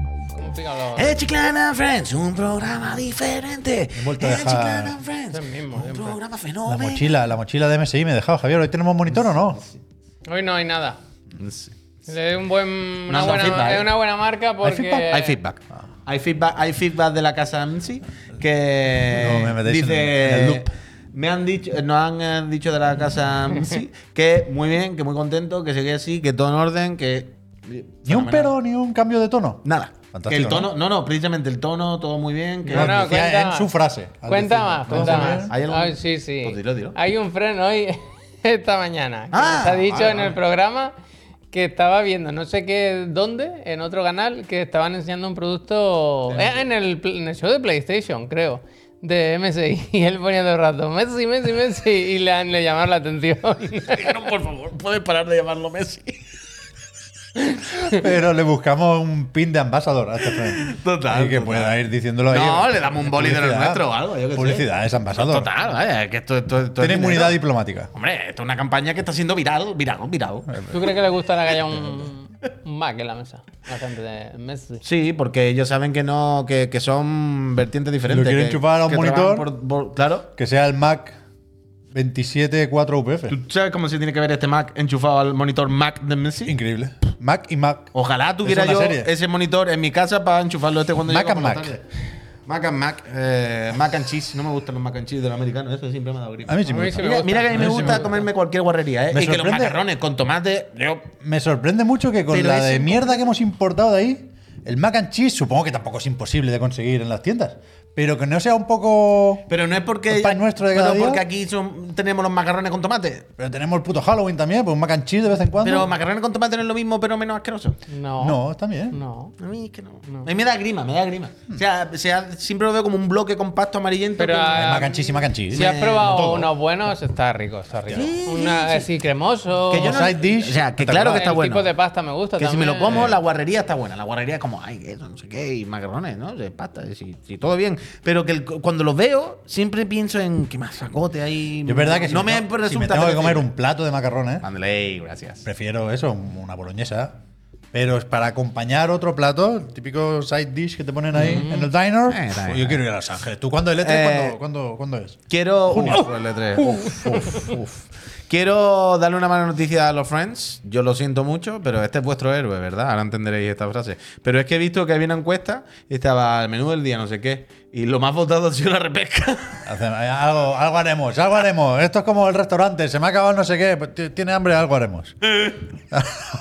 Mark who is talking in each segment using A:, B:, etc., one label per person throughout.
A: música lo-
B: Eh.
C: Es Chiclana and Friends, un programa diferente.
D: He vuelto a
C: Es
D: dejar-
C: Chiclana and Friends,
A: Es el mismo,
C: un
A: siempre.
C: programa
D: La
C: fenómeno.
D: mochila, la mochila de MSI me he dejado, Javier. ¿Hoy tenemos monitor o no?
A: Hoy no hay nada. Es un buen, una,
B: No, no,
A: buena,
B: feedback,
A: es
B: ¿eh?
A: una buena marca porque.
B: feedback? Hay feedback.
D: Ah.
B: Hay feedback, hay feedback de la casa AMSI que
D: No, me metéis
B: dice
D: en el loop.
B: me han dicho, nos han, eh, dicho de la casa AMSI que muy bien, que muy contento, que sigue así, que todo en orden, que
D: Ni un pero, ni un cambio de tono.
B: nada.
D: Fantástico,
B: que el
D: ¿no?
B: tono, ¿no? no, precisamente el tono, todo muy bien, que
A: No, no,
D: Decía
A: cuenta
D: en
A: más.
D: su frase. al
A: Cuenta
D: decir,
A: más,
D: ¿no?
A: cuenta
D: Muy
A: más.
D: bien.
B: ¿Hay algún-
A: Ay, sí, sí.
B: Pues dilo, dilo.
A: Hay un freno hoy, esta mañana, que
B: Ah,
A: nos ha dicho
B: vale,
A: en
B: vale.
A: el programa que estaba viendo, no sé qué, dónde, en otro canal, que estaban enseñando un producto eh, en, el, pl- en el show de PlayStation, creo. De MSI, y él ponía todo el rato Messi, Messi, Messi, y le, han- le llamaron la atención.
B: por favor, puedes parar de llamarlo Messi.
D: Pero le buscamos un pin de ambasador a este frame.
B: Total,
D: Y que
B: total.
D: pueda ir diciéndolo ahí.
B: No, le damos un boli de los
D: Publicidad.
B: nuestros o algo, yo qué sé. Pues
D: Publicidad, es ambasador.
B: Total, vaya, que esto, esto, esto es
D: Tiene
B: dinero.
D: inmunidad diplomática.
B: Hombre, esto es una campaña que está siendo viral, viral, viral.
D: Eh,
A: ¿Tú crees que le gustará que haya un, un Mac en la mesa? La gente de Messi.
B: Sí, porque ellos saben que no, que, que son vertientes diferentes.
D: quieren
B: que-
D: chupar a un
B: que trabajan
D: monitor.
B: por- por- claro.
D: Que sea el Mac 274 UPF.
B: ¿Tú sabes cómo se tiene que ver este Mac enchufado al monitor Mac de Messi?
D: Increíble. Mac y Mac.
B: Ojalá tuviera
D: Es una
B: yo
D: serie.
B: ese monitor en mi casa para enchufarlo este cuando
D: Mac
B: llego por
D: and
B: la
D: Mac.
B: tarde. Mac and Mac, eh, mac and cheese. No me gustan los mac and cheese de los americanos, eso siempre me ha dado gripe.
D: A mí sí
A: A
D: me
A: mí sí
D: gusta.
A: me
B: Mira,
A: gusta.
B: mira que a mí me
A: Sí,
B: gusta comerme cualquier guarrería, ¿eh?
D: Me
B: y que los
D: sorprende-
B: macarrones con tomate, yo
D: Me sorprende mucho que con
B: Pero
D: la
B: es
D: de
B: impo-
D: mierda que hemos importado de ahí, el mac and cheese supongo que tampoco es imposible de conseguir en las tiendas, pero que no sea un poco...
B: Pero no es porque.
D: El pan nuestro de
B: pero
D: cada día.
B: porque aquí son- tenemos los macarrones con tomate.
D: Pero tenemos el puto Halloween también, pues un mac and cheese de vez en cuando.
B: Pero macarrones con tomate no es lo mismo, pero menos asqueroso.
A: No.
D: no, está bien.
A: No.
B: A mí es que no. A mí me da grima, me da grima.
D: Hmm.
B: O, sea, o sea, siempre lo veo como un bloque compacto amarillento.
A: Pero,
B: que-
A: ah,
D: El mac and cheese y mac and cheese.
A: Si has
B: Eh,
A: probado
D: todo.
A: unos buenos, está rico, está rico. Una, así cremoso.
B: que yo
D: como
B: no-
D: side dish,
B: o sea, que
D: está
B: claro
D: claro.
B: que está
A: el
B: bueno.
A: tipo de pasta me gusta
B: que si me
A: también.
B: lo como, la guarrería está buena. La guarrería es como, ay, eso, no sé qué, y macarrones, ¿no? De pasta, y si, si todo bien. Pero que el- cuando los veo, siempre pienso en que masacote ahí.
D: Yo es verdad que si
B: no
D: me,
B: me
D: tengo-
B: resulta.
D: si me tengo que comer
B: apetecible.
D: un plato de macarrones,
B: Ándale, gracias.
D: prefiero eso, una boloñesa. Pero es para acompañar otro plato, el típico side dish que te ponen ahí en el diner.
B: Eh, está bien.
D: Uf, yo quiero ir a Los Ángeles. ¿Tú cuándo es el E3?
B: Eh,
D: ¿Cuándo, cuándo- cuándo es?
B: Quiero. Uf, L3. Uf, uf, uf. Quiero darle una mala noticia a los Friends. Yo lo siento mucho, pero este es vuestro héroe, ¿verdad? Ahora entenderéis esta frase. Pero es que he visto que había una encuesta y estaba al menú del día, no sé qué. Y lo más votado ha sido la repesca.
D: Hace- eh, Algo, algo haremos, algo haremos. Esto es como el restaurante, se me ha acabado no sé qué, pues t- tiene hambre, algo haremos.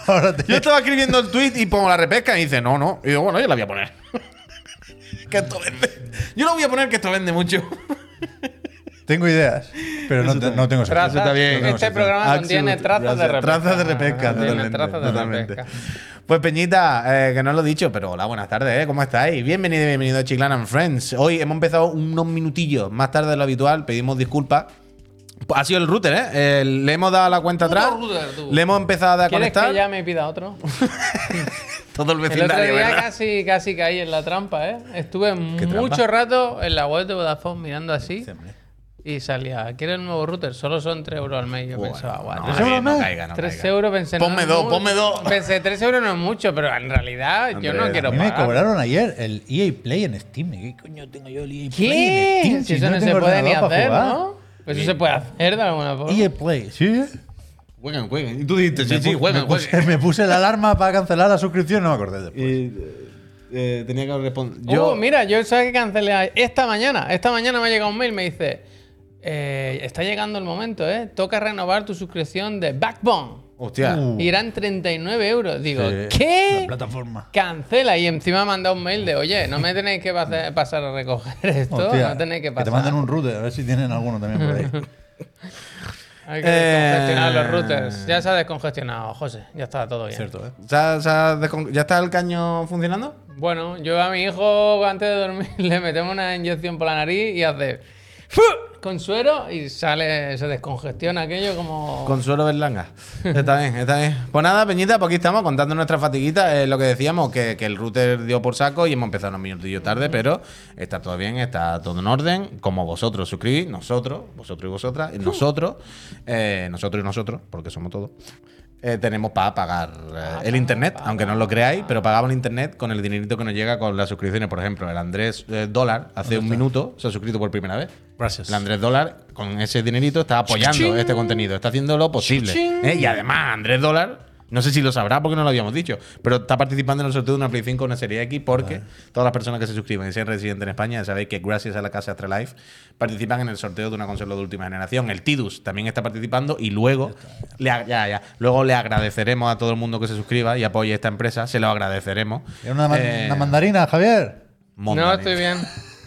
D: Ahora te-
B: Yo estaba escribiendo el tweet y pongo la repesca y dice, no, no. Y yo, bueno, yo la voy a poner. que esto vende. Yo la voy a poner que esto vende mucho.
D: tengo ideas, pero no, te- no tengo
A: Trazas,
B: está
D: sentido.
B: bien.
A: Este programa
B: Axel,
A: contiene trazas de
B: gracias.
A: repesca.
B: Trazas de repesca,
A: Contiene
B: totalmente,
A: trazas de
B: totalmente.
A: repesca.
B: Pues Peñita, eh, que no lo he dicho, pero hola, buenas tardes, ¿eh? ¿cómo estáis? Bienvenido y bienvenido a Chiclana and Friends. Hoy hemos empezado unos minutillos más tarde de lo habitual, pedimos disculpas. Ha sido el router, ¿eh? Eh, le hemos dado la cuenta
A: Puto
B: atrás.
A: router, tú.
B: le hemos empezado a
A: ¿Quieres que
B: conectar.
A: ya me pida otro?
B: Todo el
A: El otro
B: vecindario,
A: día
B: ¿verdad?
A: casi, casi caí en la trampa, ¿eh? Estuve mucho
B: trampa?
A: rato en la web de Vodafone mirando así
D: hombre.
A: y salía, ¿quieres el nuevo router? Solo son 3 euros al mes. Yo
B: Bueno,
A: pensaba, guau,
B: no,
A: tres-
D: ¿Tres euros
B: eh, no
D: más?
B: caiga, no
A: 3
B: caiga.
A: euros pensé no,
B: Ponme
A: es
B: dos,
A: mucho.
B: ponme dos.
A: Pensé 3 euros no es mucho, pero en realidad yo no
B: Andrés,
A: quiero
D: A mí me
A: pagar.
D: cobraron ayer el EA Play en Steam. ¿Qué coño tengo yo el EA Play en
A: ¿Qué?
D: Steam?
A: Si eso no, se
D: tengo
A: puede ni
D: ordenador para
A: hacer,
D: jugar?
A: ¿no? Pues eso se puede hacer de alguna forma.
D: EA Play, sí.
B: Jueguen, jueguen. Y tú dijiste, sí,
D: Me
B: sí,
D: pu-
B: jueguen,
D: me puse,
B: jueguen.
D: me puse la alarma para cancelar la suscripción, no me acordé después.
B: Y, eh, tenía que responder.
A: Yo, Oh, mira, yo sabes que cancelé a- esta mañana. Esta mañana me ha llegado un mail, me dice, eh, está llegando el momento, ¿eh? Toca renovar tu suscripción de Backbone.
B: Hostia.
D: Uh,
A: Irán 39 euros. Digo,
D: Sí, Eh, La
A: ¿qué?
D: plataforma.
A: Cancela. Y encima me ha mandado un mail de, oye, no me tenéis que pas- pasar a recoger esto.
D: Hostia,
A: no tenéis que
D: que
A: pasar.
D: te manden un router, a ver si tienen alguno también por ahí.
A: Hay que
B: Eh.
A: descongestionar los routers. Ya se ha descongestionado, José. Ya está todo bien.
D: Cierto, ¿eh?
B: ¿Se ha- se ha descon- ¿Ya está el caño funcionando?
A: Bueno, yo a mi hijo antes de dormir le metemos una inyección por la nariz y hace ¡fu! con suero y sale, se descongestiona aquello como.
B: Consuelo Berlanga. Está bien, está bien. Pues nada, Peñita, pues aquí estamos contando nuestra fatiguita. eh, lo que decíamos, que, que el router dio por saco y hemos empezado unos minutillos tarde, pero está todo bien, está todo en orden. Como vosotros suscribís, nosotros, vosotros y vosotras, y nosotros, eh, nosotros y nosotros, porque somos todos. eh, tenemos para pagar eh, el internet, aunque no lo creáis, pero pagamos el internet con el dinerito que nos llega con las suscripciones. Por ejemplo, el Andrés eh, Dólar hace un minuto se ha suscrito por primera vez.
E: Gracias.
B: El Andrés Dólar con ese dinerito está apoyando este contenido, está haciendo lo posible. ¿eh? Y además, Andrés Dólar, no sé si lo sabrá porque no lo habíamos dicho, pero está participando en el sorteo de una Play 5 una Serie X porque todas las personas que se suscriban y sean residentes en España, sabéis que gracias a la casa Astralife participan en el sorteo de una consola de última generación. El Tidus también está participando y luego le, a- ya, ya. luego le agradeceremos a todo el mundo que se suscriba y apoye esta empresa, se lo agradeceremos.
D: Era una, man-
B: Eh,
D: una mandarina, Javier.
A: No,
B: Mondarín.
A: estoy bien.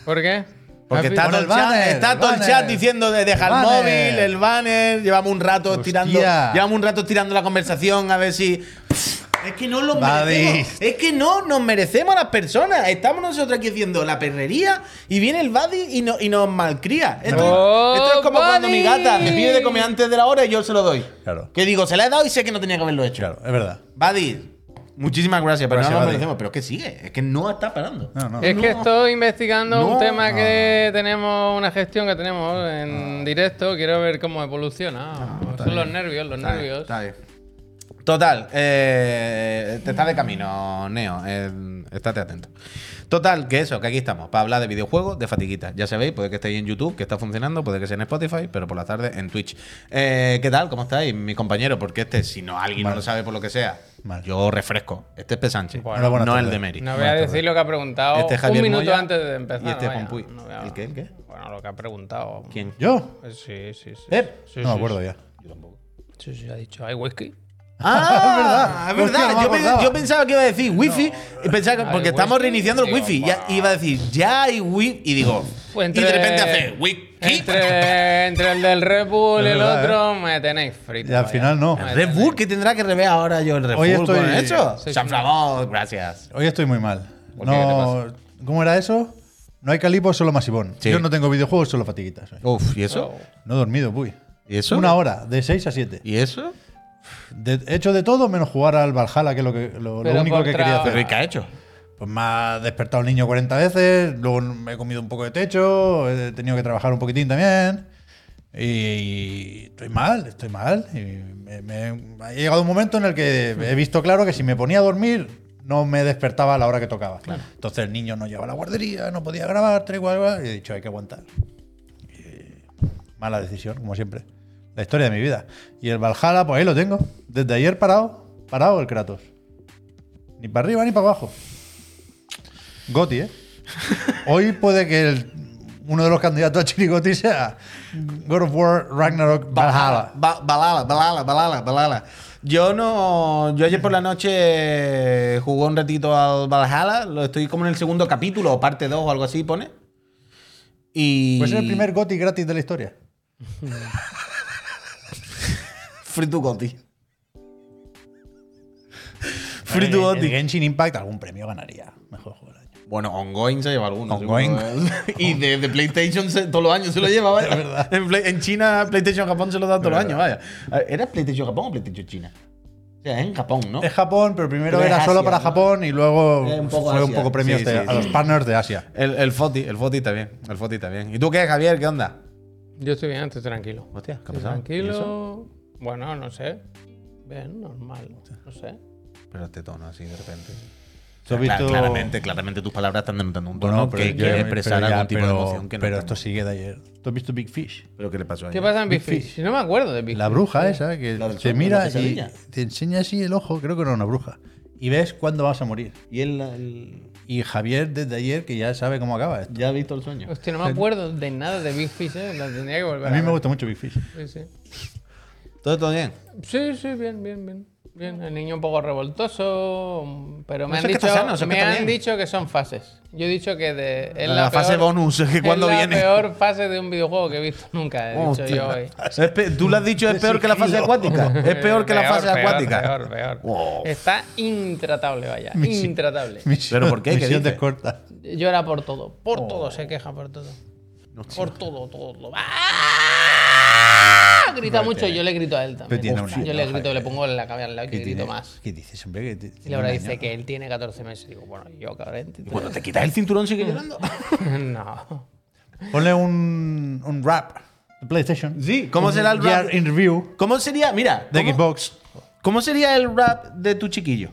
A: ¿Por qué?
B: Porque
A: Has
B: está
A: visto-
B: todo
D: Pon
B: el,
D: el banner,
B: chat, está
D: el
B: todo el
D: banner.
B: chat diciendo de deja el
D: El banner.
B: móvil, el banner. Llevamos un rato
D: Hostia.
B: estirando. Llevamos un rato estirando la conversación a ver si. Es que no lo
D: Daddy.
B: merecemos. Es que no nos merecemos a las personas. Estamos nosotros aquí haciendo la perrería y viene el Buddy y, no- y nos malcría. Esto,
A: Oh,
B: esto es como cuando mi
A: Buddy.
B: gata me pide de comer antes de la hora y yo se lo doy.
D: Claro.
B: Que digo, se la he dado y sé que no tenía que haberlo hecho.
D: Claro, es verdad.
B: Buddy, muchísimas gracias, pero
D: Gracias,
B: no nos
D: Buddy.
B: merecemos. Pero es que sigue, es que no está parando.
D: No, no.
A: Es que estoy investigando
B: No.
A: un tema que tenemos, una gestión que tenemos en directo. Quiero ver cómo evoluciona. Son los nervios, los
B: Está Ah, bien,
A: nervios.
B: está bien. Total, eh, te estás de camino, Neo. eh, estate atento. Total, que eso, que aquí estamos, para hablar de videojuegos, de fatiguitas. Ya sabéis, puede que estéis en YouTube, que está funcionando, puede que sea en Spotify, pero por la tarde en Twitch. Eh, ¿Qué tal? ¿Cómo estáis, mis compañeros? Porque este, si no alguien no lo sabe por lo que sea,
D: Vale.
B: yo refresco. Este es Pesánchez,
A: Bueno,
D: buenas
B: no el
D: tardes.
B: de Mary.
A: No voy a decir lo que ha preguntado
B: Este es Javier
A: un minuto
B: Moya
A: antes de empezar.
B: y este es
A: vaya,
B: Juan Puy.
A: no voy a-
B: ¿El qué, el qué?
A: Bueno, lo que ha preguntado.
B: ¿Quién?
D: ¿Yo?
A: Eh, Sí, sí, sí.
B: ¿Pep?
A: Sí,
D: no me
A: sí,
D: acuerdo
A: sí.
D: ya.
A: Sí, sí, ha dicho, ¿hay whisky?
B: Ah, es
D: Es verdad.
B: verdad.
D: Hostia, no me
B: Yo, pe-
D: acordaba.
B: yo pensaba que iba a decir wifi. y pensaba que-
A: Ay,
B: porque
A: Ah, wifi.
B: estamos reiniciando el
A: Digo,
B: wifi. ya-
A: va.
B: y iba a decir, ya hay wifi. Y digo,
A: Pues
B: y de
A: entre-
B: repente hace wifi.
A: Entre, entre el del Red Bull y
D: Es
A: el
D: verdad, ¿eh?
A: otro, me tenéis frito.
D: Y al
A: vaya.
D: final no.
A: Me
D: El
B: Red
A: tenéis-
B: Bull, ¿qué tendrá que rever ahora yo el Red
D: Hoy
B: Bull con
D: estoy-
B: eso?
A: Sí,
B: San
A: sí.
B: Flamón, gracias.
D: Hoy estoy muy mal.
A: qué? ¿Qué te
D: No, ¿Cómo era eso? No hay calipo, solo masivón.
B: Sí.
D: Yo no tengo videojuegos, solo fatiguitas. hoy.
B: Uf, ¿y eso?
D: No he dormido, uy.
B: ¿Y eso?
D: Una hora, de 6 a 7.
B: ¿Y eso?
D: He hecho de todo menos jugar al Valhalla, que es lo, que, lo, lo
A: Pero
D: único
A: por
D: que quería
A: trabajo.
B: ¿Pero
D: hacer.
B: ¿y qué ha hecho?
D: Pues me ha despertado el niño 40 veces, luego me he comido un poco de techo, he tenido que trabajar un poquitín también. Y estoy mal, estoy mal. Y me- me- ha llegado un momento en el que he visto claro que si me ponía a dormir no me despertaba a la hora que tocaba. Entonces el niño no llevaba a la guardería, no podía grabar, tal y cual, cual, y he dicho, hay que aguantar. Y mala decisión, como siempre. La historia de mi vida. Y el Valhalla, pues ahí lo tengo. Desde ayer parado, parado el Kratos. Ni para arriba ni para abajo. Goti, ¿eh? Hoy puede que el- uno de los candidatos a Chirigoti sea God of War Ragnarok Valhalla.
B: Ba- Balala, balala, balala, balala. Yo no. Yo ayer por la noche jugué un ratito al Valhalla. Lo estoy como en el segundo capítulo, o parte 2 o algo así, pone. Y.
D: Pues es el primer Goti gratis de la historia.
B: Free to Gotti. Free to
D: El- el
B: Gotti.
D: Genshin Impact algún premio ganaría. Mejor juego del año.
B: Bueno, Ongoing se lleva alguno.
D: Ongoing.
B: seguro. Y de, de PlayStation se- todos los años se lo lleva, vaya. En, Play- en China, PlayStation Japón se lo da todos los años, vaya. A ver, ¿Era PlayStation Japón o PlayStation China? O sea, es en Japón, ¿no?
D: Es Japón, pero primero
B: Pero es
D: era
B: Asia,
D: solo para
B: ¿no?
D: Japón y luego
B: Eh, un poco
D: fue un
B: Asia.
D: poco premio
B: Sí,
D: de-
B: sí,
D: a
B: sí.
D: los partners de Asia.
B: El, el Foti, el Foti está bien. El Foti está bien. ¿Y tú qué, Javier? ¿Qué onda?
A: Yo estoy bien, estoy tranquilo.
B: Hostia, ¿qué
A: Estoy
B: ha pasado? ¿Y eso?
A: tranquilo. Bueno, no sé. Bien, normal. No sé.
B: Pero este tono así de repente.
D: ¿Tú has
B: Cla-
D: visto-
B: claramente, claramente tus palabras están denotando un tono
D: Bueno,
B: que
D: yo-
B: quiere expresar
D: pero ya-
B: algún tipo
D: pero-
B: de emoción que no
D: Pero esto
B: estamos.
D: sigue de ayer. ¿Tú has visto Big Fish?
B: ¿Pero qué le pasó a
A: ¿Qué
B: ella?
A: pasa en Big
D: Big Fish.
A: Fish? No me acuerdo de Big
D: La
A: Fish.
D: bruja esa que
B: La del
D: te
B: sueño, la
D: mira y
B: pesadilla.
D: te enseña así el ojo, creo que era una bruja. Y ves cuándo vas a morir.
B: Y él él
D: Y Javier desde ayer que ya sabe cómo acaba esto.
B: ya ha visto el sueño.
A: Hostia, no me acuerdo de nada de Big Fish, eh. La tendría que volver
D: A mí
A: ver.
D: me gusta mucho Big Fish.
A: Sí, sí.
B: ¿Todo, todo bien?
A: Sí, sí, bien, bien, bien. Bien, el niño un poco revoltoso, pero me,
B: Eso
A: han,
B: es que
A: dicho,
B: está sano, eso es que
A: me
B: está
A: han
B: bien.
A: dicho que son fases. Yo he dicho que de, es
B: La fase bonus, que
A: es
B: cuando
A: la
B: viene.
A: peor fase de un videojuego que he visto nunca, he dicho yo hoy.
B: Es pe- Tú lo has dicho, es peor que la fase acuática. Es peor que la fase
A: peor,
B: acuática.
A: Peor, peor.
B: Wow.
A: Está intratable, vaya.
D: Misi-
A: Intratable.
B: ¿Pero por qué? ¿Qué
D: Misión
B: dice?
D: descorta.
A: Llora por todo. Por todo se queja, por todo. por todo, todo. todo. ¡Ah! Grita mucho y yo le grito a él
D: Pero
A: también.
D: tiene
A: Uf,
D: un
A: yo
D: niño,
A: le grito,
D: Javier.
A: le pongo la cabeza al lado y que
D: ¿Qué
A: grito
D: tiene-
A: más.
D: ¿Qué dices, hombre? Que ti-
A: Y Laura
D: tiene un
A: dice
D: año.
A: que él tiene 14 meses. Digo, bueno, yo cabrón. te-
B: Cuando te quitas el cinturón, sigue llorando.
A: no.
D: Ponle un, un rap de PlayStation.
B: Sí, ¿cómo será el
D: Year
B: rap?
D: in review
B: ¿Cómo sería? Mira.
D: de
B: ¿cómo-
D: Xbox.
B: ¿Cómo sería el rap de tu chiquillo?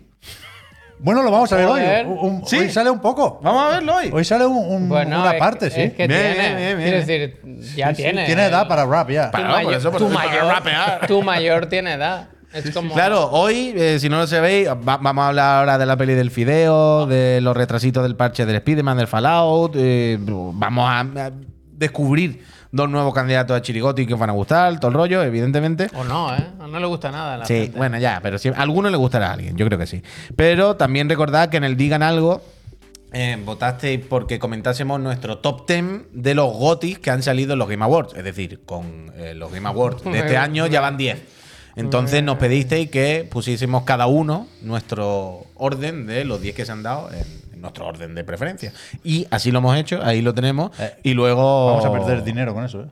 D: Bueno, lo vamos a ver hoy.
A: Joder.
D: Un- un-
B: Sí.
D: Hoy sale un poco.
B: Vamos a verlo hoy.
D: Hoy sale un- un-
A: Bueno,
D: una
A: es-
D: parte, sí.
A: Es que
B: Bien,
A: tiene,
B: bien, bien,
A: quiero
B: bien.
A: decir, ya
D: Sí,
A: tiene. eh.
D: Tiene edad para rap ya.
A: Tu,
B: Para- Ah, por
A: mayor-
B: eso, por
A: tu
B: eso, para
A: mayor,
B: rapear.
A: tu mayor tiene edad. Es como.
B: Claro, hoy, eh, si no lo sabéis, va- vamos a hablar ahora de la peli del Fideo, de los retrasitos del parche del Spider-Man, del Fallout. eh, vamos a, a descubrir dos nuevos candidatos a Chirigoti que os van a gustar, todo el rollo, evidentemente.
A: O no, ¿eh? O no le gusta nada a la
B: Sí,
A: gente.
B: bueno, ya, pero si, a alguno le gustará a alguien, yo creo que sí. Pero también recordad que en el Digan Algo eh, votasteis porque comentásemos nuestro top 10 de los GOTIS que han salido en los Game Awards. Es decir, con eh, los Game Awards de este año ya van 10. Entonces nos pedisteis que pusiésemos cada uno nuestro orden de los 10 que se han dado en, en nuestro orden de preferencia. Y así lo hemos hecho, ahí lo tenemos.
D: Eh,
B: y luego.
D: Vamos a
B: Oh.
D: perder dinero con eso, ¿eh?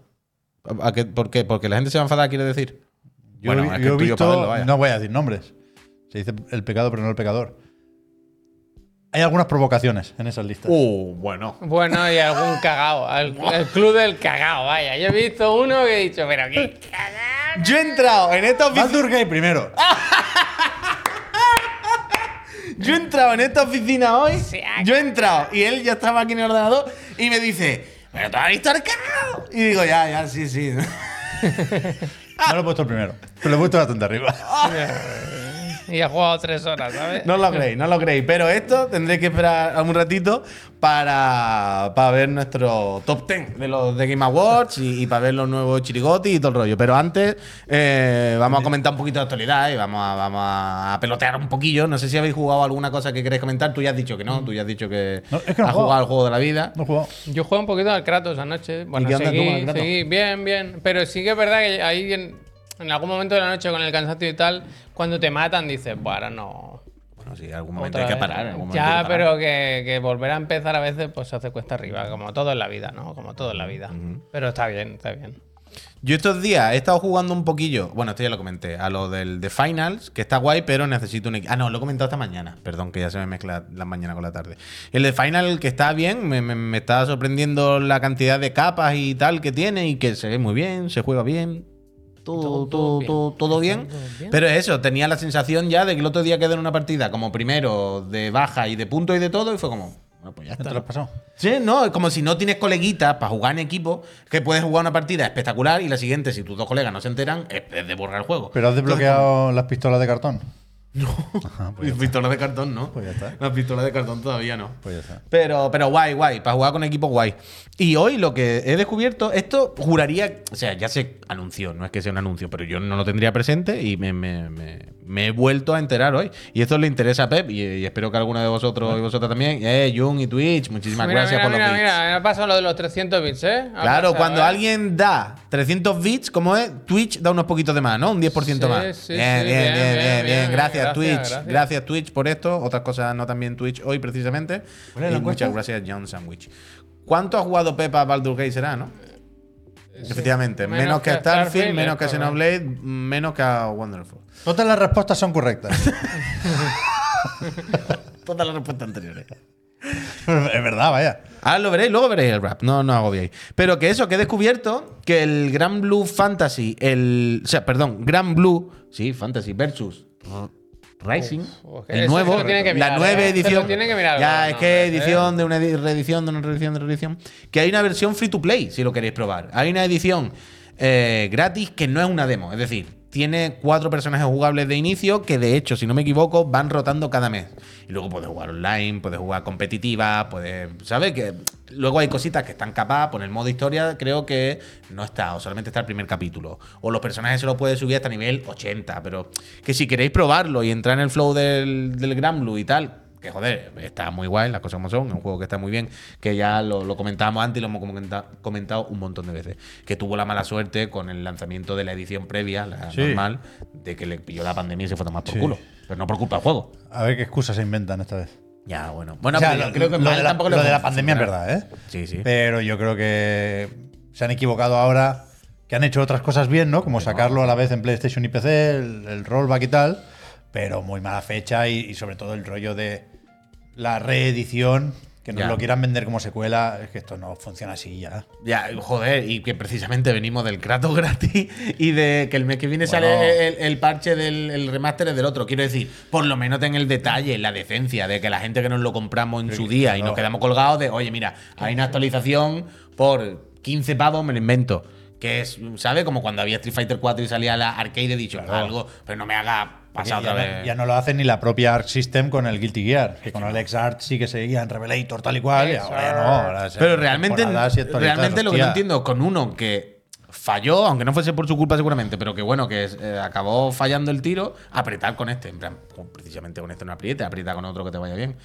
B: ¿A qué- ¿Por qué? Porque la gente se va a enfadar, quiere decir.
D: Yo,
B: Bueno,
D: he-
B: es que
D: yo he
B: el tuyo
D: visto.
B: para verlo, vaya.
D: no voy a decir nombres. Se dice el pecado, pero no el pecador. Hay algunas provocaciones en esas listas.
B: Uh, bueno.
A: Bueno, y algún cagao. al- El, club del cagao, vaya. Yo he visto uno que he dicho, pero qué cagao.
B: Yo he entrado en esta oficina.
D: Baldur Gate primero.
B: Yo he entrado en esta oficina hoy. Yo he entrado y él ya estaba aquí en el ordenador y me dice, pero tú has visto el cagao?". Y digo, ya, ya, sí, sí.
D: No lo he puesto el primero. Pero lo he puesto bastante arriba.
A: Y ha jugado tres horas, ¿sabes?
B: No lo creéis, no lo creéis. Pero esto tendré que esperar un ratito para, para ver nuestro top 10 de los de Game Awards y, y para ver los nuevos chirigotis y todo el rollo. Pero antes eh, vamos a comentar un poquito de actualidad y vamos a, vamos a pelotear un poquillo. No sé si habéis jugado alguna cosa que queréis comentar. Tú ya has dicho que no, tú ya has dicho que,
D: No, es que no he
B: has
D: jugado.
B: jugado al juego de la vida.
D: No he jugado.
A: Yo jugué un poquito al Kratos anoche. Bueno,
D: qué onda tú
A: seguí,
D: con el Kratos?
A: seguí. Bien, bien. Pero sí que es verdad que ahí en, en algún momento de la noche con el cansancio y tal, cuando te matan dices, bueno, ahora no.
B: Bueno, sí, algún momento
A: otra
B: hay
A: vez".
B: que parar. en algún momento hay
A: ya,
B: que parar.
A: pero que, que volver a empezar a veces pues se hace cuesta arriba, como todo en la vida, ¿no? Como todo en la vida. Pero está bien, está bien.
B: Yo estos días he estado jugando un poquillo. Bueno, esto ya lo comenté. A lo del The Finals, que está guay, pero necesito un equipo. Ah, no, lo he comentado esta mañana. Perdón, que ya se me mezcla la mañana con la tarde. El The Final, que está bien, me, me- me está sorprendiendo la cantidad de capas y tal que tiene y que se ve muy bien, se juega bien. Todo,
A: Todo,
B: todo,
A: todo
B: todo, todo bien.
A: Todo bien.
B: Pero eso, tenía la sensación ya de que el otro día quedé en una partida como primero de baja y de punto y de todo, y fue como, bueno, pues ya
D: ¿Te
B: está.
D: lo has pasado?
B: Sí, no, es como si no tienes coleguitas para jugar en equipo, que puedes jugar una partida espectacular y la siguiente, si tus dos colegas no se enteran, es, es de borrar el juego.
D: Pero has desbloqueado las pistolas de cartón.
B: Las pistolas de cartón, ¿no?
D: Pues ya pues está.
B: Las pistolas de cartón todavía no.
D: Pues ya está.
B: Pero, pero guay, guay, para jugar con equipo guay. Y hoy lo que he descubierto, esto juraría, o sea, ya se anunció, no es que sea un anuncio, pero yo no lo tendría presente y me, me- me- me he vuelto a enterar hoy. Y esto le interesa a Pep y, y espero que alguno de vosotros y vosotras también, eh, Jun y Twitch, muchísimas
A: Mira,
B: gracias
A: mira,
B: por
A: mira,
B: los bits.
A: mira, ha pasado lo de los 300 bits, ¿eh? Ha
B: Claro,
A: pasado,
B: cuando
A: ¿eh?
B: alguien da 300 bits, como es, Twitch da unos poquitos de más, ¿no? Un 10%
A: Sí,
B: más.
A: sí,
B: bien,
A: sí,
B: bien,
A: bien,
B: bien, bien, bien,
A: bien, bien.
B: Gracias,
A: Gracias,
B: Twitch. Gracias.
A: gracias.
B: Twitch, por esto. Otras cosas no también Twitch hoy, precisamente.
D: ¿Cuál es
B: Y
D: la
B: muchas gracias, John Sandwich. ¿Cuánto ha jugado Pepa Baldur Gate será, no? Efectivamente. Menos,
A: Eh, Menos
B: que a
A: que a
B: Starfield,
A: Starfield,
B: menos que a
A: es
B: Xenoblade, menos que a Wonderful.
D: Todas las respuestas son correctas.
B: Todas las respuestas anteriores.
D: es verdad, vaya.
B: Ahora Ah, lo veréis, luego veréis el rap. No, no agobiéis. Pero que eso, que he descubierto que el Gran Blue Fantasy, el. O sea, perdón, Gran Blue, sí, Fantasy versus R- Rising,
A: Uf, es que
B: el
A: eso
B: nuevo,
A: se lo tiene que
B: la
A: mirar,
B: nueva
A: ¿eh?
B: edición.
A: Se lo tiene que mirar,
B: ya,
A: no,
B: es que
A: no,
B: edición de una edi- reedición, de una reedición, de una reedición. Que hay una versión free to play, si lo queréis probar. Hay una edición eh, gratis que no es una demo, es decir. Tiene cuatro personajes jugables de inicio que, de hecho, si no me equivoco, van rotando cada mes. Y luego puedes jugar online, puedes jugar competitiva, puedes. ¿Sabes? Que luego hay cositas que están capadas. Por el modo historia, creo que no está, o solamente está el primer capítulo. O los personajes se los puedes subir hasta nivel 80. Pero que si queréis probarlo y entrar en el flow del, del Gran Blue y tal, que joder, está muy guay, las cosas como son, es un juego que está muy bien, que ya lo, lo comentábamos antes y lo hemos comenta- comentado un montón de veces, que tuvo la mala suerte con el lanzamiento de la edición previa, la
D: Sí.
B: normal, de que le pilló la pandemia y se fue a tomar por
D: Sí.
B: culo. Pero no por culpa del juego.
D: A ver qué excusas se inventan esta vez.
B: Ya, bueno. Bueno,
D: O sea,
B: pero yo
D: lo,
B: creo que
D: lo
B: mal
D: de la,
B: tampoco le
D: lo de la
B: podemos
D: pandemia es
B: funcionar.
D: verdad, ¿eh?
B: Sí, sí.
D: Pero yo creo que se han equivocado ahora, que han hecho otras cosas bien, ¿no? Como sacarlo a la vez en PlayStation y PC, el, el rollback y tal, pero muy mala fecha y, y sobre todo el rollo de la reedición, Que nos
B: Ya.
D: lo quieran vender como secuela, es que esto no funciona así ya.
B: Ya, joder, y que precisamente venimos del Kratos gratis y de que el mes que viene
D: Bueno.
B: sale el, el parche del el remaster es del otro. Quiero decir, por lo menos ten el detalle, la decencia de que la gente que nos lo compramos en su día y nos
D: no.
B: quedamos colgados de, oye, mira, hay una actualización por 15 pavos, me lo invento. Que es, ¿sabes? Como cuando había Street Fighter 4 y salía la arcade, he dicho algo, pero no me haga
D: Porque
B: pasar otra
D: ya, No,
B: vez.
D: ya no lo hace ni la propia Arc System con el Guilty Gear, que con Alex Art sí que seguían Revelator tal y cual. y ahora ya no, ahora se-
B: Pero realmente,
D: temporadas y actualizadas,
B: realmente lo que no
D: hostia.
B: entiendo con uno que falló, aunque no fuese por su culpa seguramente, pero que bueno, que eh, acabó fallando el tiro, apretar con este. En plan, pues, precisamente con este no apriete, aprieta con otro que te vaya bien.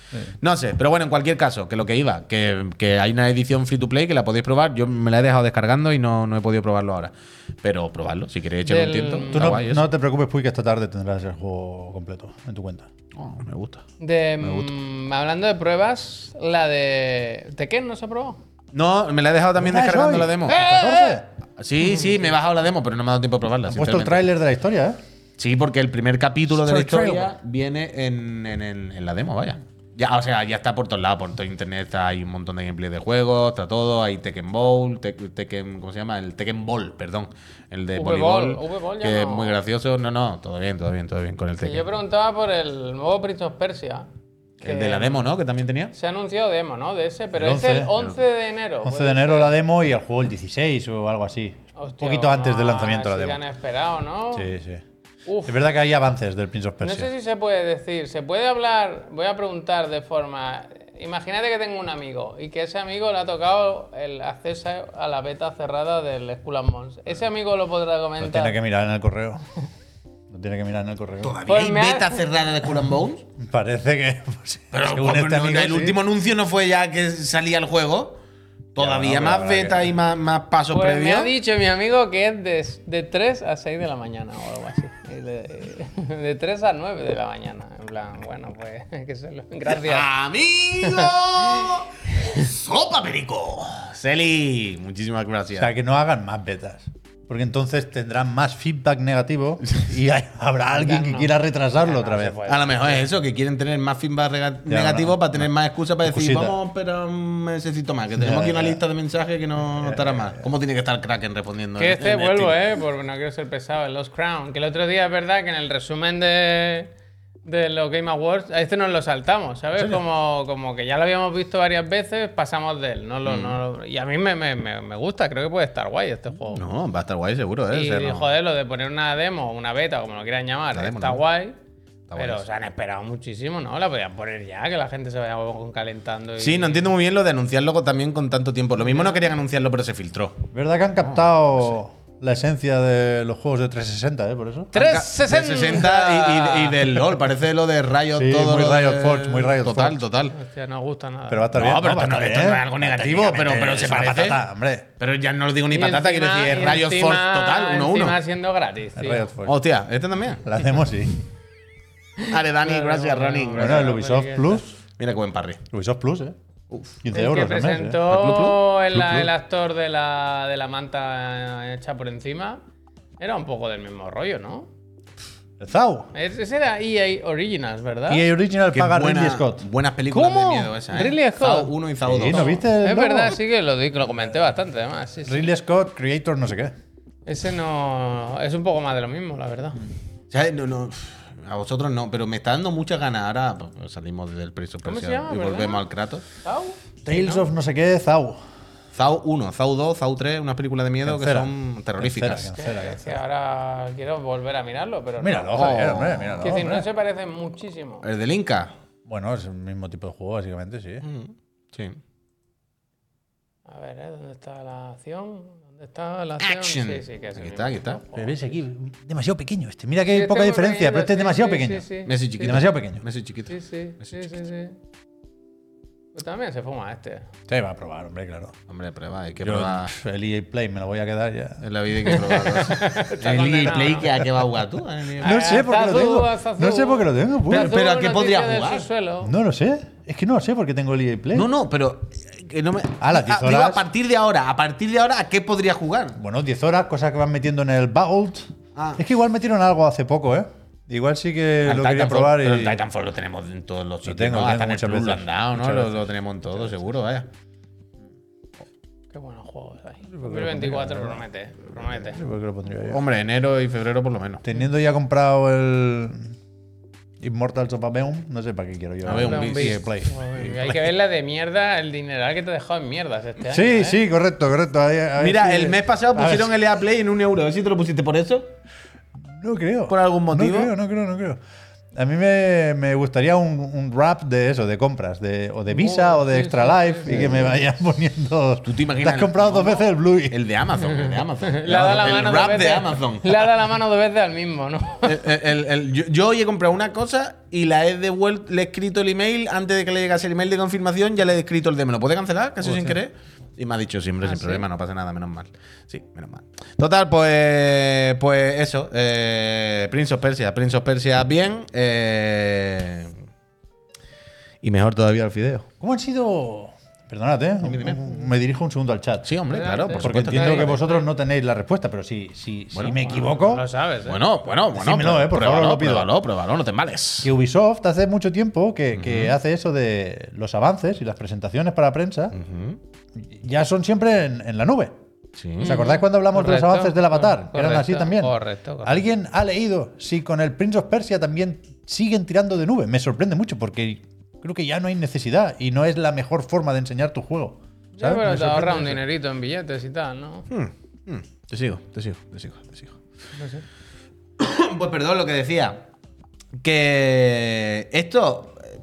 B: No sé, pero bueno, en cualquier caso, que lo que iba, que, que hay una edición free to play que la podéis probar. Yo me la he dejado descargando y no, no he podido probarlo ahora. Pero probarlo, si queréis echarle un
A: Del-
B: tiento.
D: Tú
B: está
D: no,
B: guay eso.
D: no te preocupes, Puy, que esta tarde tendrás el juego completo en tu cuenta.
B: Oh, me gusta.
A: De, mm, hablando de pruebas, la de Tekken no se probó.
B: No, me la he dejado también
D: Ah, es
B: descargando
D: hoy.
B: la demo.
D: ¿14?
B: Sí, sí, me he bajado la demo, pero no me ha dado tiempo a probarla.
D: Han puesto el
B: sinceramente.
D: tráiler de la historia, ¿eh?
B: Sí, porque el primer capítulo de la
D: Story
B: historia viene en, en- en- en la demo, vaya. Ya, o sea, ya está por todos lados, por todo internet está, hay un montón de gameplay de juegos, está todo, hay Tekken Bowl, Tek- Tekken, ¿cómo se llama? El Tekken Ball, perdón, el de
A: V-Ball,
B: voleibol,
A: V-Ball ya
B: que es
A: no.
B: muy gracioso. No, no, todo bien, todo bien, todo bien con el
A: Y yo
B: Tekken.
A: preguntaba por el nuevo Prince of Persia. que
B: el de la demo, ¿no? Que también tenía.
A: Se ha anunciado demo, ¿no? De ese, pero
D: El
A: es el
D: 11,
A: 11 de enero.
D: 11
A: puede
D: de
A: ser.
D: enero la demo y el juego el 16 o algo así. Un
A: Hostia,
D: poquito antes del
A: ah,
D: lanzamiento la
A: sí que
D: demo.
A: han esperado, ¿no?
D: Sí, sí.
A: Uf.
D: Es verdad que hay avances del Prince of
A: No
D: Persia.
A: sé si se puede decir, se puede hablar, voy a preguntar de forma... Imagínate que tengo un amigo y que ese amigo le ha tocado el acceso a la beta cerrada del Skull and Bones. ¿Ese amigo lo podrá
D: Lo
A: comentar?
D: tiene que mirar en el correo. Lo tiene que mirar en el correo.
B: ¿Todavía
A: Pues
B: hay
A: me ha-
B: beta cerrada de Skull and Bones?
D: Parece que. pues,
B: Pero
D: según
B: pues,
D: este
B: no,
D: amigo,
B: el
D: sí.
B: último anuncio no fue ya que salía el juego. Todavía
D: Ya, bueno,
B: más
D: pero habrá
B: beta
D: que-
B: y más, más paso
A: Pues
B: previo.
A: me ha dicho mi amigo que es de, de 3 a 6 de la mañana o algo así. Y De, de 3 a 9 de la mañana. En plan, bueno, pues que se lo- Gracias.
B: Amigo, sopa perico. Celi, muchísimas
D: O
B: gracias.
D: sea, que no hagan más betas. Porque entonces tendrán más feedback negativo y hay- habrá alguien que
A: no.
D: quiera retrasarlo otra
A: se
D: vez.
A: puede.
B: a lo mejor es eso, que quieren tener más feedback rega- negativo
D: no,
B: para tener más excusa para decir,
D: Excusita.
B: vamos, pero un mesecito más, que tenemos
D: Ya,
B: aquí
D: ya,
B: una
D: ya.
B: lista de mensajes que no, no estará más. ¿Cómo tiene que estar Kraken respondiendo?
A: Que
B: en-
A: este
B: en
A: vuelvo,
B: Steam?
A: eh, por no quiero ser pesado, el Lost Crown. Que el otro día es verdad que en el resumen de, de los Game Awards, a este nos lo saltamos, ¿sabes? Como, como que ya lo habíamos visto varias veces, pasamos de él. No lo, no lo- y a mí me, me- me- me gusta, creo que puede estar guay este juego.
B: Mm. No, va a estar guay seguro, ¿eh?
A: y
B: O sea, no-
A: joder, lo de poner una demo, una beta, como lo quieran llamar,
B: La demo,
A: está
B: ¿no?
A: guay.
B: guay
A: pero
B: eso.
A: se han esperado muchísimo, ¿no? La podían poner ya, que la gente se vaya con- calentando. Y,
B: Sí, no entiendo muy bien lo de anunciarlo también con tanto tiempo. Lo mismo no querían anunciarlo, pero se filtró.
D: ¿Verdad que han captado la esencia de los juegos de 360, eh? Por eso.
A: 360.
B: De 60 y, y- y del LOL, parece lo de Riot
D: Sí,
B: todo.
D: muy
B: lo de-
D: Riot Forge, muy Riot
B: Total,
D: Forge.
B: total.
A: Hostia, no gusta nada.
D: Pero va a estar bien.
B: No, pero
D: Va a
B: esto no,
D: estar
B: esto
D: bien.
B: no es algo negativo, pero, pero se
D: Es una
B: parece.
D: patata, hombre.
B: Pero ya no lo digo ni
A: Y
B: patata, quiero
A: encima-
B: decir, es
A: y
B: Riot
A: encima-
B: Force total, 1-1.
A: Encima siendo gratis.
D: El
A: tío.
D: Riot Forge.
B: Hostia, este también.
D: La hacemos, sí.
B: Vale, Dani,
A: Claro,
B: gracias,
A: bueno,
B: Ronnie.
A: bueno.
D: Bueno, el
A: pero
D: Ubisoft
A: que-
D: Plus.
B: Mira qué buen parry.
D: Ubisoft Plus, eh. 15
A: El que
D: euros al mes, eh.
A: presentó
B: ¿El Plu Plu?
A: El,
B: Plu Plu.
A: el actor de la, de la manta eh, hecha por encima era un poco del mismo rollo, ¿no?
D: El Zau.
A: Es- Ese era EA Originals, ¿verdad?
D: EA Original
B: Qué
D: paga
B: buena-
D: Ridley Scott.
B: Buenas películas
A: ¿Cómo?
B: de miedo esa, ¿eh?
A: Ridley Scott.
B: Saw 1 y Saw 2.
D: Sí, ¿No viste? el
A: es
D: logo?
A: verdad, sí que lo, di- que lo comenté bastante, además. sí, sí.
D: Ridley Scott, creator, no sé qué.
A: Ese no. Es un poco más de lo mismo, la verdad.
B: O sea, no, no, a vosotros no, pero me está dando muchas ganas. Ahora pues, salimos del preso
A: ¿Cómo se
B: Persia
A: llama,
B: y
A: perdona?
B: volvemos al Kratos.
A: ¿Pau?
D: Tales of no sé qué, Zau.
B: Zao 1, Zao 2, Zao 3, unas películas de miedo que
D: Cancela.
B: son terroríficas.
D: Cancela, cancela,
A: Es que ahora quiero volver a mirarlo, pero. no.
D: Míralo, joder, eh, hombre, míralo.
A: Oh. Que decir, no
D: hombre.
A: se parecen muchísimo.
B: El del Inca.
D: Bueno, es el mismo tipo de juego, básicamente, sí.
B: Sí.
A: A ver, ¿eh? ¿dónde está la acción? ¿Dónde está la acción?
B: Action.
A: Sí, sí, que es el
B: Aquí está, aquí
A: mismo
B: está.
A: juego.
D: Pero ves aquí, demasiado pequeño este. Mira que
A: Mm. Sí,
D: hay
A: este
D: poca
A: muy
D: diferencia,
A: pequeño,
D: pero este es
A: sí,
D: demasiado
A: sí,
D: pequeño.
A: sí, sí.
B: Messi chiquito.
D: Demasiado pequeño.
B: Messi chiquito.
A: Sí, sí, sí, sí, sí. Pero también se fuma este.
D: Te va a probar, hombre, claro.
B: Hombre, prueba, hay que
D: Yo
B: probar.
D: pf, el EA Play me lo voy a quedar ya.
B: En la vida hay que probar cosas. el EA
A: condenado,
B: Play
A: ¿no?
B: que a qué va a jugar tú. En el-
D: No sé por qué lo
A: Zazu,
D: tengo.
A: Zazu.
D: No sé por qué lo tengo, pues.
B: Pero- pero ¿a qué
A: noticia
B: podría
A: del
B: jugar?
A: subsuelo.
D: No lo sé. Es que no lo sé porque tengo el EA Play.
B: No, no, pero eh, que no me.
D: Ah, las 10
B: digo,
D: horas.
B: a partir de ahora, a partir de ahora, ¿a qué podría jugar?
D: Bueno, 10 horas, cosas que van metiendo en el Vault.
B: Ah.
D: Es que igual metieron algo hace poco, ¿eh? Igual sí que
B: Al
D: lo quería
B: Titanfall-
D: probar.
B: pero el
D: y-
B: Titanfall lo tenemos en todos los sitios.
D: tengo,
B: ¿no?
D: lo
B: Hasta en
D: tengo
B: el
D: muchas
B: Plus lo
D: veces,
B: han dado, ¿no?
D: muchas
B: Lo,
D: veces.
B: lo tenemos en todo, seguro, vaya.
A: Qué buenos juegos hay. 2024 promete, promete.
D: Sí, porque lo pondría yo.
B: Hombre, enero y febrero por lo menos.
D: Teniendo ya comprado el Immortals of Aveum, no sé para qué quiero yo.
B: Aveum.
A: Era un beast.
B: Beast.
D: Play.
A: Uy, Hay que ver la de mierda, el dineral que te ha dejado en mierdas este año.
D: Sí,
A: ¿eh?
D: sí, correcto, correcto. Ahí- ahí
B: Mira,
D: sí-
B: el mes pasado
D: a ver
B: pusieron
D: si-
B: el EA Play en un euro. ¿Sí te lo pusiste por eso?
D: No creo.
B: por algún motivo.
D: No creo, no creo, no creo. A mí me, me gustaría un, un rap de eso, de compras, de, o de Visa
A: Oh,
D: o de
A: sí,
D: Extra
A: sí,
D: Life y que me vayan poniendo.
B: ¿Tú te imaginas
D: has comprado
B: el-
D: dos veces el Bluey.
B: El de Amazon, el de Amazon.
A: Le ha dado la
B: el
A: mano dos
B: rap de
A: veces-
B: Amazon.
A: Le ha dado la mano dos veces al mismo, ¿no?
B: El- Eh, el- el- yo, yo hoy he comprado una cosa y la he devuelto, le he escrito el email antes de que le llegase el email de confirmación, ya le he escrito el de me lo puede cancelar, casi sin querer. Y me ha dicho siempre
D: Ah,
B: sin problema, no pasa nada, menos mal. Sí, menos mal. Total, pues pues eso. eh, Prince of Persia, Prince of Persia bien. eh, y mejor todavía el fideo.
D: ¿Cómo han sido.? Perdonad, ¿eh? Me dirijo un segundo al chat.
B: Sí, hombre, claro, por
A: Porque
D: Porque
B: supuesto.
D: entiendo que
A: Dale,
D: vosotros no tenéis la respuesta, pero si, si, si
B: Bueno,
D: me equivoco,
A: Lo sabes, ¿eh?
B: Bueno, bueno, bueno.
D: Decímelo, eh, por favor,
B: pruébalo,
D: lo pido.
B: pruébalo, pruébalo, no te males.
D: que Ubisoft hace mucho tiempo que, que hace eso de los avances y las presentaciones para prensa,
A: Mm.
D: ya son siempre en, en la nube.
B: Sí.
D: ¿Os acordáis cuando hablamos de
A: Correcto, Mm.
D: los avances del Avatar?
A: correcto,
D: Que eran así también.
A: correcto, correcto.
D: ¿Alguien ha leído si con el Prince of Persia también siguen tirando de nube? Me sorprende mucho porque creo que ya no hay necesidad y no es la mejor forma de enseñar tu juego.
A: Sí,
D: ¿sabes?
A: pero
D: Me
A: te
D: sorprende
A: ahorra un
D: eso.
A: dinerito en billetes y tal, ¿no?
B: Mm, mm. Te sigo, te sigo, te sigo, te sigo. pues perdón lo que decía. Que esto. eh,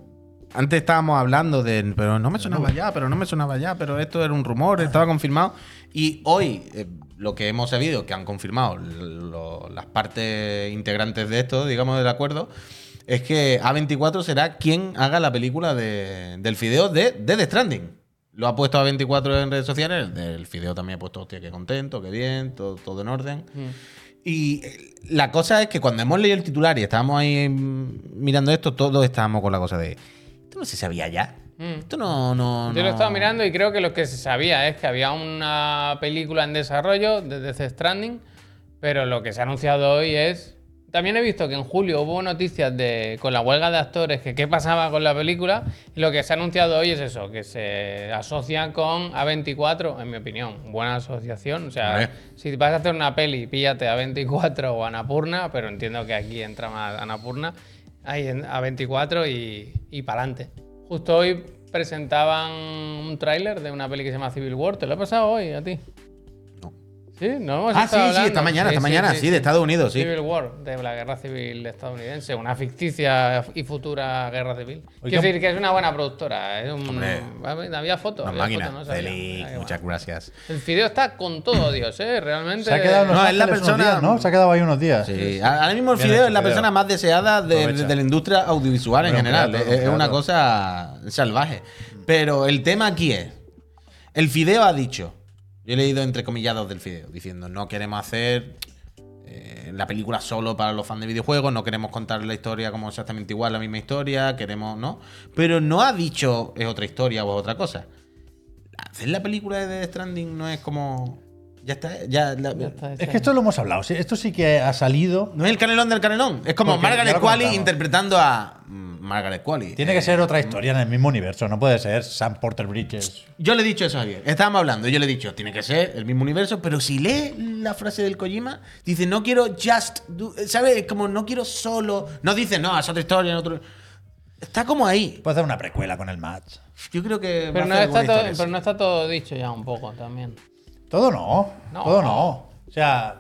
B: Antes estábamos hablando de. Pero no me sonaba ya, pero no me sonaba ya, pero esto era un rumor, estaba confirmado. Y hoy eh, lo que hemos sabido, que han confirmado lo- las partes integrantes de esto, digamos, del acuerdo. Es que A24 será quien haga la película de- del fideo de Death Stranding. Lo ha puesto a 24 en redes sociales. El del fideo también ha puesto, hostia, qué contento, qué bien, todo, todo en orden. Y eh, la cosa es que cuando hemos leído el titular y estábamos ahí mm, mirando esto, todos estábamos con la cosa de. Esto no se sabía ya.
A: Mm.
B: Esto no. no
A: Yo lo
B: no".
A: estaba mirando y creo que lo que se sabía es que había una película en desarrollo de Death Stranding, pero lo que se ha anunciado hoy es... También he visto que en julio hubo noticias de, con la huelga de actores, que qué pasaba con la película, y lo que se ha anunciado hoy es eso, que se asocia con A24, en mi opinión, buena asociación, o sea,
B: Hombre.
A: si vas a hacer una peli, píllate A24 o Anapurna, pero entiendo que aquí entra más Anapurna, ahí en A24 y, y para adelante. Justo hoy presentaban un tráiler de una peli que se llama Civil War, ¿te lo he pasado hoy a ti?
B: No.
A: Sí, no hemos
B: Ah, sí,
A: estado
B: sí, esta
A: hablando.
B: mañana, esta mañana, sí, de Estados Unidos, sí.
A: Civil War, de la guerra civil estadounidense, una ficticia y futura guerra civil.
D: Oiga.
A: Quiero decir que es una buena productora, es un-
B: Hombre.
A: había fotos,
B: Una
A: había
B: máquina.
A: fotos, no sabía.
B: Feliz,
A: Ay,
B: muchas gracias.
A: bueno. El video está con todo Dios, eh, realmente.
D: Se ha quedado en Los
B: No, es la
D: Ángeles unos
B: persona-
D: días, ¿no? Se ha quedado ahí unos días.
B: Sí, a- eh, ahora mismo el
D: Bien
B: fideo
D: hecho,
B: es la
D: Fideo.
B: persona más deseada de,
D: Aprovecha.
B: de la industria audiovisual en
D: Hombre, un
B: general.
D: plato,
B: es,
D: un
B: es una
D: plato.
B: cosa salvaje. Pero el tema aquí es, el fideo ha dicho, yo he leído entre comillados del fideo, diciendo no queremos hacer eh, la película solo para los fans de videojuegos, no queremos contar la historia como exactamente igual, la misma historia, queremos, ¿no? Pero no ha dicho es otra historia o es otra cosa. Hacer la película de Death Stranding no es como... Ya está, ya, la-
D: Es que esto lo hemos hablado. sí, Esto sí que ha salido.
B: no es el canelón del canelón. Es como
D: Porque ya
B: Margaret
D: lo
B: Qualley
D: comentamos.
B: interpretando a mm, Margaret Qualley.
D: Tiene
B: Eh,
D: que ser
A: mm.
D: otra historia en el mismo universo. No puede ser Sam Porter Bridges.
B: Yo le he dicho eso a Javier. Estábamos hablando. Yo le he dicho, tiene que ser el mismo universo. Pero si lee la frase del Kojima, dice, no quiero just. do- ¿Sabes? Como no quiero solo. No dice, no, es otra historia, es otro. Está como ahí.
D: Puede hacer una precuela con el match.
B: Yo creo que. va
A: Pero
B: a
A: no,
B: hacer
A: está
B: alguna
A: todo,
B: historia
A: pero
B: así.
A: no está todo dicho ya un poco también.
D: Todo no,
A: No.
D: Todo no. O sea,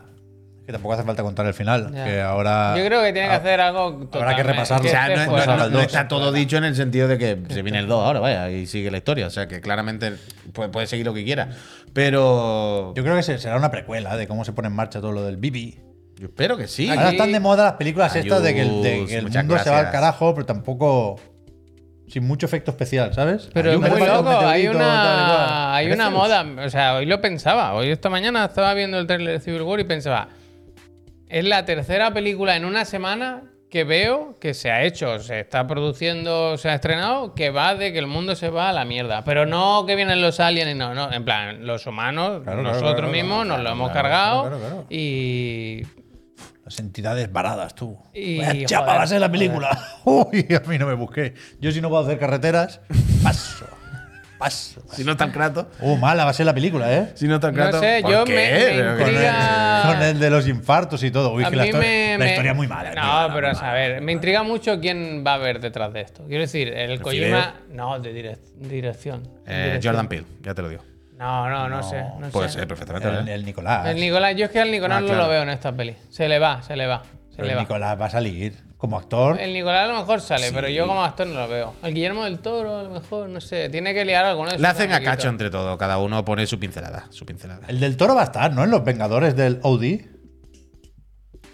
D: que tampoco hace falta contar el final.
A: Ya.
D: Que ahora.
A: Yo creo que tiene que
D: ah,
A: hacer algo totalmente-
D: repasarlo.
A: que
B: O sea,
A: esté
B: no, no-
A: fuera.
B: no-
D: Al
B: no
D: dos.
B: está todo dicho en el sentido de que se viene el 2 ahora, vaya, y sigue la historia. O sea, que claramente puede, puede seguir lo que quiera. Pero. Yo,
D: Yo creo que se- será una precuela de cómo se pone en marcha todo lo del Bibi.
B: espero que sí.
D: Ahora están de moda las películas
B: Ayús,
D: estas de que el, de que el
B: muchas
D: mundo se va al
B: gracias.
D: carajo, pero tampoco. Sin mucho efecto especial, ¿sabes?
A: Pero es
D: Ayús,
A: muy
D: parece un
A: loco, hay
D: meteorito, tal y cual.
A: una, hay una
D: Gracias.
A: moda. O sea, hoy lo pensaba. Hoy esta mañana estaba viendo el trailer de Civil War y pensaba. Es la tercera película en una semana que veo que se ha hecho, se está produciendo, se ha estrenado, que va de que el mundo se va a la mierda. Pero no que vienen los aliens, no, no. En plan, los humanos,
D: Claro, claro,
A: nosotros
D: claro,
A: mismos,
D: claro,
A: nos
D: claro,
A: lo hemos
D: claro,
A: cargado
D: claro, claro.
A: y.
D: Lo Las entidades varadas, tú.
A: Y,
D: Vaya
A: joder,
D: chapa va a ser la película. Uy, a mí no me busqué. Yo si no puedo hacer carreteras, paso. paso.
B: Si no tan Kratos.
D: Uh, mala va a ser la película, ¿eh?
B: Si no tan
A: No
B: Kratos.
A: sé,
B: ¿Por
A: yo
B: qué?
A: me- me
B: Pero que-
D: Con el,
A: Intriga.
D: con el de los infartos y todo. Uy,
A: A
D: que la,
A: mí
D: histo-
A: me-
D: la
A: me-
D: historia es muy mala. es muy
A: No,
D: mala,
A: pero
D: muy
A: a ver, me intriga mucho quién va a ver detrás de esto. Quiero decir, el Kojima. No, de direc- dirección.
B: Eh, Jordan Peele, ya te lo digo.
A: No, no, no, sé. No
B: Puede
A: sé.
B: ser perfectamente.
D: mala. El,
B: ¿eh?
D: el Nicolás.
A: El Nicolás, yo es que al Nicolás
B: Ah,
A: no
B: claro.
A: lo veo en esta peli. Se le va, se le va. Se
D: Pero
A: le
D: el
A: va.
D: Nicolás va a salir como actor.
A: El Nicolás a lo mejor sale, pero yo como actor no lo veo. El Guillermo del Toro, a lo mejor, no sé. Tiene que liar alguno de
B: Le
A: sus
B: hacen a
A: amiguitos.
B: cacho entre todo, cada uno pone su pincelada, su pincelada.
D: El del toro va a estar, ¿no? En los Vengadores del OD.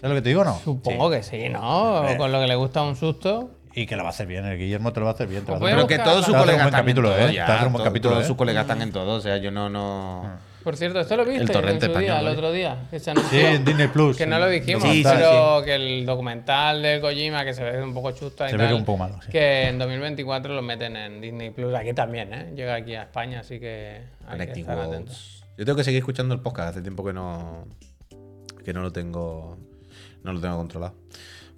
D: ¿Sabes lo que te digo o no?
A: Supongo que sí, ¿no? Con lo que le gusta un susto.
D: Y que lo va a hacer bien, el Guillermo te lo va a hacer bien. te lo va a
A: Pues
B: Pero
D: hacer
A: voy
B: que
A: buscar
B: todos sus
A: la-
D: Te va a hacer un
B: colegas
D: buen
B: están en
D: capítulo,
B: todo,
D: ¿eh?
B: ya,
D: Te va a hacer un buen
B: to-
D: capítulo,
B: Todos
D: ¿eh? Ah,
B: sus colegas están en todo, o sea, yo no... no...
A: Por cierto, esto lo viste en
B: torrente
A: su día,
B: español,
A: el
B: ¿eh?
A: otro día. que se
D: Sí,
A: anunció.
D: en Disney Plus.
A: Que no lo dijimos,
B: Sí, sí,
A: pero que el documental de Kojima, que se ve un poco chusta y
D: Se ve que
A: tal,
D: un poco malo, sí.
A: que en 2024 lo meten en Disney Plus. Aquí también, ¿eh? Llega aquí a España, así que hay que
B: Connecting
A: estar
B: Worlds.
A: atentos.
B: Yo tengo que seguir escuchando el podcast. Hace tiempo que no, que no lo tengo. No lo tengo controlado.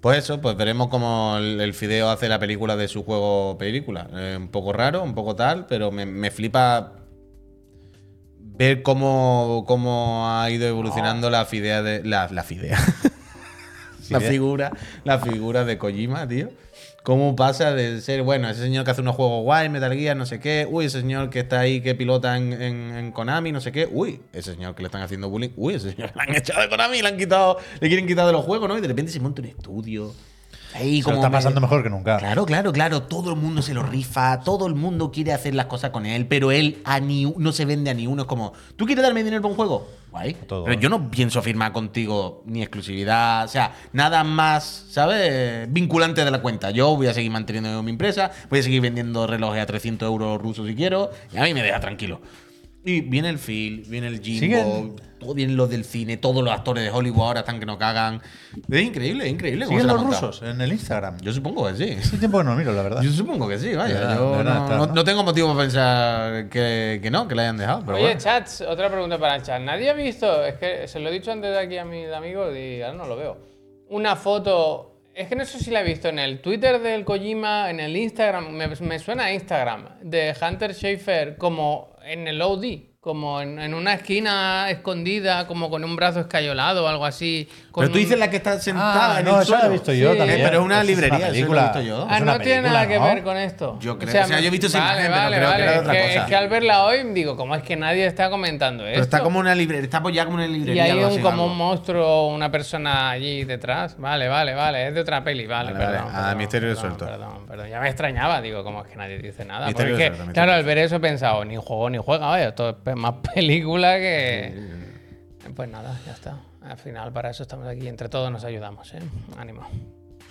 B: Pues eso, pues veremos cómo el, el Fideo hace la película de su juego película. Eh, un poco raro, un poco tal, pero me, me flipa ver cómo, cómo ha ido evolucionando la fidea de. La, la fidea. la
D: Fidea.
B: figura. La figura de Kojima, tío. Cómo pasa de ser, bueno, ese señor que hace unos juegos guay, Metal Gear, no sé qué. Uy, ese señor que está ahí que pilota en, en- en Konami, no sé qué. Uy, ese señor que le están haciendo bullying. Uy, ese señor que le han echado de Konami, le han quitado, le quieren quitar de los juegos, ¿no? Y de repente se monta un estudio. Ahí
D: Y se lo
B: como
D: está
B: medio-
D: pasando mejor que nunca.
B: Claro, claro, claro. Todo el mundo se lo rifa, todo el mundo quiere hacer las cosas con él, pero él a ni, u- no se vende a ni uno. Es como, ¿tú quieres darme dinero para un juego? Guay.
D: Todo.
B: Pero yo no pienso firmar contigo ni exclusividad, o sea, nada más, ¿sabes? Vinculante de la cuenta. Yo voy a seguir manteniendo mi empresa, voy a seguir vendiendo relojes a 300 euros rusos si quiero, y a mí me deja tranquilo. Y viene el Phil, viene el Jimbo,
D: Siguen-
B: todo vienen los del cine, todos los actores de Hollywood ahora están que no cagan. Es increíble, es increíble. cómo
D: Siguen
B: se la ha
D: los
B: montado.
D: rusos en el Instagram. Yo
B: Yo supongo que sí.
D: hace tiempo que no lo miro, la verdad.
B: Yo supongo que sí, vaya.
D: De verdad,
B: yo
D: de verdad
B: no,
D: está,
B: no-
D: ¿no?
B: no tengo motivo para pensar que, que no, que la hayan dejado. Pero
A: Oye,
B: bueno.
A: chats, otra pregunta para el chat. ¿Nadie ha visto? Es que se lo he dicho antes de aquí a mi amigo y ahora no lo veo. Una foto. Es que no sé si la he visto en el Twitter del Kojima, en el Instagram. Me, me suena a Instagram. De Hunter Schaefer como en el OD. Como en, en una esquina escondida, como con un brazo escayolado o algo así. con
B: Pero tú
A: un-
B: dices la que está sentada
D: Ah,
B: en
D: no,
B: el
D: eso
B: suelo.
D: la he visto yo
A: Sí.
D: también.
A: Eh,
B: pero es una
D: Esa
B: librería, eso lo he
D: película.
B: visto yo.
D: Es
A: Ah,
D: una
A: no tiene
D: película,
A: nada que
D: ¿no?
A: ver con esto.
B: Yo creo- o sea, yo he visto esa
A: vale,
B: imagen, pero
A: vale,
B: creo que era
A: vale.
B: otra
A: Es
B: cosa.
A: Es que al verla hoy, digo, como es que nadie está comentando
B: Pero
A: esto?
B: está como una librería, está apoyada como una
A: Y
B: librería.
A: hay
B: algo
A: un,
B: así,
A: como
B: algo.
A: un monstruo o una persona allí detrás. Vale, vale, vale. Es de otra peli, vale.
B: Vale, vale.
A: perdón,
B: Ah,
A: perdón,
B: misterio
A: perdón,
B: resuelto.
A: Perdón, perdón. Ya me extrañaba, digo, como es que nadie dice nada.
B: Misterio
A: Porque,
B: resuelto, misterio
A: claro, al ver eso he pensado, ni juego ni juega, vaya. Esto es pe- más película que. Pues nada, ya está. Al final, para eso estamos aquí. Entre todos nos ayudamos, ¿eh? Ánimo.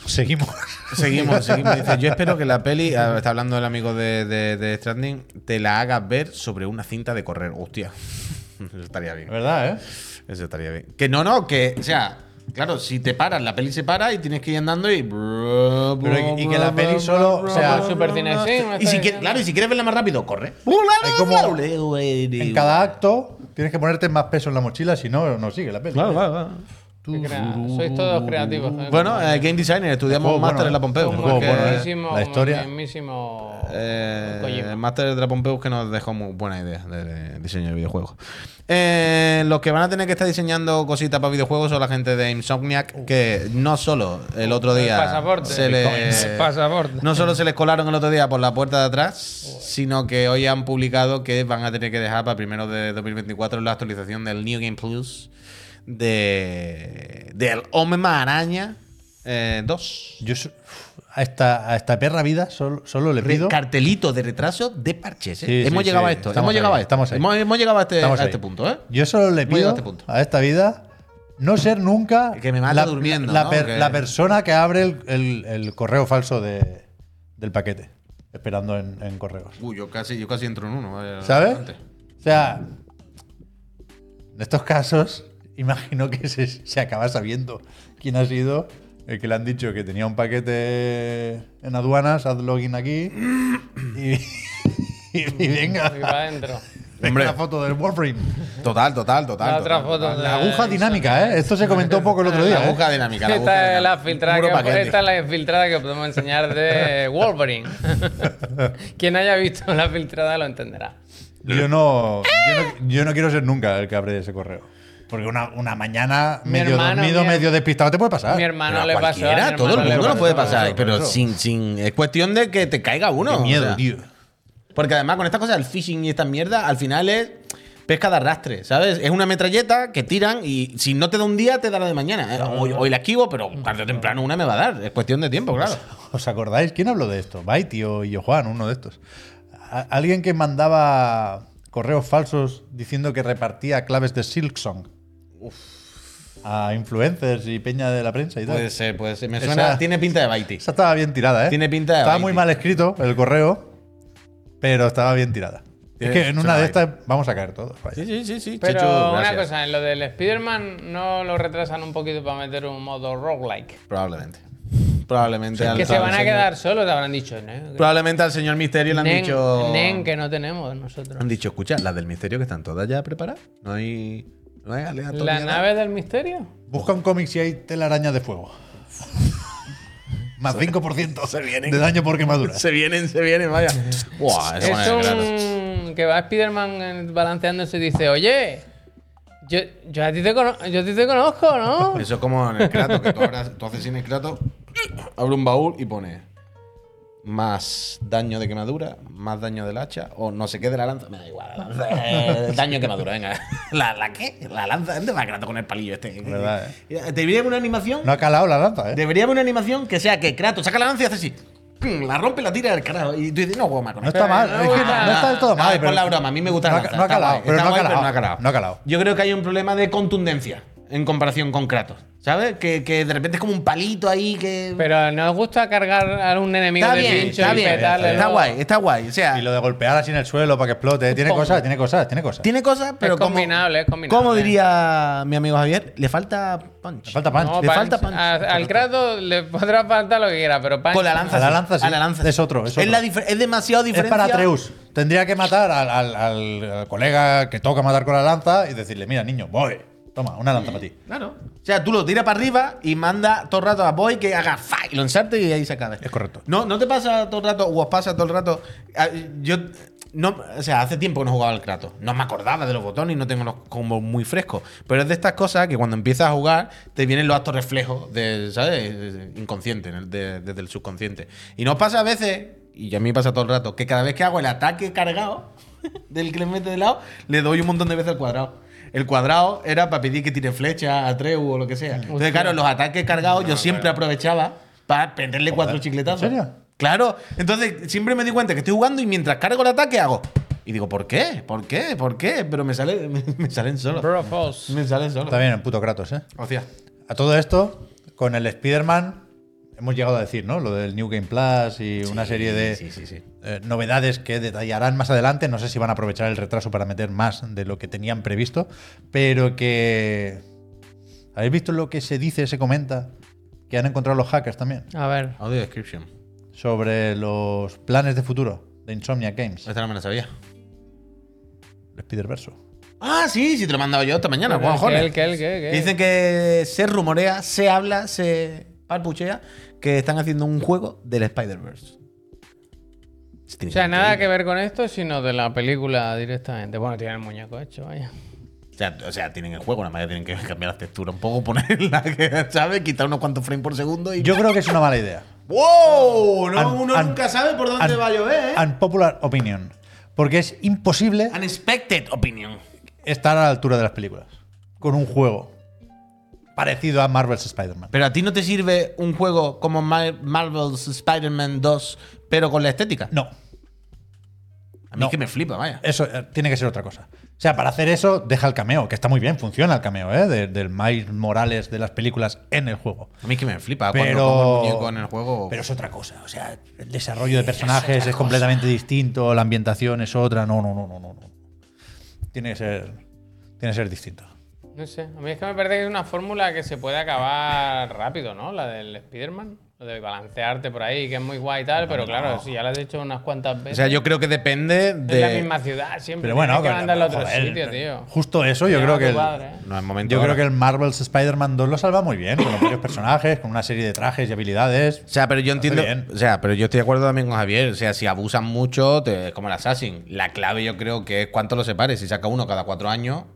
D: Seguimos.
B: Seguimos, seguimos. Dice, yo espero que la peli, ah, está hablando el amigo de, de, de Stranding, te la hagas ver sobre una cinta de correr. Hostia. Eso estaría bien.
D: Es verdad, ¿eh?
B: Eso estaría bien. Que no, no, que, o sea, claro, si te paras, la peli se para y tienes que ir andando y. Pero
D: y- y que la peli solo, o sea,
A: Como Super Cine Sim, me está
B: Y si quieres,
A: diciendo.
B: claro, y si quieres verla más rápido, corre.
D: Hay como- En cada acto tienes que ponerte más peso en la mochila, si no, no sigue la peli.
A: Qué crea- Sois todos creativos. ¿eh?
B: Bueno, eh, Game Designer, estudiamos
D: Juego bueno,
B: Máster en la
D: eh.
B: Pompeu.
A: Como
D: Juego
A: el
B: porque,
D: bueno, eh.
A: mismísimo-
D: La historia.
A: como el mismísimo
B: eh,
A: Kojima.
B: el Máster de la Pompeu que nos dejó muy buena idea de, de diseño de videojuegos. Eh, los que van a tener que estar diseñando cositas para videojuegos son la gente de Insomniac, que no solo el otro
A: El
B: día
A: pasaporte.
B: se les,
A: El pasaporte.
B: No solo se les colaron el otro día por la puerta de atrás, sino que hoy han publicado que van a tener que dejar para primero de 2024 la actualización del New Game Plus de del Hombre eh, Araña 2.
D: Yo so- a esta, a esta perra vida solo, solo le pido.
B: Cartelito de retraso de parches. ¿eh?
D: Sí,
B: hemos
D: sí,
B: llegado
D: sí.
B: a esto.
D: Estamos
B: hemos
D: ahí,
B: llegado a esto.
D: estamos ahí.
B: Hemos, hemos llegado a este,
D: Estamos
B: a
D: ahí.
B: este punto, ¿eh?
D: Yo solo le
B: Voy a
D: pido
B: este punto.
D: a esta vida no ser nunca
B: Que me mate
D: la,
B: durmiendo,
D: la,
B: ¿no?
D: per-
B: Que-
D: la persona que abre el, el- el correo falso de- del paquete, esperando en, en correos.
B: Uy, yo casi, yo casi entro en uno. eh, vaya,
D: ¿Sabes?
B: antes.
D: O sea, en estos casos, imagino que se, se acaba sabiendo quién ha sido el que le han dicho que tenía un paquete en aduanas, haz login aquí y, y- y venga.
A: Y va adentro.
B: Hombre.
D: la foto del Warframe.
B: Total, total, total.
A: La otra
B: total,
A: foto
B: total.
A: de-
D: La aguja dinámica, ¿eh? Esto se comentó poco el otro
B: La
D: día. ¿eh?
B: aguja dinámica. La aguja
A: Esta es, la
B: dinámica.
A: filtrada
B: Un
A: que,
B: puro paquete.
A: esta es la filtrada que podemos enseñar de Wolverine. Quien haya visto la filtrada lo entenderá.
D: Yo no, yo no. yo no quiero ser nunca el que abre ese correo. Porque una, una mañana
A: Mi
D: medio
A: hermano,
D: dormido,
A: mi-
D: medio despistado, te puede pasar.
A: Mi hermano
B: Pero a
A: le pasó. a mi
B: cualquiera,
A: hermano
B: todo el
A: le
B: mundo
A: pasó.
B: lo puede pasar,
D: Por
B: pero
D: eso.
B: sin, sin. Es cuestión de que te caiga uno.
D: Qué
B: o
D: miedo,
B: sea.
D: tío.
B: Porque además con estas cosas, el phishing y esta mierda, al final es pesca de arrastre, ¿sabes? Es una metralleta que tiran y si no te da un día, te da la de mañana. ¿eh? Hoy, hoy la esquivo, pero tarde o temprano una me va a dar. Es cuestión de tiempo, claro.
D: ¿Os acordáis? ¿Quién habló de esto? Baiti o yo Juan, uno de estos. A- alguien que mandaba correos falsos diciendo que repartía claves de Silksong. A influencers y peña de la prensa y tal.
B: Puede ser, puede ser. Me
D: Esa-
B: suena, tiene pinta de Baiti.
D: Esa estaba bien tirada, ¿eh?
B: Pues, Tiene pinta de
D: Estaba
B: Baiti.
D: muy mal escrito el correo, pero estaba bien tirada. Es
B: Tiene-
D: que en
B: suena
D: una de
B: Baiti.
D: estas vamos a caer todos. vaya.
B: Sí, sí, sí, sí.
A: Pero
B: Chechu,
A: una
B: gracias.
A: cosa, en lo del Spider-Man no lo retrasan un poquito para meter un modo roguelike.
B: Probablemente. Probablemente. al-
A: Que se
B: al
A: van a
B: señor-
A: quedar solos, te habrán dicho. ¿no?
B: Probablemente al señor Misterio le han
A: Nen,
B: dicho.
A: nen, que no tenemos nosotros.
B: Han dicho, escucha, las del misterio que están todas ya preparadas. No hay. No hay
A: ¿La
B: aleatoriedad.
A: nave del misterio?
D: Busca un cómic si hay telaraña de fuego. Más 5% de daño por quemadura.
B: Se vienen, se vienen, vaya. Buah, eso
A: Es un... Que va Spider-Man en- balanceándose y dice, oye, yo, yo, a ti te cono- yo a ti te conozco, ¿no?
B: Eso es como en el Kratos, que tú, abras- tú haces sin el Kratos, abre un baúl y pone más daño de quemadura, más daño del hacha, o no sé qué de la lanza. Me da igual, la lanza, eh, daño de quemadura, venga. ¿La, la qué? La lanza, ¿dónde va Kratos con el palillo este?
D: Verdad,
B: Mira, Debería haber una animación.
D: No ha calado la lanza, ¿eh?
B: Debería haber una animación que sea que Kratos saca la lanza y hace así. ¡pum! La rompe y la tira del carajo. Y tú dices, no, goma, con
D: No
B: esto.
D: está mal.
A: no
D: es que no,
A: gusta.
D: no está del todo
B: No,
D: mal.
B: es por la broma, a mí me gusta
D: no
B: la
D: ha-
B: lanza,
D: No ha
B: está
D: calado,
B: guay,
D: pero
B: está
D: no ha
B: guay, pero
D: calado.
B: no ha calado.
D: No ha calado.
B: Yo creo que hay un problema de contundencia en comparación con Kratos. ¿Sabes? Que, que de repente es como un palito ahí que.
A: Pero nos gusta cargar a un enemigo
B: está
A: de
B: bien,
A: pincho
B: está
A: y
B: bien. Está,
A: petarle, ¿no?
B: guay, está guay. O sea,
D: Y lo de golpear así en el suelo para que explote. eh, Tiene
A: Supongo.
D: cosas, tiene cosas, tiene cosas.
B: tiene cosas, pero. como-
A: combinable, es combinable.
B: Como diría mi amigo Javier, le falta punch.
D: Le falta punch.
A: No,
B: Le
A: punch.
B: falta punch.
A: A- al Kratos le podrá faltar lo que quiera, pero punch.
B: Con la lanza.
D: A la
B: sí.
D: lanza, sí.
B: A la lanza.
D: Es otro, es otro.
B: la difer- es demasiado
D: Es
B: diferente.
D: para Atreus. Tendría que matar al, al- al- al colega que toca matar con la lanza y decirle, mira, niño, voy. Toma, una lanza para ti.
B: Claro. O sea, tú lo tiras para arriba y manda todo el rato a Boy que haga fa y lo ensarte y ahí se acaba.
D: Es correcto.
B: No, no te pasa todo el rato, o os pasa todo el rato. ah, Yo. No, o sea, hace tiempo que no jugaba al Kratos. No me acordaba de los botones y no tengo los combos muy frescos. Pero es de estas cosas que cuando empiezas a jugar te vienen los actos reflejos de, ¿sabes? Inconsciente, en el- de- desde el subconsciente. Y nos pasa a veces, y a mí me pasa todo el rato, que cada vez que hago el ataque cargado del que le mete de lado, le doy un montón de veces al cuadrado. El cuadrado era para pedir que tire flecha, atreu o lo que sea. Entonces, claro, los ataques cargados yo siempre aprovechaba para prenderle cuatro chicletazos.
D: ¿En serio?
B: Claro. Entonces, siempre me di cuenta que estoy jugando y mientras cargo el ataque hago. Y digo, ¿por qué? ¿Por qué? ¿Por qué? Pero me, sale, me, salen solos.
A: Bro, false.
B: Me salen solos.
D: Está bien, el puto Kratos, ¿eh?
B: Hostia.
D: A todo esto, con el Spider-Man, hemos llegado a decir, ¿no? Lo del New Game Plus y una serie de
B: sí, sí, sí.
D: eh, novedades que detallarán más adelante. No sé si van a aprovechar el retraso para meter más de lo que tenían previsto, pero que. ¿Habéis visto lo que se dice, se comenta? Que han encontrado los hackers también
A: A ver.
B: Audio description.
D: sobre los planes de futuro de Insomnia Games,
B: Esta no me la sabía.
D: el Spider-Verse.
B: Ah, sí, sí, te lo he mandado yo esta mañana.
A: Pero
B: Juanjones.
A: que él, que él, que él, que él.
B: Dicen que se rumorea, se habla, se palpuchea que están haciendo un juego del Spider-Verse.
A: O sea, nada que ver con esto, sino de la película directamente. Bueno, tiene el muñeco hecho, vaya.
B: O sea, o sea, tienen el juego, nada más que tienen que cambiar la textura un poco, ponerla, que, ¿sabes? Quitar unos cuantos frames por segundo y.
D: Yo creo que es una mala idea.
B: ¡Wow! No,
D: Un-
B: uno
D: un-
B: nunca sabe por dónde
D: un-
B: va a llover, ¿eh?
D: Unpopular opinion. Porque es imposible
B: Unexpected opinion.
D: estar a la altura de las películas con un juego parecido a Marvel's Spider-Man.
B: Pero a ti no te sirve un juego como Mar- Marvel's Spider-Man 2, pero con la estética.
D: No,
B: a mí
D: no.
B: es que me flipa, vaya.
D: eso eh, tiene que ser otra cosa. O sea, para hacer eso, deja el cameo, que está muy bien, funciona el cameo, ¿eh? De- del Miles Morales de las películas en el juego.
B: A mí es que me flipa Ah, cuando pongo el muñeco
D: Pero,
B: en el juego.
D: pero es otra cosa. O sea, el desarrollo de personajes es, completamente distinto, la ambientación es otra. No, no, no, no, no. no. Tiene que ser, tiene que ser distinto.
A: No sé. A mí es que me parece que es una fórmula que se puede acabar rápido, ¿no? La del Spider-Man. Lo de balancearte por ahí, que es muy guay y tal, pero claro, si ya lo has hecho unas cuantas
B: O
A: veces.
B: sea, yo creo que depende
A: es la
B: de.
A: misma ciudad, siempre.
D: Pero bueno,
A: tienes que
D: que-
A: mandarlo a otro
D: joder,
A: sitio, tío.
D: Justo eso, yo
A: Llama a
D: creo
A: eh.
D: que.
A: tu
D: el-
A: padre.
B: No es momento.
D: Yo creo
B: ahora.
D: que el Marvel's Spider-Man 2 lo salva muy bien, con los varios personajes, con una serie de trajes y habilidades.
B: O sea, pero yo
D: Hace
B: entiendo.
D: bien.
B: O sea, pero yo estoy de acuerdo también con Javier. O sea, si abusan mucho, te- es como el Assassin. La clave yo creo que es cuánto lo separes. Si saca uno cada cuatro años,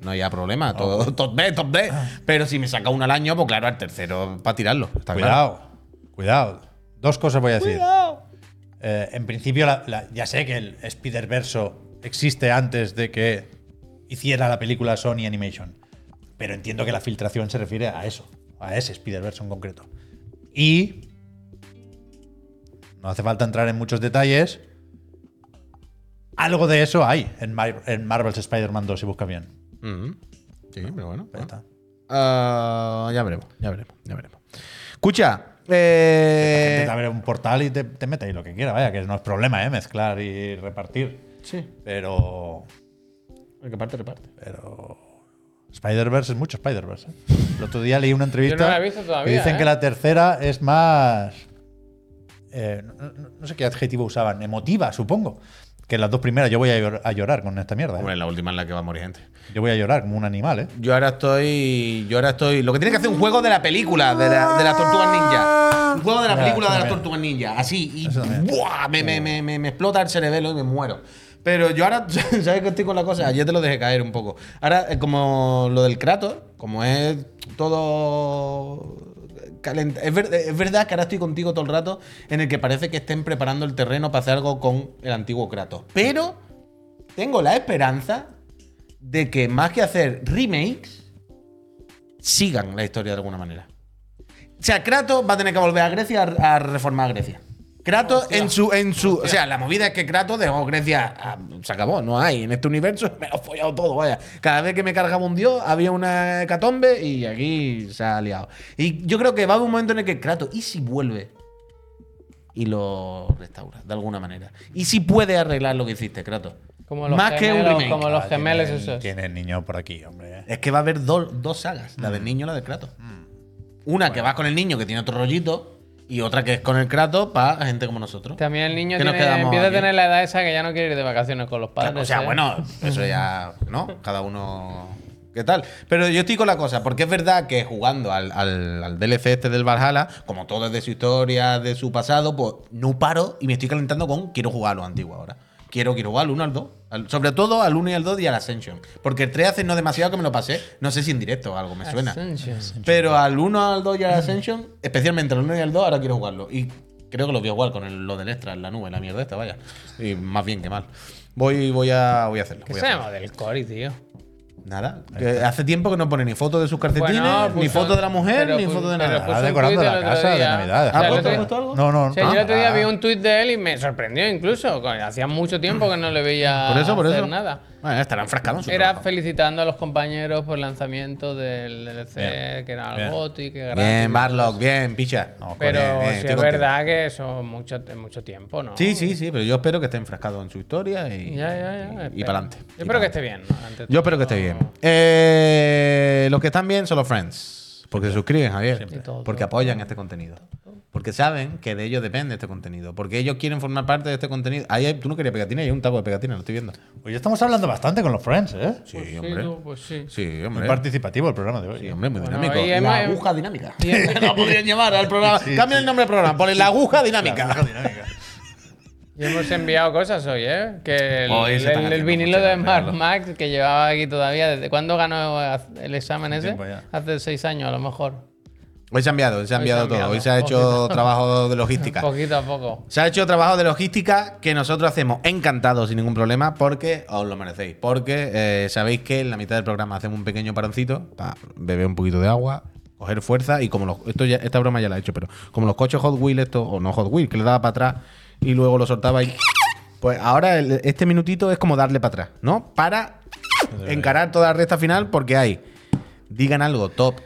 B: no hay
D: Ah,
B: problema. Todo, top D, top D. Pero si me saca uno al año, pues claro, al tercero para tirarlo. Está claro.
D: Cuidado, cuidado. Dos cosas voy a decir. Eh, en principio, la- la- ya sé que el Spider-Verso existe antes de que hiciera la película Sony Animation. Pero entiendo que la filtración se refiere a eso, a ese Spider-Verse en concreto. Y. No hace falta entrar en muchos detalles. Algo de eso hay en, Mar- en Marvel's Spider-Man 2, si buscas bien.
B: Ujú. Sí, pero bueno.
D: Ya está.
B: Ah, ya veremos, ya veremos, ya veremos. Escucha. eh,
D: te abre un portal y te, te mete ahí lo que quiera, vaya, que no es problema, ¿eh? Mezclar y repartir.
B: sí,
D: Pero.
B: el que parte, reparte.
D: Pero. Spider-Verse es mucho Spider-Verse. ¿eh? El otro día leí una entrevista.
A: Yo no la he visto todavía,
D: Que dicen
A: ¿eh?
D: que la tercera es más. eh, no, no- no sé qué adjetivo usaban. Emotiva, supongo. Que las dos primeras yo voy a, llor- a llorar con esta mierda. ¿eh?
B: Hombre, la última es la que va a morir gente.
D: Yo voy a llorar como un animal, ¿eh?
B: Yo ahora estoy. Yo ahora estoy. Lo que tiene que hacer un juego de la película, de la, de las tortugas ninja. Un juego de la
D: Ya,
B: película
D: eso
B: de las
D: también.
B: tortugas ninja. Así. Y
D: Eso también.
B: ¡buah! Me, me, me, me- me explota el cerebelo y me muero. Pero yo ahora, ¿sabes qué estoy con la cosa? Ayer te lo dejé caer un poco. Ahora, eh, como lo del Kratos, como es todo. calent- Es, ver- es verdad que ahora estoy contigo todo el rato en el que parece que estén preparando el terreno para hacer algo con el antiguo Kratos. Pero tengo la esperanza de que más que hacer remakes, sigan la historia de alguna manera. O sea, Kratos va a tener que volver a Grecia a, a reformar Grecia. Kratos en su, en su. O sea, la movida es que Kratos dejó Grecia. ah, se acabó, no hay. En este universo me lo he follado todo, vaya. Cada vez que me cargaba un dios había una hecatombe y aquí se ha liado. Y yo creo que va a haber un momento en el que Kratos, ¿y si vuelve? Y lo restaura, de alguna manera. ¿Y si puede arreglar lo que hiciste, Kratos?
A: Como los
B: Más que un
A: gemelos,
B: remake.
A: como los
D: Ah,
A: gemelos
D: tiene el-
A: esos.
D: Tiene el niño por aquí, hombre. ¿eh?
B: Es que va a haber do- dos sagas, la del niño y la del Kratos. Una que va con el niño que tiene otro rollito y otra que es con el Kratos para gente como nosotros.
A: También el niño
B: Que nos
A: tiene,
B: quedamos
A: empieza
B: aquí.
A: a tener la edad esa que ya no quiere ir de vacaciones con los padres.
B: o sea,
A: ¿eh?
B: bueno, eso ya, ¿no? Cada uno... ¿Qué tal? Pero yo estoy con la cosa, porque es verdad que jugando al, al- al DLC este del Valhalla, como todo es de su historia, de su pasado, pues no paro y me estoy calentando con quiero jugar a lo antiguo ahora. Quiero, quiero jugar al 1 al 2. al- sobre todo al 1 y al 2 y al Ascension. Porque el 3 hace no demasiado que me lo pasé. No sé si en directo o algo me suena.
A: Ascension.
B: Pero al 1, al 2 y al Ascension, especialmente al 1 y al 2, ahora quiero jugarlo. Y creo que lo voy a jugar con el- lo del extra en la nube, la mierda esta, vaya. Y más bien que mal. Voy, voy, a, voy a hacerlo.
A: ¿Qué
B: voy
A: se
B: a hacerlo.
A: llama del Cory, tío?
B: Nada. que hace tiempo que no pone ni foto de sus calcetines,
A: Bueno,
B: ni
A: puso-
B: foto de la mujer,
A: pero
B: ni
A: pu-
B: foto de
A: pero pues,
B: nada.
A: puso un
D: decorando
A: tuit
D: la
A: el otro
D: casa de
A: día. Ah,
D: Navidad.
A: O sea,
B: ¿Ha
A: el
B: puesto,
A: otro
B: ha
A: día-
B: puesto algo?
D: No, no,
A: O sea, yo el
D: no. Ah,
A: otro
B: Ah.
A: día vi un tuit de él y me sorprendió incluso. co- Hacía mucho tiempo que no le veía
B: Por eso, por
A: hacer
B: eso.
A: nada.
B: Bueno, estará enfrascado en su
A: Era
B: trabajo.
A: felicitando a los compañeros por el lanzamiento del DLC,
D: Bien,
A: que era
D: bien.
A: algo y que gratis.
B: Bien, Barlock, bien, picha. No, coño,
A: Pero
B: bien,
A: sí
B: estoy
A: es
B: contigo.
A: verdad que eso es mucho, mucho tiempo, ¿no?
B: Sí, sí, sí, pero yo espero que esté enfrascado en su historia y,
A: Ya, ya, ya.
B: y, para adelante.
A: Yo espero que esté bien. ¿no? Ante
B: Yo espero que esté
A: todo.
B: bien. Eh, los que están bien son los friends. Porque se suscriben, Javier.
A: Y todo,
B: Porque
A: todo,
B: apoyan este contenido. Porque saben que de ellos depende este contenido. Porque ellos quieren formar parte de este contenido. Ahí hay- tú no querías pegatina, hay un taco de pegatina, lo estoy viendo.
D: Hoy Pues estamos hablando bastante con los friends, ¿eh?
B: Sí,
A: Pues sí,
B: hombre.
A: tú, pues sí.
B: Sí,
D: Muy
B: hombre.
D: participativo el programa de hoy.
B: Sí, hombre, muy
A: Bueno, em-
B: dinámico.
A: ahí hay
B: la
A: más-
B: aguja dinámica.
A: Y hay-
B: no podrían llamar al programa. Cambia el nombre del programa. Ponle la aguja dinámica.
A: Y hemos enviado cosas hoy, ¿eh? Que el,
B: Hoy se están
A: el- el
B: haciendo
A: vinilo de
B: muchas,
A: Mark
B: claro.
A: Max que llevaba aquí todavía. ¿Desde cuándo ganó el examen ese?
D: tiempo ya.
A: Hace seis años a lo mejor.
B: Hoy se ha enviado, hoy se ha
A: Hoy
B: enviado todo. Hoy se ha hecho trabajo de logística.
A: Poquito a poco.
B: Se ha hecho trabajo de logística que nosotros hacemos encantados sin ningún problema porque os lo merecéis. Porque eh, sabéis que en la mitad del programa hacemos un pequeño paroncito para beber un poquito de agua, coger fuerza y como los, esto ya, esta broma ya la he hecho, pero como los coches Hot Wheels, esto, o no Hot Wheels, que le daba para atrás y luego lo soltaba y. Pues ahora el- este minutito es como darle para atrás, ¿no? Para encarar toda la recta final porque hay digan algo top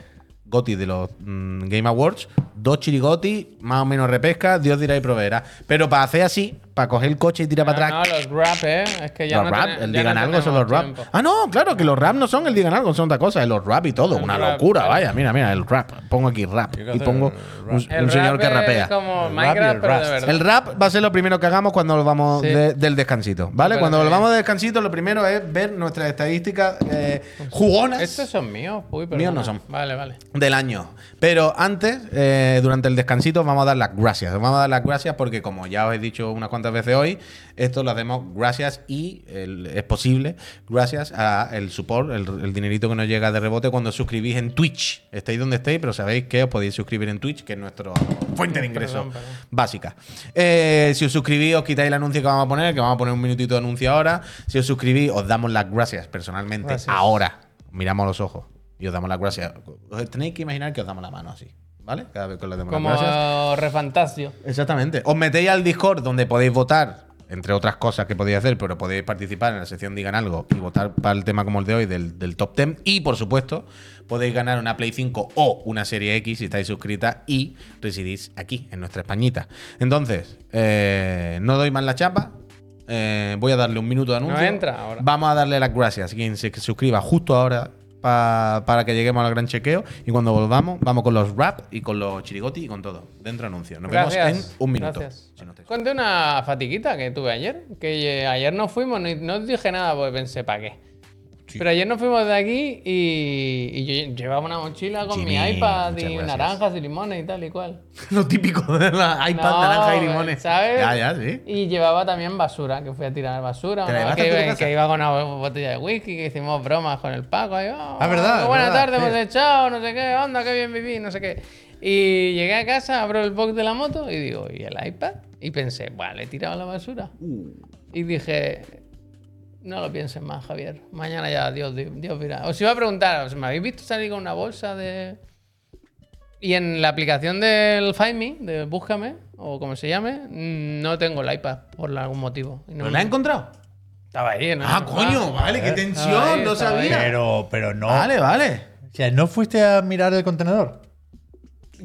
B: Goti de los mm, Game Awards, dos chirigoti, más o menos repesca, Dios dirá y proveerá. Pero para hacer así, para coger el coche y tirar para
A: No,
B: atrás.
A: los rap, ¿eh? Es que ya
B: los
A: no
B: rap,
A: tiene-
B: el
A: ya
B: digan
A: no
B: algo son los rap.
A: tenemos tiempo.
B: Ah, no, claro, que los rap no son el digan algo, son otra cosa, es los rap y todo.
A: El
B: una
A: rap,
B: locura,
A: claro.
B: vaya, mira, mira, el rap. Pongo aquí rap
D: Yo creo
B: y
D: que
B: pongo
D: el rap.
B: un, un
A: El
B: señor
A: rap
B: que
A: es
B: rapea.
A: como
D: El rap y
A: Minecraft,
D: el
A: pero de
D: rust.
A: verdad.
B: El rap va a ser lo primero que hagamos cuando volvamos
A: Sí.
B: de- del descansito, ¿vale?
A: Súper
B: Cuando
A: bien.
B: volvamos del descansito, lo primero es ver nuestras estadísticas eh, jugonas.
A: Estos son míos. Uy, pero
B: Míos no son.
A: Vale, vale.
B: del año. Pero antes, eh, durante el descansito, vamos a dar las gracias. Os Vamos a dar las gracias porque, como ya os he dicho unas cuantas veces hoy, esto lo hacemos gracias y el- es posible gracias a el support, el, el dinerito que nos llega de rebote cuando os suscribís en Twitch. Estáis donde estéis, pero sabéis que os podéis suscribir en Twitch, que es nuestra fuente de ingreso
A: Perdón, perdón.
B: básica. Eh, si os suscribís, os quitáis el anuncio que vamos a poner, que vamos a poner un minutito de anuncio ahora. Si os suscribís, os damos las gracias personalmente
A: Gracias.
B: ahora. Miramos a los ojos y os damos las gracias. Os tenéis que imaginar que os damos la mano así, ¿vale? Cada vez que os le demos las
A: Como
B: gracias.
A: refantasio.
B: Exactamente. Os metéis al Discord donde podéis votar, entre otras cosas que podéis hacer, pero podéis participar en la sección Digan Algo y votar para el tema como el de hoy del, del top 10. Y por supuesto, podéis ganar una Play 5 o una Serie X si estáis suscritas y residís aquí, en nuestra Españita. Entonces, eh, no doy más la chapa. Eh, voy a darle un minuto de anuncio.
A: entra ahora.
B: Vamos a darle las gracias. Quien se suscriba justo ahora pa- para que lleguemos al gran chequeo. Y cuando volvamos, vamos con los rap y con los chirigoti y con todo. Dentro anuncio. Nos vemos en
A: Gracias.
B: un minuto.
A: Gracias.
B: Si no te-
A: Conté una fatiguita que tuve ayer. Que eh, ayer no fuimos, ni- no dije nada porque pensé, ¿para qué?
B: Sí.
A: Pero ayer nos fuimos de aquí y, y yo llevaba una mochila con mi
B: Jimmy,
A: iPad
B: muchas
A: y
B: gracias.
A: naranjas y limones y tal y cual.
B: Lo típico de la iPad,
A: No,
B: naranja y limones.
A: ¿Sabes?
B: Ya, ya, sí.
A: Y llevaba también basura, que fui a tirar basura.
B: ¿Te la
A: una vez
B: llevaste a tu
A: que, iba,
B: casa?
A: que iba con una botella de whisky, que hicimos bromas con el Paco. ahí, "Oh,
D: Ah, verdad,
A: qué Buena
D: verdad,
A: tarde,
D: sí.
A: hemos echado, no sé qué, onda, qué bien viví, no sé qué. Y llegué a casa, abro el box de la moto y digo, ¿y el iPad? Y pensé, bueno, le he tirado a la basura.
B: Uh.
A: Y dije, no lo pienses más, Javier. Mañana ya Dios, di- Dios dirá. Os iba a preguntar, ¿os ¿me habéis visto salir con una bolsa de...? Y en la aplicación del Find Me, de Búscame, o como se llame, no tengo el iPad por algún motivo. Y no
B: ¿No
A: me-
B: la has encontrado?
A: Estaba ahí, ¿no?
B: Ah, coño, vale, qué
A: Estaba
B: tensión,
A: ahí,
B: no
A: estaba ahí.
B: sabía.
D: Pero, pero no.
B: Vale, vale.
D: O sea, ¿no fuiste a mirar el contenedor?
A: ah,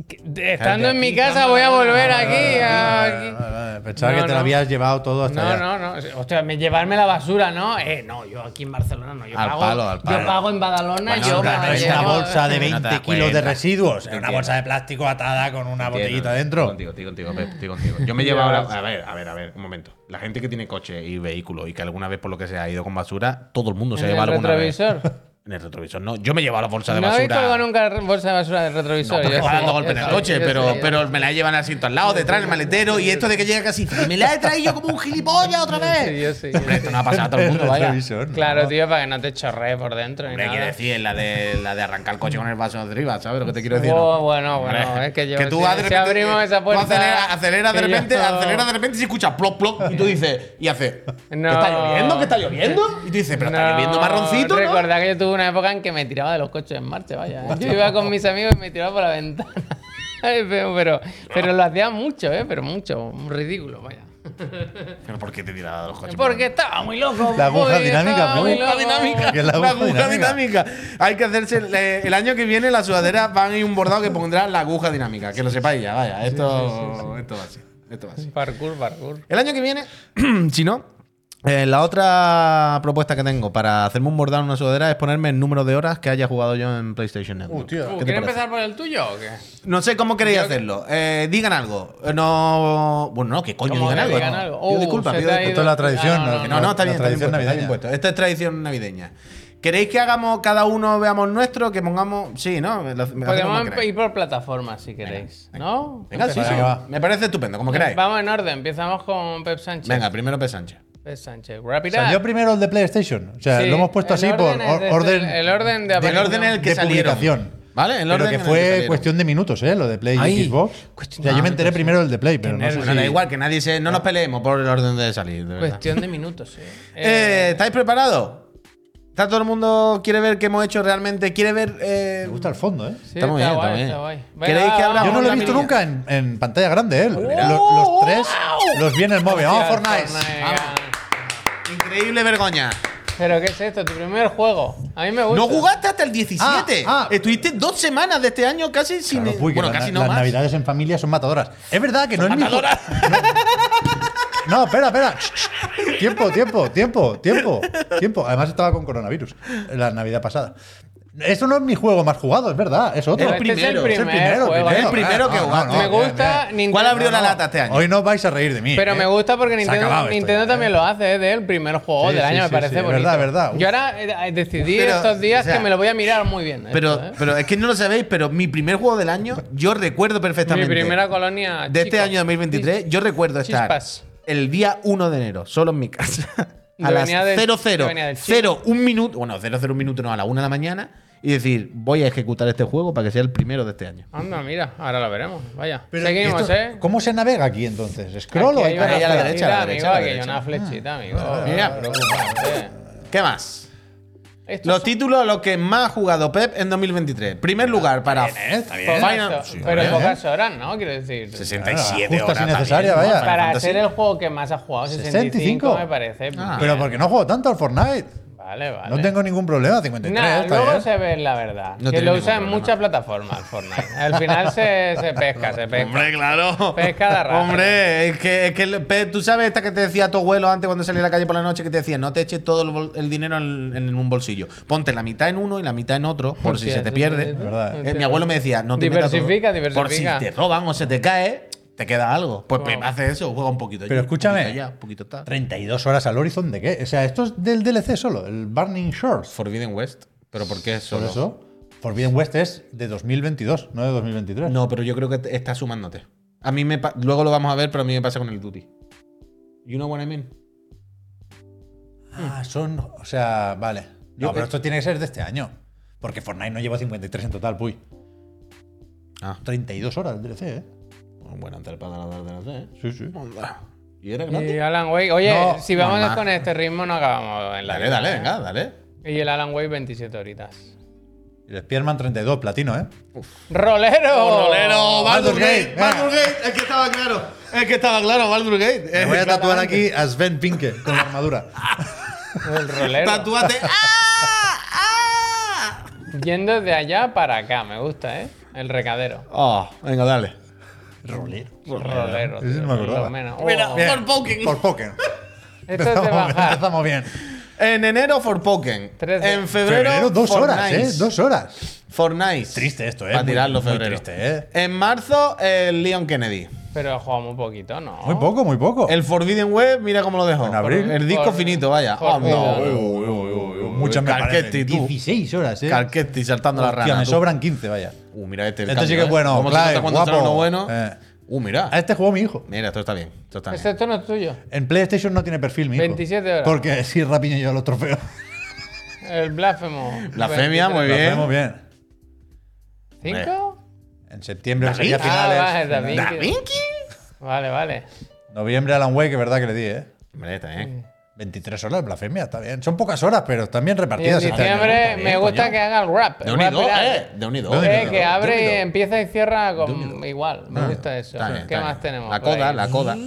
A: Que- de- Estando en mi
B: aquí,
A: casa
B: cámara,
A: voy a volver
B: cámara,
A: aquí. a-
D: Vale,
A: aquí.
D: vale, vale. Pensaba
A: No,
D: que te
A: no.
D: lo habías llevado todo hasta
A: No,
D: allá.
A: no, no. Hostia, me- llevarme la basura, ¿no? Eh, no, yo aquí en Barcelona no. Yo
B: Al
A: pago,
B: palo, al palo.
A: Yo pago en Badalona,
B: Bueno,
A: yo
B: hombre,
A: me
D: No
A: la
D: es una
A: llevo.
D: bolsa de
B: No te das
D: 20 kilos
B: cuenta.
D: de residuos. Es una
B: Entiendo.
D: bolsa de plástico atada con una botellita dentro.
B: Contigo, contigo, contigo, Pep, estoy contigo. Yo me he llevado. la- a ver, a ver, a ver, un momento. La gente que tiene coche y vehículo y que alguna vez por lo que sea ha ido con basura, todo el mundo se
A: En
B: lleva
A: el
B: alguna vez.
A: retrovisor.
B: En el retrovisor, no. Yo me he llevado la bolsa de
A: No habéis
B: basura.
A: colgado nunca re- bolsa de basura del retrovisor.
B: Porque
A: Yo
B: va
A: sí,
B: dando
A: yo
B: golpe en el
A: sí,
B: coche,
A: yo
B: pero,
A: sí, yo
B: pero
A: sí.
B: me la llevan al asiento al lado, detrás en el maletero, y esto de que llega casi, me la he traído como un gilipollas otra
A: Sí,
B: vez.
A: yo sí, yo
B: Hombre,
A: sí.
B: esto no ha pasado a todo el mundo, vaya.
D: retrovisor, ¿no?
A: Claro, tío, para que no te chorrees por dentro. Ni
B: Hombre,
A: nada.
B: quiero decir, la de, la de arrancar el coche con el vaso de arriba, ¿sabes lo que te quiero decir?
A: Oh, bueno,
B: Hombre,
A: bueno, es que yo.
B: tú
A: si,
B: vas de
A: si
B: repente-
A: abrimos esa
B: tú
A: puerta.
B: acelera, acelera de
A: que yo-
B: repente, acelera de repente y se escucha plop, plop, y tú dices, y hace,
A: No.
B: ¿qué está lloviendo? ¿Qué está lloviendo? Y tú dices, pero está
A: No,
B: lloviendo marroncito, ¿no?
A: Recordad que yo tuve una época en que me tiraba de los coches en marcha, vaya. ¿eh? Yo iba con mis amigos y me tiraba por la ventana. Ay, pero, pero, pero lo hacía mucho, ¿eh? Pero mucho. Ridículo, vaya.
B: ¿Pero por qué te tiraba de los coches?
A: Porque estaba muy loco.
D: La aguja
A: muy-
D: dinámica,
A: estaba
D: ¿no?
A: muy
D: Aguja
A: loco.
B: dinámica.
D: Que es la
B: La
D: aguja
B: aguja dinámica.
D: dinámica.
B: Hay que hacerse. El, eh, el año que viene la sudadera van a ir un bordado que pondrá la aguja dinámica. Que lo sepáis ya, vaya. Esto, esto va así. Esto va así.
A: Parkour, parkour.
B: El año que viene, si no, eh, la otra propuesta que tengo para hacerme un bordado en una sudadera es ponerme el número de horas que haya jugado yo en PlayStation Network.
D: tío.
B: ¿Qué te
A: ¿Quieres
B: parece?
A: Uh, empezar por el tuyo o qué?
B: No sé cómo queréis hacerlo. Eh, digan algo. Eh, No. Bueno, no, que coño,
A: ¿Cómo
B: digan
A: que
B: algo.
A: digan
B: no.
A: algo?
B: Pido
A: Uh,
B: disculpas,
A: se
B: pido
A: te ha
B: disculpas.
D: Esto es la tradición,
A: Ah, no,
B: Que no, no, está bien.
D: La
B: está bien puesto,
D: tradición
B: está bien
D: navideña.
B: puesto. Esto es tradición navideña. ¿Queréis que hagamos cada uno, veamos nuestro, que pongamos. Sí, ¿no? Lo- lo hacemos como
A: Podemos
B: queráis.
A: ir por plataformas si queréis, ¿no?
B: Venga, sí,
A: Empezamos.
B: sí.
D: Venga, va.
B: Me parece estupendo, como queráis.
A: Vamos en orden, empezamos con Pep Sánchez.
B: Venga, primero P. Sánchez.
A: Pep Sánchez, Rapid Eye.
D: Salió primero el de PlayStation. O sea,
A: Sí,
D: lo hemos puesto
A: el
D: así por
A: orden es
D: or-
A: desde-
D: orden.
A: el orden de aparición.
B: El orden en el que
D: de
B: salieron.
D: publicación.
B: ¿Vale? El
D: pero
B: orden en
D: que
B: el
D: fue
B: salieron.
D: cuestión de minutos, ¿eh? Lo de Play
B: Ay,
D: y Xbox.
B: cuestión-
D: O sea, yo me enteré
B: Ah,
D: primero del de Play, pero no sé
B: Bueno, da
D: si...
B: igual, que nadie se. No nos peleemos por el orden de salir. de verdad.
A: Cuestión de minutos, Pues, eh.
B: Eh, ¿Estáis preparados? ¿Está todo el mundo quiere ver qué hemos hecho realmente? ¿Quiere ver.? eh,
D: Me gusta el fondo, ¿eh?
A: sí,
B: está muy bien, está
A: guay,
B: muy bien.
A: está guay. Venga,
B: ¿Queréis que
A: va,
B: hablamos
A: vamos
D: Yo no lo
B: la
D: he visto
B: mirilla?
D: nunca en, en pantalla grande, ¿eh? Lo-
B: mira.
D: lo- los tres los vi en el móvil. ¡Vamos,
A: Fortnite,
D: Fortnite!
A: venga.
B: Increíble vergüenza.
A: Pero ¿qué es esto? Tu primer juego. A mí me gusta.
B: No jugaste hasta el 17.
D: Ah, ah.
B: Estuviste dos semanas de este año casi sin.
D: Claro, uy, que
B: bueno,
D: la-
B: casi no
D: las
B: más.
D: navidades en familia son matadoras. Es verdad que no es mi ju-
B: Matadoras.
D: No, espera, espera. tiempo, tiempo, tiempo, tiempo, tiempo. Además estaba con coronavirus la Navidad pasada. Esto no es mi juego más jugado, es verdad, es otro.
A: Pero
B: el primero,
A: Este es
B: es
A: el
D: el
A: primer juego.
B: Es el primero que
D: claro.
B: jugaste.
A: Me gusta
D: bien,
A: Nintendo.
B: ¿Cuál abrió la
A: no.
B: lata este año?
D: Hoy no os vais a reír de mí.
A: Pero
D: ¿eh?
A: me gusta porque
D: Se ha
A: Nintendo,
D: acabado esto
A: Nintendo
D: ya,
A: también
D: ¿eh?
A: lo hace, es del primer juego
D: Sí,
A: del
D: sí,
A: año, me
D: sí,
A: parece
D: sí, es
A: bonito.
D: verdad, verdad.
A: Yo ahora eh, decidí
B: Pero,
A: estos días
B: o sea,
A: que me lo voy a mirar muy bien.
B: Pero,
A: esto, ¿eh?
B: pero es que no lo sabéis, pero mi primer juego del año, yo recuerdo
A: Mi
B: perfectamente.
A: primera colonia.
B: de este
A: chicos.
B: año 2023, yo recuerdo estar
A: Chispas.
B: el día 1 de enero, solo en mi casa.
A: Yo
B: A las
A: venía del-
B: 00,
A: yo venía del
B: 0, un minuto, bueno, 00, un minuto, no, a la 1 de la mañana, y decir, voy a ejecutar este juego para que sea el primero de este año.
A: Anda, mira, ahora lo veremos. Vaya.
D: Pero, ¿y
A: Seguimos,
D: esto-
A: ¿eh?
D: ¿Cómo se navega aquí entonces? ¿Scroll o
A: Aquí hay
D: hay
A: una
B: ahí a la derecha, a
A: flechita,
B: la
A: amigo,
B: derecha, a la
A: aquí hay
B: derecha.
A: una
D: Ah,
A: flechita, amigo.
B: Mira,
A: preocupante.
B: ¿qué más?
A: Estos
B: Los
A: son-
B: títulos a los que más ha jugado Pep en 2023. Primer lugar para
A: Poca-
B: Final
A: so-
B: sí,
A: pero
D: bien,
A: pocas horas, ¿no? Quiero decir.
B: 67
D: Justa
B: horas
D: si necesaria,
B: también, ¿no?
D: vaya.
A: para
B: Fantasy.
A: hacer el juego que más has jugado, 65,
D: 65.
A: me parece.
B: Ah.
D: Pero porque no juego tanto al Fortnite.
A: Vale, vale.
D: No tengo ningún problema, 53.
A: Nada,
D: está
A: luego
D: bien.
A: se ve la verdad.
B: No
A: que
B: tiene
A: lo
B: ningún
A: usan
B: problema.
A: muchas plataformas, Fortnite. Al final se, se pesca, se pesca.
B: Hombre, claro.
A: Pesca de arrastre.
B: Hombre, es que, es que el- pe- tú sabes esta que te decía tu abuelo antes cuando salía a la calle por la noche que te decía, no te eches todo el, bol- el dinero en, en un bolsillo. Ponte la mitad en uno y la mitad en otro por si
A: Hostia,
B: se te
A: sí, sí,
B: pierde.
A: sí, sí.
D: verdad,
B: Eh, mi abuelo me decía, no te metas todo".
A: Diversifica, diversifica.
B: Por si te roban o se te cae, te queda algo. Pues Pep hace eso, juega un poquito.
D: Pero
B: allí, un
D: escúchame.
B: poquito allá, un poquito tal.
D: 32 horas al Horizon de qué? O sea, esto es del DLC solo, el Burning Shores.
B: Forbidden West. ¿Pero por qué
D: Por
B: solo?
D: eso, Forbidden West es de 2022, no de 2023.
B: No, pero yo creo que te- está sumándote. A mí me pa- luego lo vamos a ver, pero a mí me pasa con el Duty. You know what I mean?
D: Ah, son. O sea, vale.
B: Yo-
D: No, pero esto tiene que ser de este año. Porque Fortnite no lleva 53 en total, puy.
B: Ah.
D: 32 horas el DLC, ¿eh?
B: Bueno, antes para la tarde, ¿eh?
D: Sí, sí.
B: Onda. ¿Y era
A: Y
B: gratis?
A: Alan Wake, oye,
D: No,
A: si vamos
B: mamá.
A: con este ritmo no acabamos en la
B: Dale,
A: vida,
B: dale,
A: ¿eh?
B: venga, dale.
A: Y el Alan Wake 27 horitas.
D: El Spearman 32, platino, ¿eh?
A: ¡Rolero!
D: Baldur's Gate,
B: Baldur Oh, Gate, es que estaba claro. Es que estaba claro, Baldur Gate.
D: Me
B: Eh,
D: voy a tatuar
B: claramente.
D: aquí a Sven Pinke con la armadura.
A: El rolero.
B: Tatúate. ¡Ah! ¡Ah!
A: Yendo de allá para acá, me gusta, ¿eh? El recadero.
B: Oh, venga, dale.
D: Rolero.
A: Rolero.
D: Ese no
A: tío,
D: me acordaba.
A: por lo menos. Oh,
D: Bien,
B: Por Pokémon.
D: Por Pokémon.
A: esto es de bajar.
D: empezamos bien.
B: En enero, For Pokémon.
A: Trece.
B: En febrero,
D: dos
B: Fortnite.
D: horas, ¿eh? Dos horas.
B: Fortnite.
D: Triste esto, ¿eh?
B: Para
D: Muy-
B: tirarlo,
D: muy
B: febrero.
D: triste, ¿eh?
B: En marzo, el Leon Kennedy.
A: Pero he jugado muy poquito, ¿no?
D: Muy poco, muy poco.
B: El Forbidden Web, mira cómo lo dejó.
D: En abril.
B: El disco
A: Por-
B: finito, vaya.
A: por-
B: Oh, no.
A: Uy,
D: Muchas me
B: Carquetti,
D: parecen.
B: tú.
D: 16 horas, ¿eh?
B: Carquetti saltando la
D: Hostia,
B: rana.
D: me
B: tú.
D: sobran 15, vaya.
B: Uh, mira este. el
D: Esto sí
B: cambio,
D: que es
B: ¿eh?
D: bueno,
B: ¿Cómo se
D: Clive,
B: nota cuando sale
D: guapo.
B: uno bueno?
D: Eh.
B: Uh, mira.
D: A este jugó mi hijo.
B: Mira, esto está bien. Esto está bien.
A: Esto no es tuyo.
D: En PlayStation no tiene perfil, mi hijo.
A: 27 horas.
D: Porque sí rapiño yo los trofeos.
A: El blasfemo.
B: La femia, muy
D: Lo
B: bien.
D: hacemos bien.
A: ¿Cinco?
D: En septiembre
B: David.
D: sería
B: Ah,
D: finales.
A: vale,
D: finales.
A: David. Vale, vale.
D: Noviembre Alan Wake, es verdad que le di, ¿eh?
B: Hombre, está bien.
D: 23 horas, blasfemia, está bien. Son pocas horas, pero están bien
A: Y en
D: repartidas. este año.
A: diciembre
B: bien,
A: me gusta
B: coño.
A: que haga el rap.
B: De
A: el
B: un y
A: rap
B: dos,
A: pirata.
B: eh. De un y dos.
D: De un y
A: Eh,
D: dos.
A: que abre y
B: Dúmido.
A: empieza y cierra con
B: Dúmido.
A: igual. Me gusta eso.
B: Ah, Está bien,
A: ¿Qué
B: está
A: más
B: bien.
A: tenemos?
B: La
A: por
B: coda,
A: ahí? Mm.
B: la coda.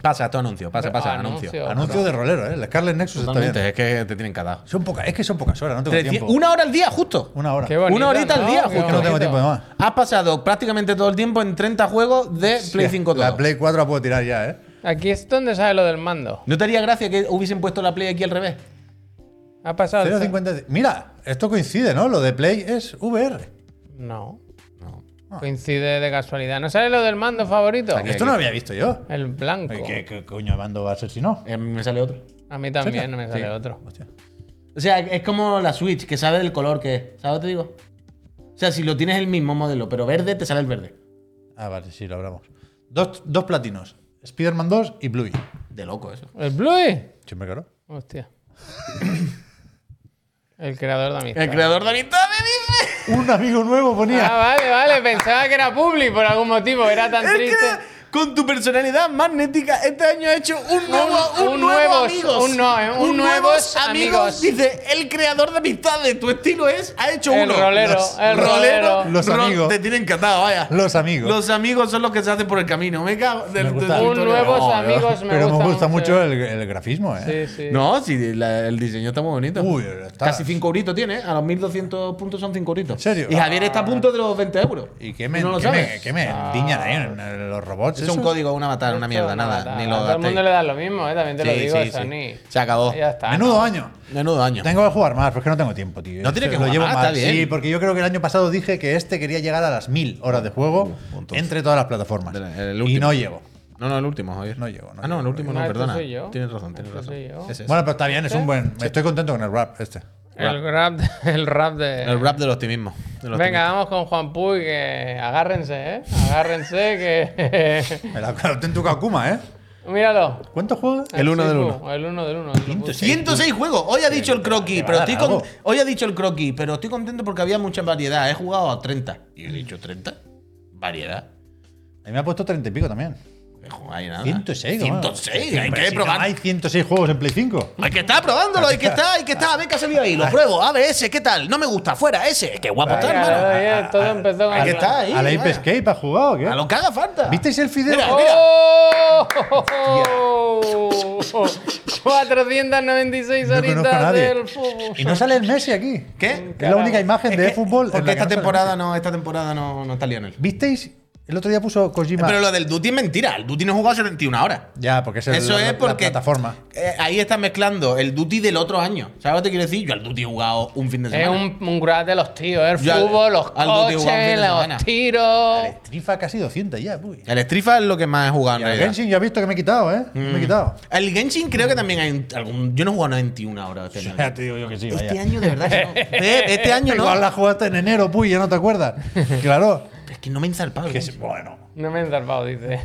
B: Pasa, esto anuncio. Pasa, pasa,
A: Anuncio.
B: anuncio.
D: Anuncio de rolero, ¿eh? El Scarlet Nexus está bien.
B: Totalmente, es que te tienen cagado.
D: Son pocas, es que son pocas horas, no tengo tiempo.
B: Una hora al día, justo.
D: Una hora.
A: Qué bonito,
B: Una horita al
A: ¿no?
B: día,
A: Qué
B: justo.
D: Es que no tengo
A: bonito.
D: tiempo de más.
B: Has pasado prácticamente todo el tiempo en 30 juegos de Play 5 todo.
D: La Play 4 la puedo tirar ya, ¿eh?
A: Aquí es donde sale lo del mando.
B: ¿No te haría gracia que hubiesen puesto la Play aquí al revés?
A: ¿Ha pasado?
D: 0.50. Mira, esto coincide, ¿no? Lo de Play es VR.
A: No. Ah. Coincide de casualidad. ¿No sale lo del mando favorito?
B: Aquí.
D: Esto no lo había visto yo. Oh.
A: El blanco.
D: Ay, ¿Qué, qué coño de mando va a ser si no?
B: Eh, me sale otro.
A: A mí también
D: ¿Serio?
A: me sale otro.
D: Hostia.
B: O sea, es como la Switch, que sabe del color que es. ¿Sabes lo que te digo? O sea, si lo tienes el mismo modelo, pero verde, te sale el verde.
D: Ah, vale, sí, lo hablamos. Dos, dos platinos. Spider-Man 2 y Bluey.
B: De loco eso.
A: ¿El Bluey?
D: Siempre claro.
A: Hostia. El creador de amistad.
B: El creador de amistad me dice.
D: Un amigo nuevo ponía.
A: Ah, vale, vale. Pensaba que era Publi por algún motivo. Era tan
B: Es
A: triste.
B: que con tu personalidad magnética, este año ha hecho un nuevo, un,
A: Este- un
B: nuevo
A: nuevos-
B: amigos.
A: un no, eh, un nuevos amigos.
B: Dice, el creador de amistades, tu estilo es, ha hecho
A: El
B: uno.
A: rolero, el rolero.
D: Los
B: Ro-
D: amigos.
B: Te tienen catado, vaya.
D: Los amigos.
B: Los amigos son los que se hacen por el camino. Me cago. del-
D: Me gusta.
B: del-
A: Un
B: del-
A: nuevos
B: No,
A: amigos me
D: Pero me gusta mucho
A: el...
D: el, el grafismo, ¿eh?
A: Sí, sí.
B: No, sí, la- el diseño está muy bonito.
D: Uy, está.
B: Casi 5 euritos tiene, eh. a los 1200 puntos son 5 euritos.
D: ¿En serio?
A: Ah.
B: Y Javier está a punto de los 20 euros.
D: ¿Y qué me,
B: no lo
D: qué me-
B: sabes.
D: qué me endiñan ahí en- en los robots?
B: es un
D: eso?
B: código, un avatar, una mierda, nada. Ni lo
A: a todo el mundo
B: gastéis.
A: le da lo mismo, ¿eh? También te lo
B: Sí,
A: digo,
B: sí, sí.
A: Sony.
B: Se acabó.
A: Ya está.
D: Menudo año.
B: Menudo año.
D: Tengo que jugar más, pero es que no tengo tiempo, tío.
B: No tiene
D: Esto
B: que
D: lo
B: jugar
D: llevo
B: más,
D: mal.
B: está bien.
D: Sí, porque yo creo que el año pasado dije que este quería llegar a las 1000 horas de
B: Uh,
D: juego
B: puntos.
D: entre todas las plataformas.
B: De la- el
D: y
B: último.
D: no llego.
B: No, no, el último, Javier.
D: No llego, no
B: ah, no, el
D: llego,
B: último
A: no
B: no,
A: llego.
B: perdona.
A: Ah, este soy yo.
B: Tienes razón, tienes
A: Este
B: razón.
A: soy yo.
B: Ese es.
D: Bueno, pero está bien, es un buen. Estoy contento con el rap este.
A: El rap, el rap de.
B: el rap del optimismo. del
A: Venga, vamos con Juan Puy, que agárrense, ¿eh? Agárrense, que.
D: El auténtico Akuma, ¿eh?
A: Míralo.
D: ¿Cuánto juega?
B: El uno del
A: Sifu, El uno del uno. lo
B: optimismo.
A: puse.
B: 106 juegos. Hoy ha dicho el croquis,
D: va a
B: pero
D: dar
B: estoy con-
D: algo.
B: hoy ha dicho el croquis, pero estoy contento porque había mucha variedad. He jugado a 30. Y he dicho 30. Variedad.
D: A mí me ha puesto 30 y pico también.
B: No hay nada.
D: 106, ¿no?
B: 106. Ah, hay
D: Hombre,
B: que
D: si
B: probar.
D: no hay 106 juegos en Play 5.
B: Hay que estar probándolo, hay que estar, hay que estar. A ver qué ha salido ahí. Lo pruebo. A ver ese, ¿qué tal? No me gusta. Fuera ese. Qué guapo está,
A: Venga,
B: hermano.
A: oye, todo empezó con
B: Hay que
A: el-
B: estar ahí.
D: a la Ape
B: vaya.
D: Escape ha jugado, ¿qué?
B: A lo que haga falta.
D: ¿Visteis el video?
B: eh, Mira, mira.
A: ¡Oh! 496
D: No conozco a
A: horitas
D: nadie.
A: del fútbol.
D: Y no sale el Messi aquí.
B: ¿Qué?
D: Es la única imagen
B: Es
D: de
B: que-
D: fútbol. en
B: Porque
D: la
B: esta
D: que no sale
B: temporada
D: Messi.
B: no, esta temporada no, no está Lionel.
D: ¿Visteis? El otro día puso Kojima.
B: Eh, Pero lo del Duty es mentira. El Duty no ha jugado 71 horas.
D: Ya, porque es el-
B: Eso
D: la- la-
B: es
D: la
B: porque.
D: plataforma.
B: eh, ahí está mezclando el Duty del otro año. ¿Sabes lo que te quiero decir? Yo al Duty he jugado un fin de
A: Es
B: semana.
A: un, un grab de los tíos, ¿eh? el
B: Yo al-
A: fútbol, los
B: al Duty One fin
A: coches,
B: de semana.
A: los tiros.
D: El Strifa casi 200 ya, uy.
B: El Strifa es lo que más he jugado en
D: Y al
B: realidad.
D: Genshin ya he visto que me he quitado, ¿eh? Me he quitado.
B: El Genshin creo que también hay un- algún. Yo no he jugado 91 horas. este año.
D: te digo yo que sí,
B: Este año, de verdad. que no. Eh, Este año
D: Igual
B: no.
D: la jugaste en enero, puy, ya no te acuerdas. Claro.
B: Es que no me ¿eh? he ensarpado. el
D: Que
B: Genshin.
D: sí, bueno.
A: No me he zarpado, dice.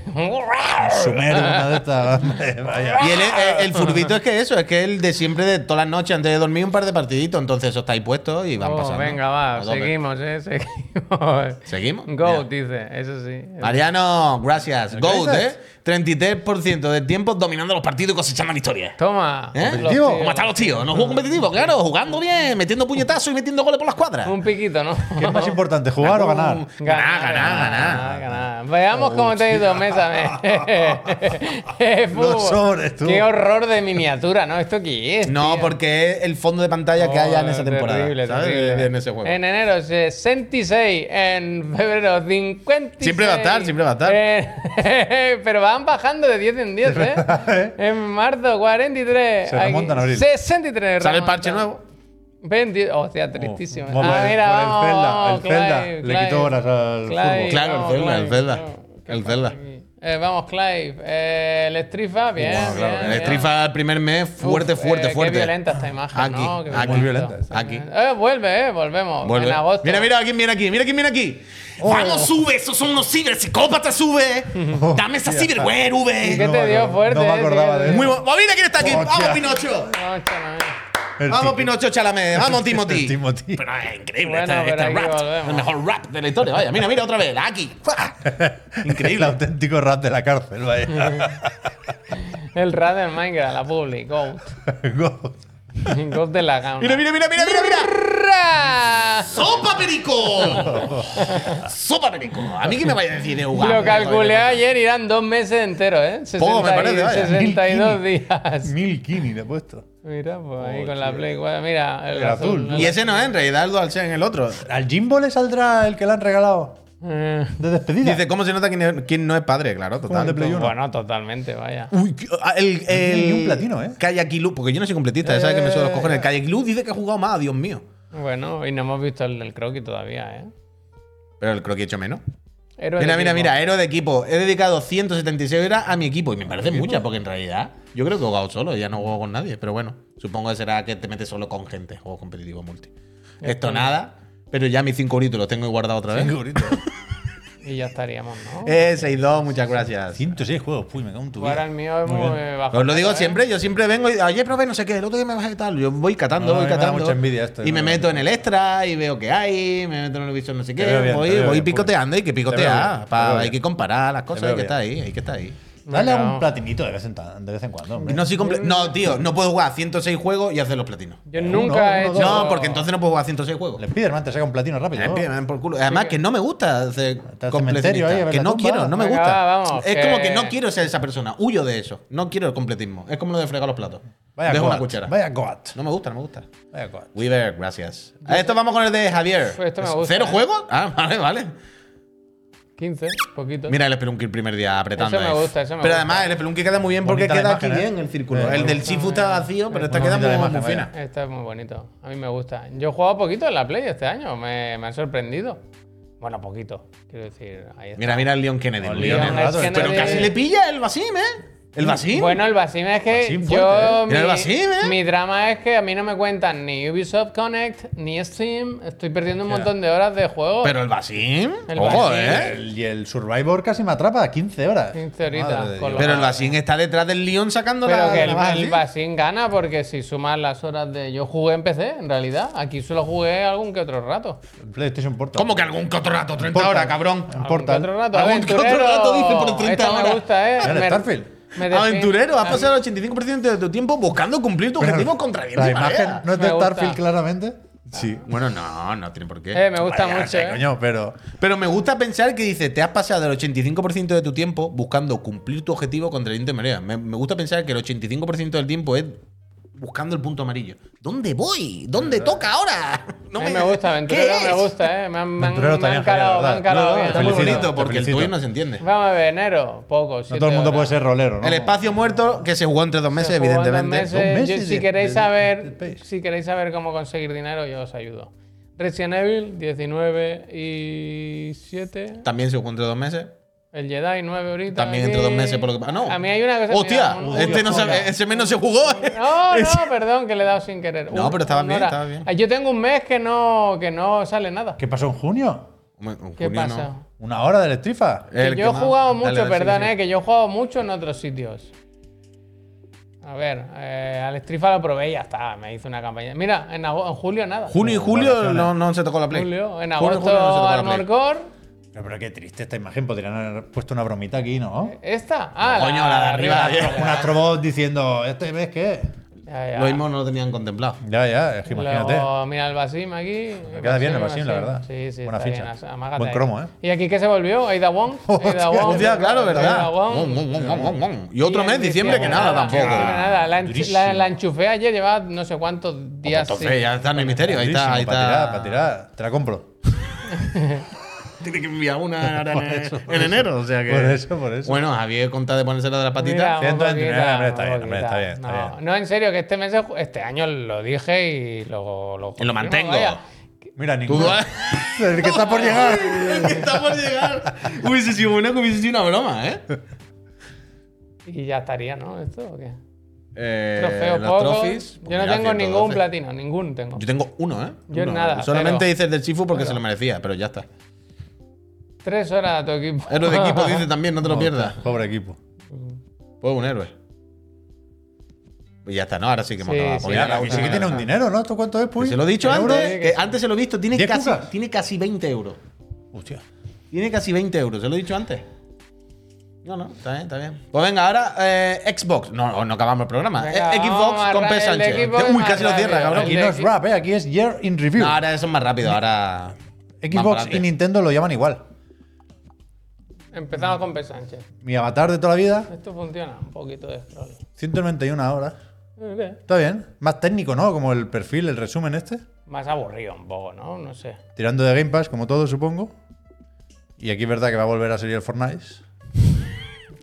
D: Sumero, una de estas. Vaya.
B: Y el, eh, el- el furbito es que eso, es que el de siempre, de todas las noches, antes de dormir, un par de partiditos. Entonces, eso está ahí puesto y van
A: Oh,
B: pasando.
A: venga, va,
B: A tope.
A: seguimos, eh, seguimos.
B: ¿Seguimos?
A: Go,
B: Mira.
A: dice, eso sí.
B: Mariano, gracias. Goat, ¿eh?
D: dices?
B: 33% del tiempo dominando los partidos y cosechando la historia.
A: Toma.
B: ¿Eh?
A: los
D: Competitivo.
A: tíos.
B: ¿Cómo están los tíos? No juego competitivo, claro, jugando bien, metiendo puñetazos y metiendo goles por las cuadras.
A: Un piquito, ¿no? Uh,
D: ¿Qué es más importante, jugar o ganar?
B: Ganar, ganar,
A: ganar,
B: ganar.
A: ganar. Veamos cómo te ha ido, Mésame. Eh,
D: Los
A: fútbol.
D: sobres, tú.
A: Qué horror de miniatura, ¿no? ¿Esto qué es?
B: No,
A: tío?
B: porque es el fondo de pantalla que haya en esa
A: Oh,
B: temporada.
A: terrible,
B: ¿sabes?
A: terrible.
B: De- de- En ese juego.
A: En enero 66, en febrero 56.
B: Siempre va a estar, siempre va a estar.
A: Eh, pero van bajando de 10 en 10, ¿eh?
D: ¿eh?
A: En marzo 43.
D: Se remonta en abril.
A: 63.
B: Sale el
A: remonta.
B: parche nuevo. Oh,
A: 20, oh, hostia, tristísimo.
D: por
A: ah,
D: el-
A: mira,
D: por el
A: vamos,
D: Zelda,
A: vamos,
D: el Zelda.
A: Clive,
D: Le quitó
A: Clive,
D: horas al
A: Clive,
D: fútbol.
B: Claro, el
A: vamos,
B: Zelda, el
A: Clive,
B: Zelda,
A: no, ¿qué
B: el
A: pasa
B: Zelda.
A: aquí? Eh, vamos, Clive. Eh, el Strifa, bien.
B: Wow, claro,
A: bien,
B: el
A: bien.
B: Strifa el primer mes, fuerte,
A: Uf,
B: fuerte,
A: eh,
B: fuerte.
A: Qué violenta esta imagen.
B: Aquí,
A: ¿no? Qué
B: aquí.
A: violento.
D: Violenta esta.
B: Aquí.
A: Eh, vuelve, eh, volvemos.
B: Vuelve.
A: En agosto. Oh.
B: Mira, mira, ¿quién viene aquí? Mira quién viene aquí. Vamos, sube, esos son los ciberpsicópatas, sube.
A: Oh,
B: Dame esa ciberware,
A: ¿Y ¿Qué
B: V.
A: te
D: me
A: dio
D: acor-
A: fuerte?
D: no me
A: eh, sí,
D: acordaba de
A: que-
D: eso.
B: Muy bueno. Mira quién está aquí. Vamos,
D: Hostia.
B: Pinocho.
A: No, chaval.
D: El
B: Vamos,
D: Timo-
B: Pinocho Chalamet. Vamos, Timothy.
D: El Timothy.
B: Pero es increíble
A: Bueno,
B: este,
A: pero
B: este
A: aquí
B: rap.
A: volvemos.
B: El mejor rap de la historia. Vaya, mira, mira otra vez. Aquí. ¡Fua!
D: El
B: Increíble.
D: auténtico rap de la cárcel, vaya.
A: El rap del Minecraft, la public, Goat.
D: Go.
A: Goat de la gama.
B: Mira, mira, mira, mira, mira, mira.
A: Ra.
B: ¡Sopa perico! ¡Sopa perico! A mí que me vaya a decir de Uganda.
A: Lo calculé ayer y eran dos meses enteros, ¿eh? 60
B: Poco me parece,
A: y-
B: vaya.
A: 62
D: Mil
A: días.
D: Mil kini le he puesto.
A: Mira, pues ahí con la Play 4. Mira, el,
D: El
A: azul.
D: azul,
A: ¿no?
B: Y ese no es, en realidad el Dual en el otro.
D: ¿Al Jimbo le saldrá el que le han regalado
A: Eh,
D: de despedida?
B: Dice, ¿cómo se nota quién, es- quién no es padre? Claro,
D: Juan de
B: total.
D: Play uno.
A: Bueno, totalmente, vaya.
B: Uy, qué- ah, el, el,
D: ni un platino, ¿eh?
B: Kayakilu, porque yo no soy completista, ya sabes que me suelo coger. El Kayakilu dice que ha jugado más, Dios mío.
A: Bueno, y no hemos visto el del croquis todavía, ¿eh?
B: Pero el croquis hecho menos.
A: Héroe
B: Mira,
A: de
B: mira,
A: equipo.
B: mira, héroe de equipo. He dedicado 176 horas a mi equipo y me parece muchas porque en realidad yo creo que he jugado solo, ya no juego con nadie, pero bueno, supongo que será que te metes solo con gente, juego competitivo multi. Esto nada, pero ya mis 5 euritos los tengo ahí guardados otra vez.
A: Y ya estaríamos, ¿no?
B: Eh, 6-2, muchas gracias.
D: 106 juegos, uy, me cago en tu
A: Ahora
D: vida.
A: el mío es muy, bajo.
B: Os lo digo
A: ¿eh?
B: siempre, yo siempre vengo y, oye, probé no sé qué, el otro día me bajé tal, yo voy catando,
D: No,
B: voy
D: a mí me da
B: catando.
D: mucha envidia esto,
B: y me
D: no, no.
B: meto en el extra y veo qué hay, me meto en el visión no sé qué,
D: veo bien,
B: voy,
D: te veo
B: voy
D: bien,
B: picoteando, hay que
D: Te veo
B: picotear,
D: bien,
B: pa-
D: te veo
B: hay
D: bien.
B: que comparar las
D: Te
B: cosas,
D: veo
B: hay que
D: bien.
B: estar ahí, hay que estar ahí.
D: Dale
A: Venga,
D: a
A: vamos.
D: un platinito de vez en, tan- de vez en cuando, hombre.
B: No, soy comple- no, tío, no puedo jugar a 106 juegos y hacer los platinos.
A: Yo
D: Uno,
A: nunca he
D: uno,
A: hecho.
D: dos.
B: No, porque entonces no puedo jugar a 106 juegos.
D: El Spiderman te saca un platino rápido.
B: Eh,
D: ¿no?
B: pide, me dan por culo. Además que no me gusta hacer
D: al cementerio ahí
B: completinista.
D: a ver
B: Que
D: la
B: no
D: tumba.
B: quiero, no me
A: Venga,
B: gusta.
A: va, vamos,
B: es
A: que-
B: como que no quiero ser esa persona. Huyo de eso. No quiero el completismo. Es como lo de fregar los platos.
D: Vaya
B: Dejo
D: goat,
B: una cuchara.
D: Vaya goat.
B: No me gusta, no me gusta.
D: Vaya goat.
B: Weaver, gracias. A esto vamos con el de Javier.
D: este
A: Pues esto me gusta,
B: ¿Cero
A: eh.
B: juegos? Ah, vale, vale.
A: 15, poquito.
B: Mira el Spelunky el primer día apretando.
A: Eso me
B: ahí.
A: gusta, eso me
B: Pero
A: gusta.
B: además el Spelunky queda muy bien porque
D: Bonita la
B: queda
D: imagen,
B: aquí
D: ¿eh?
B: bien el círculo.
D: Eh, me
B: el del
A: gusta,
B: Sifu
A: me-
B: está vacío, pero esta
D: bonita
B: queda muy,
D: la
B: muy
D: imagen,
B: fina.
A: Está muy bonito. A mí me gusta. Yo he jugado poquito en la Play este año. Me, me ha sorprendido. Bueno, poquito. Quiero decir, ahí está.
B: Mira, mira el Leon Kennedy. un
D: Leon
B: león, ¿eh?
D: es
B: Pero
D: Kennedy.
B: casi le pilla el Basim, ¿eh? El Basim.
A: Mm, Bueno, el Basim es que
D: Basim fuerte,
A: yo.
D: ¿eh?
B: Mira el Basim, ¿eh?
A: mi drama es que a mí no me cuentan ni Ubisoft Connect, ni Steam. Estoy perdiendo un
D: Ya.
A: montón de horas de juego.
B: pero el Basim.
A: El
B: Ojo,
A: Basim.
B: ¿eh?
D: El- y el Survivor casi me atrapa, 15 horas.
A: 15 horitas,
D: Madre de
A: con
D: Dios.
B: Pero el Basim está detrás del Leon sacando
A: Pero
B: la.
A: que el,
B: la navaja,
A: el
B: ¿sí?
A: Basim gana porque si sumas las horas de. Yo jugué en PC, en realidad. Aquí solo jugué algún que otro rato.
D: En PlayStation Portal.
B: ¿Cómo que algún que otro rato? 30
D: Portal.
B: horas, cabrón.
D: En
A: Algún que
D: Portal.
A: Ah, otro rato.
B: Algún que otro
A: aventurero.
B: rato, dice, por 30
A: Esta
B: horas.
A: me gusta, ¿eh?
D: Era
A: Me-
D: Starfield.
A: me defin-
B: Aventurero, has pasado el 85% de tu tiempo buscando cumplir tu
D: Pero
B: objetivo contra viento
D: La
B: y marea.
D: imagen no es de
A: Me gusta.
D: Starfield, claramente.
B: Sí. Bueno, no, no tiene por qué.
A: Eh, me gusta
D: Vale, ya
A: mucho,
D: sé,
A: ¿eh?
D: coño, pero.
B: Pero me gusta pensar que dice, te has pasado el 85% de tu tiempo buscando cumplir tu objetivo contra el viento y marea. Me, me gusta pensar que el 85% del tiempo es buscando el punto amarillo. ¿Dónde voy? ¿Dónnde toca ahora? No
A: A mí me gusta, aventurero
B: ¿Qué
A: me
B: es?
A: gusta, ¿eh? Me han, me han-
D: Aventurero
A: me han
D: también,
A: calado,
D: Javier,
A: me
D: la
A: han calado
D: verdad.
A: bien.
D: Te
B: Está muy
D: felicito,
B: bonito
D: te
B: porque el tuyo
D: felicito.
B: no se entiende.
A: Vamos a ver, enero, poco.
D: No todo el mundo puede ser rolero, ¿no?
B: El espacio muerto que se jugó entre dos meses, evidentemente.
D: Dos meses
A: si
D: de-
A: queréis
D: de-
A: saber,
D: de- de Space.
A: si queréis saber cómo conseguir dinero, yo os ayudo. Resident Evil 19 y 7.
B: También se jugó entre dos meses.
A: El Jedi 9 ahorita.
B: También
A: aquí.
B: entre dos meses, por lo que. Ah, no.
A: A mí hay una cosa.
B: Hostia,
A: mira, un-
B: este no sabe- ese mes no se jugó.
A: No, no, perdón, que le he dado sin querer.
B: No,
A: Un-
B: pero estaba
A: una
B: bien,
A: hora.
B: estaba bien.
A: Ah, Yo tengo un mes que no, que no sale nada. ¿Qué,
D: ¿Qué pasó en junio?
B: Junio no.
A: pasa?
D: Una hora del Strifa.
A: Que
B: El
A: yo he
B: más-
A: jugado
B: dale,
A: mucho,
B: dale, sí,
A: perdón,
B: sí.
A: eh, que yo he jugado mucho en otros sitios. A ver, eh, al Strifa lo probé y ya está, me hizo una campaña. Mira, en, ago- en julio nada.
B: Junio y julio no, no se tocó la Play.
A: Julio, en
B: Junio y julio no se
A: agosto
B: tocó la Play.
A: Armor Core.
D: Pero, pero qué triste esta imagen. Podrían haber puesto una bromita aquí, ¿no?
A: ¿Esta? Ah,
B: Coño, la de arriba, tío.
D: Un astrobot diciendo, ¿este ves qué?
A: Ya, ya.
B: Lo mismo no lo tenían contemplado.
D: Ya, ya, es que imagínate.
A: Luego, mira el Basim aquí.
D: queda bien el Basim, la verdad.
A: Sí, sí,
D: Buena
A: está
D: ficha.
A: bien, as- amágate
D: Buen
A: ahí.
D: cromo, ¿eh?
A: ¿Y aquí qué se volvió? Aida Wong. Aida Wong.
B: Hostia, claro, ¿verdad?
A: Ada Wong.
B: Mm, mm, mm, mm, mm, mm. Y otro mes, diciembre, que nada
A: diciembre
B: tampoco.
A: nada. La, enchu-
D: Durísimo.
A: la- la enchufé ayer, llevaba no sé cuántos días.
B: Entonces,
A: sin-
B: Pues ya está en el misterio. Ahí está, ahí
D: Para tirar,
B: está.
D: para tirar. Te la compro.
B: Tiene que enviar una ahora en, en enero, o sea que.
D: Por eso, por eso.
B: Bueno, Javier conta de ponérsela de las
A: Mira,
B: patitas.
A: muy
D: 129,
A: poquita,
D: hombre, está
A: muy
D: bien, hombre, está
A: poquita.
D: bien, está
A: no,
D: bien.
A: no, en serio, que este mes, he ju- este año lo dije y lo lo
B: Y lo
A: confirmo,
B: mantengo.
A: vaya.
D: Mira,
B: Tú-
D: ninguno. El que está por llegar.
B: El que está por llegar. Hubiese sido bueno que hubiese sido una broma, ¿eh?
A: Y ya estaría, ¿no? ¿Esto o qué?
B: Eh,
A: Trofeo
B: los
A: poco.
B: trophies, pues
A: Yo no
B: mira,
A: tengo
B: 112.
A: ningún platino, ningún tengo.
B: Yo tengo uno, ¿eh?
A: Yo
B: Uno.
A: nada,
B: Solamente
A: pero-
B: dice el del Sifu porque se lo merecía, pero ya está.
A: Tres horas a tu equipo.
B: Héroe de equipo dice también, no te lo pierdas.
D: Pobre equipo.
B: Pues un héroe. Pues ya está, ¿no? Ahora sí que hemos
A: Sí,
B: acabado.
A: sí,
B: Pues ya
D: Mira,
A: Mira,
B: la
D: la
A: sí
B: última.
D: que tiene un dinero, ¿no? ¿Esto cuánto es,
B: Que
D: Puy?
B: se lo he dicho
D: ¿En euros?
B: antes, que antes se lo he visto, tiene
D: ¿Diez
B: casi,
D: cucas?
B: tiene casi 20 euros.
D: Hostia.
B: Tiene casi 20 euros, se lo he dicho antes. No, no, está bien, está bien. Pues venga, ahora eh, Xbox. No, no acabamos el programa.
A: Venga,
B: Eh,
A: vamos
B: Xbox
A: más
B: con P.
A: rápido, el de
B: Sánchez.
A: Xbox
B: Uy,
A: más
B: casi lo cierra,
A: rápido.
B: cabrón.
D: Aquí no es rap, ¿eh? Aquí es Year in Review.
B: No, ahora eso es más rápido, ahora. más para
D: Xbox y
B: adelante.
D: Nintendo lo llaman igual.
A: Empezamos con P. Sánchez.
D: Mi avatar de toda la vida,
A: Esto funciona un poquito de Eh, scroll.
D: 191 horas. Está bien. Más técnico, ¿no? Como el perfil, el resumen este.
A: Más aburrido un poco, ¿no? No sé.
D: Tirando de Game Pass, como todo, supongo. Y aquí es verdad que va a volver a salir el Fortnite.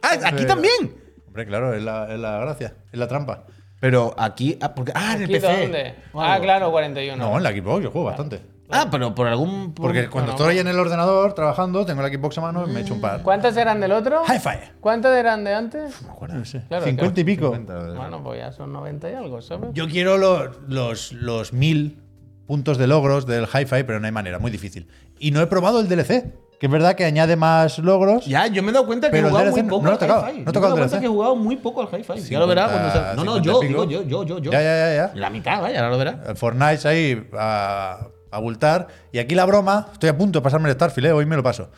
B: Ah, aquí también.
D: Hombre, claro, es la, es la gracia, es la trampa.
B: Pero aquí. Ah, porque, ah en el
A: ¿Aquí
B: PC.
A: dónde?
B: o
A: Ah,
B: algo.
A: claro, 41.
D: No, en la Xbox yo juego bastante.
B: Ah, pero por algún. por-
D: Porque cuando estoy en el ordenador trabajando, tengo la Xbox a mano y me echo un par.
A: ¿Cuántos eran del otro?
D: Hi-Fi.
A: ¿Cuántos eran de antes?
D: No sé,
A: Claro,
D: 50 y pico.
A: Bueno, pues ya son 90 y algo, ¿sabes?
D: Yo quiero los, los, los mil puntos de logros del Hi-Fi, pero no hay manera, muy difícil. Y no he probado el DLC, que es verdad que añade más logros.
B: Ya, yo me he dado cuenta que he
D: Pero el
B: jugado
D: DLC
B: muy poco
D: no lo he
B: al
D: tocado,
B: hi-fi.
D: no he
B: Yo me he dado
D: tocado el
B: cuenta
D: DLC.
B: que he jugado muy poco al hi-fi. Ya lo verás cuando sea- No, no,
D: 50
B: yo,
D: pico.
B: digo yo, yo, yo, yo.
D: Ya, ya, ya, ya.
B: La mitad, vaya, ahora lo verás.
D: El eh, Fortnite ahí a, a bultar. Y aquí la broma, estoy a punto de pasarme el Starfield, ¿eh? hoy me lo paso.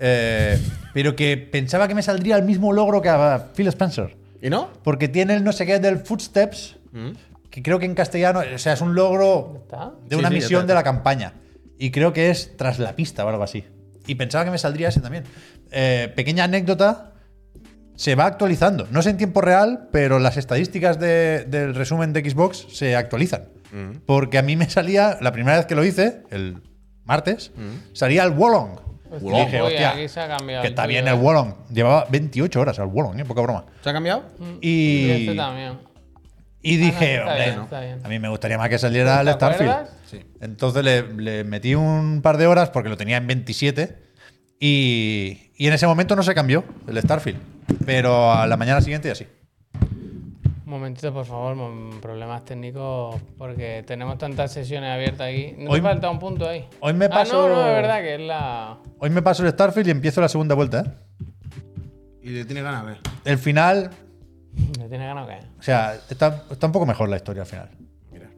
D: Eh, pero que pensaba que me saldría el mismo logro que a Phil Spencer.
B: ¿Y no?
D: Porque tiene el no sé qué del Footsteps,
B: Mm.
D: que creo que en castellano, o sea, es un logro
A: ¿Está?
D: de
B: Sí,
D: una
B: sí, ya
D: misión
B: está.
D: de la campaña. Y creo que es tras la pista o algo así. Y pensaba que me saldría ese también. Eh, pequeña anécdota, se va actualizando. No es en tiempo real, pero las estadísticas de- del resumen de Xbox se actualizan.
B: Mm.
D: Porque a mí me salía, la primera vez que lo hice, el martes, salía el Wolong.
B: Wolong.
D: Pues
A: Oye,
D: Dije, hostia,
A: Mm. aquí se ha cambiado
D: que está
A: tuyo,
D: bien
A: ¿eh?
D: el Wolong. Llevaba 28 horas al Wolong, ¿eh? poca broma.
B: ¿Se ha cambiado?
A: Y
D: Y,
A: este también. Ah,
D: y dije,
A: está
D: hombre,
A: bien, está bien.
D: a mí me gustaría más que saliera el
A: ¿Te
D: Starfield.
A: acuerdas?
B: Sí.
D: Entonces le, le metí un par de horas porque lo tenía en 27 y, y en ese momento no se cambió el Starfield. Pero a la mañana siguiente ya sí.
A: Un momentito, por favor, mom- problemas técnicos, porque tenemos tantas sesiones abiertas aquí. ¿No
D: Hoy-
A: te falta un punto ahí?
D: hoy me
A: Ah,
D: paso-
A: no, no, es verdad que es la...
D: Hoy me paso el Starfield y empiezo la segunda vuelta. ¿eh?
B: Y le tiene ganas, a ver.
D: El final,
A: ¿Le tiene ganas o qué?
D: o sea, está, está un poco mejor la historia al final.
B: Mira.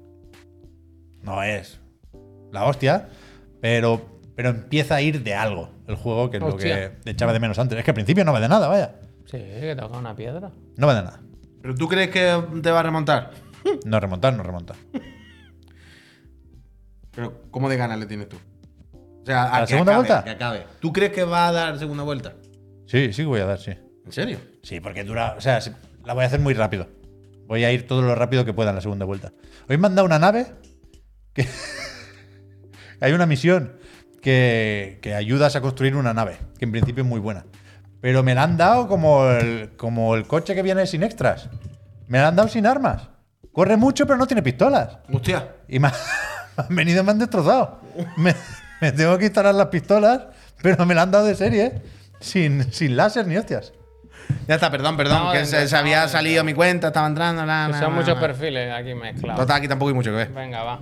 D: No es la hostia, pero, pero empieza a ir de algo el juego, que es
A: Hostia.
D: lo que echaba de menos antes. Es que al principio no va de nada, vaya.
A: Sí, que toca una piedra.
D: No va de nada.
B: ¿Pero tú crees que te va a remontar?
D: No remontar, no remontar.
B: Pero ¿cómo de ganas le tienes tú? O sea, a
D: ¿A la
B: que
D: segunda
B: acabe,
D: vuelta?
B: que acabe. ¿Tú crees que va a dar segunda vuelta?
D: Sí, sí que voy a dar, sí.
B: ¿En serio?
D: Sí, porque dura. O sea, sí, la voy a hacer muy rápido. Voy a ir todo lo rápido que pueda en la segunda vuelta. Hoy me han dado una nave que. hay una misión que, que ayudas a construir una nave, que en principio es muy buena. Pero me la han dado como el, como el coche que viene sin extras. Me la han dado sin armas. Corre mucho, pero no tiene pistolas.
B: Hostia.
D: Y me han, me han venido y me han destrozado. Me, me tengo que instalar las pistolas, pero me la han dado de serie, sin, sin láser ni hostias.
B: Ya está, perdón, perdón.
A: No,
B: que
A: dentro,
B: se, se
A: no,
B: había
A: dentro.
B: salido a mi cuenta, estaba entrando, bla,
A: Que
B: bla,
A: son
B: bla,
A: muchos
B: bla.
A: perfiles aquí mezclados.
B: Total, aquí tampoco hay mucho que ver.
A: Venga, va.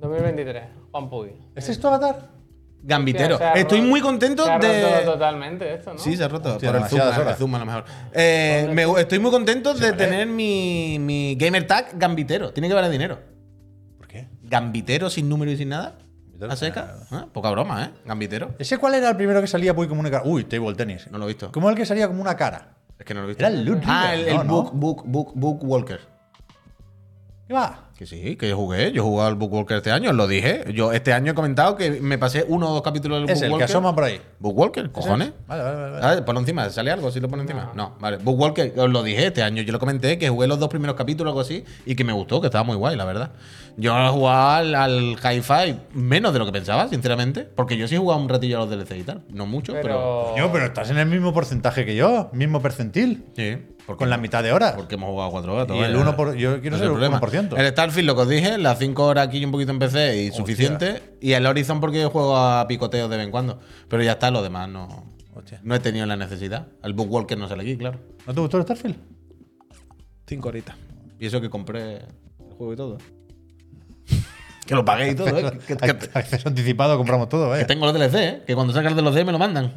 A: 2023, Juan Puy.
D: ¿Ese es tu avatar?
B: Gambitero.
A: Se ha
B: Estoy
A: roto-
B: muy contento
A: se ha roto
B: de.
A: totalmente esto, ¿no?
B: Sí, se ha roto.
D: Hostia,
B: por el zoom,
D: demasiadas
B: el
D: horas.
B: zoom a lo mejor. Eh, me- estoy muy contento de tener mi, mi gamer tag gambitero. Tiene que valer dinero.
D: ¿Por qué?
B: Gambitero sin número y sin nada.
D: Gambitero
B: A
D: sin
B: seca. Ah, Poca broma, ¿eh? Gambitero.
D: ¿Ese cuál era el primero que salía muy como una cara? Uy, table tennis.
B: No lo he visto.
D: ¿Cómo el que salía como una cara?
B: Es que no lo he visto.
D: Era el Loot
B: Ah, el,
D: River,
B: el
D: ¿no?
B: Book, Book, Book, Book Walker.
D: ¿Qué va?
B: Que sí, que yo jugué. Yo jugué al Book Walker este año, os lo dije. Yo este año he comentado que me pasé uno o dos capítulos del
D: Es
B: Book
D: el que
B: Walker.
D: asoma por ahí.
B: Book Walker, cojones.
D: Vale, vale, vale. vale.
B: Ah, ponlo encima, ¿sale algo si lo pone encima? No. vale. Book Walker, os lo dije este año, yo lo comenté, que jugué los dos primeros capítulos o algo así, y que me gustó, que estaba muy guay, la verdad. Yo jugaba al, al Hi-Fi menos de lo que pensaba, sinceramente, porque yo sí jugaba un ratillo a los DLC y tal, no mucho, pero...
A: Pero...
D: Coño, pero estás en el mismo porcentaje que yo, mismo percentil,
B: Sí, porque,
D: con la mitad de horas.
B: porque hemos jugado cuatro horas.
D: Y
B: todavía.
D: el uno por- yo quiero
B: es
D: ser el
B: problema.
D: 1%.
B: El Starfield, lo que os dije, las cinco horas aquí y un poquito en PC y suficiente, y el Horizon porque yo juego a picoteos de vez en cuando, pero ya está, lo demás no...
D: Hostia.
B: No he tenido la necesidad. Al Book Walker no sale aquí, claro.
D: ¿No te gustó el Starfield?
B: Cinco horitas. Y eso que compré el juego y todo. que lo pagué y todo, ¿eh? Que, que- que-
D: Acceso anticipado, compramos todo,
B: que
D: vaya.
B: tengo los DLC, ¿eh? Que cuando sacan los DLC me lo mandan.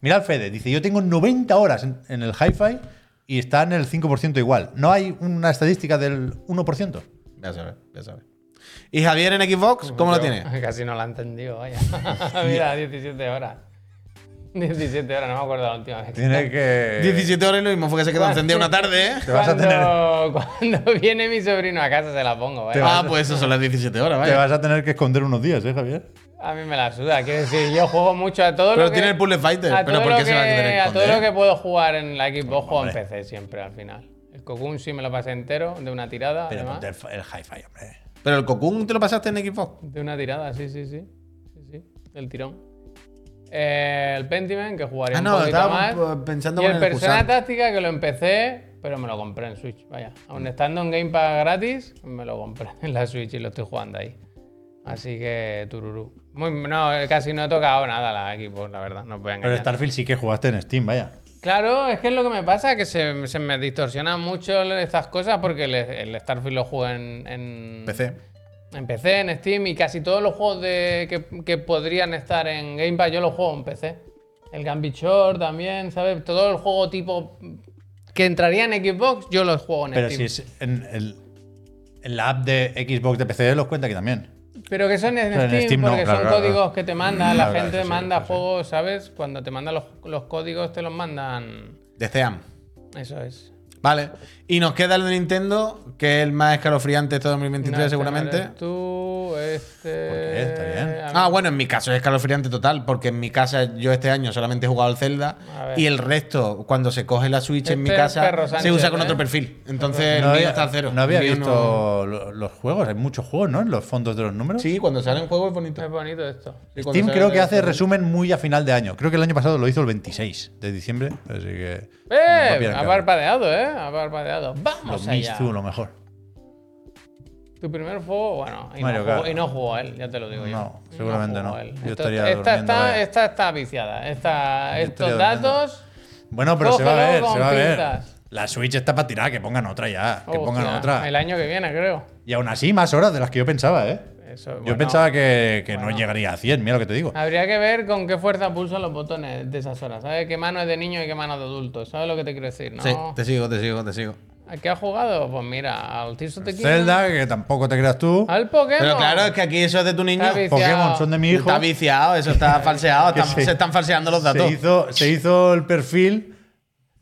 D: Mira el Fede, dice, yo tengo 90 horas en, en el hi-fi y está en el 5% igual. No hay una estadística del 1%.
B: Ya sabes, ya sabes. ¿Y Javier en Xbox? ¿Cómo lo
A: Yo
B: tiene?
A: Casi no la he entendido, vaya. Mira, 17 horas. 17 horas, no me acuerdo la última vez.
D: Tiene
B: Eh.
D: que...
B: 17 horas y lo mismo fue que se quedó
A: Bueno,
B: encendida
A: sí.
B: una tarde, ¿eh?
D: vas a
A: Cuando, cuando viene mi sobrino a casa se la pongo, vaya.
D: Te vas
B: Ah, pues eso son las 17 horas,
D: Te
B: vaya.
D: vas a tener que esconder unos días, ¿eh, Javier?
A: A mí me la suda, quiero decir, yo juego mucho a todo
B: Pero
A: lo que...
B: tiene el Puzzle Fighter,
A: a
B: pero
A: todo
B: ¿por
A: lo
B: qué se va a tener que
A: A todo lo
B: esconder?
A: que puedo jugar en la Xbox juego en PC siempre, al final. El Cocoon sí me lo pasé entero, de una tirada,
D: Pero
A: además.
D: ponte el, el hi-fi, hombre.
B: Pero el Cocoon te lo pasaste en Xbox.
A: De una tirada, sí, sí, sí. Sí, sí, del tirón. Eh, el Pentiment, que jugaría
B: Ah,
A: un
B: no,
A: poquito
B: estaba
A: más.
B: p- pensando
A: y
B: con
A: el
B: el
A: Persona
B: Kusan.
A: Táctica, que lo empecé, pero me lo compré en Switch, vaya. Aún estando en Game Pass gratis, me lo compré en la Switch y lo estoy jugando ahí. Así que, tururú. Muy- no, eh, casi no he tocado nada la Xbox, la verdad, no os voy a
D: Pero
A: engañar.
D: Starfield sí que jugaste en Steam, vaya.
A: Claro, es que es lo que me pasa, que se, se me distorsionan mucho estas cosas porque el, el Starfield lo jugué en, en
B: PC.
A: en PC, en Steam y casi todos los juegos de, que, que podrían estar en Game Pass, yo los juego en PC. El Gambit Shore también, ¿sabes? Todo el juego tipo que entraría en Xbox, yo los juego en
D: Pero si
A: Steam.
D: es en, el- en la app de Xbox de PC los cuenta aquí también.
A: Pero que son en
D: Pero en
A: Steam,
D: Steam no,
A: porque
D: claro,
A: son
D: claro,
A: códigos
D: claro.
A: que te manda, la
D: Claro,
A: gente
D: eso sí,
A: manda
D: eso sí.
A: juegos, ¿sabes? Cuando te mandan los, los códigos te los mandan.
B: De Steam.
A: Eso es.
B: Vale. Y nos queda el de Nintendo, que es el más escalofriante de todo 2023
A: No, este no
B: seguramente.
A: eres Tú, Uh, este.
D: Porque está bien.
A: a mí-
B: Ah, bueno, en mi caso es escalofriante total, porque en mi casa yo este año solamente he jugado al Zelda
A: A ver.
B: y el resto, cuando se coge la Switch en mi
A: Este es
B: casa,
A: Perro
B: se
A: Sánchez,
B: usa con
A: ¿eh?
B: otro perfil. Entonces el mío
D: No había,
B: está al cero.
D: no había
B: El mío
D: visto lo- los juegos, hay muchos juegos, ¿no? En los fondos de los números.
B: Sí, cuando sale un juego es bonito.
A: Es bonito esto.
B: Y cuando
D: Steam
B: sale
D: creo
B: el-
D: que hace resumen muy a final de año. Creo que el año pasado lo hizo el 26 de diciembre, así que. no
A: ¡Eh! Ha
D: pierdan cabeza.
A: parpadeado, ¿eh? Ha parpadeado. ¡Vamos
D: Los
A: allá!
D: Miss tú, lo mejor.
A: Tu primer juego, bueno, y,
D: Mario
A: no jugó,
D: Kart.
A: y no jugó él, ya te lo digo yo.
D: No, seguramente
A: jugó
D: no.
A: él. Esto-
D: Yo estaría
A: esta,
D: durmiendo
A: está,
D: ahí.
A: esta está viciada. Esta,
D: Yo
A: estos
D: estaría durmiendo.
A: datos.
D: Bueno, pero se va a
A: Cógelo
D: ver,
A: con
D: se va a ver.
A: pinzas.
D: La Switch está para tirar, que pongan otra ya, que pongan
A: hostia,
D: otra.
A: El año que viene, creo.
D: Y aún así, más horas de las que yo pensaba, ¿eh?
A: Eso,
D: Yo
A: bueno,
D: pensaba que, que
A: bueno.
D: no llegaría a 100, mira lo que te digo.
A: Habría que ver con qué fuerza pulsan los botones de esas horas. ¿Sabes qué mano es de niño y qué mano es de adulto? ¿Sabes lo que te quiero decir? ¿No?
B: Sí, te sigo, te sigo, te sigo.
A: ¿A qué has jugado? Pues mira, al Tears of the Kingdom,
D: Zelda, que tampoco te creas tú.
A: Al Pokémon.
B: Pero claro, es que aquí eso es de tu niño.
A: Está bien.
D: Pokémon son de mi hijo.
B: Está viciado, eso está falseado,
D: Que
B: están-
D: sí.
B: se están falseando los datos.
D: Se hizo, se hizo el perfil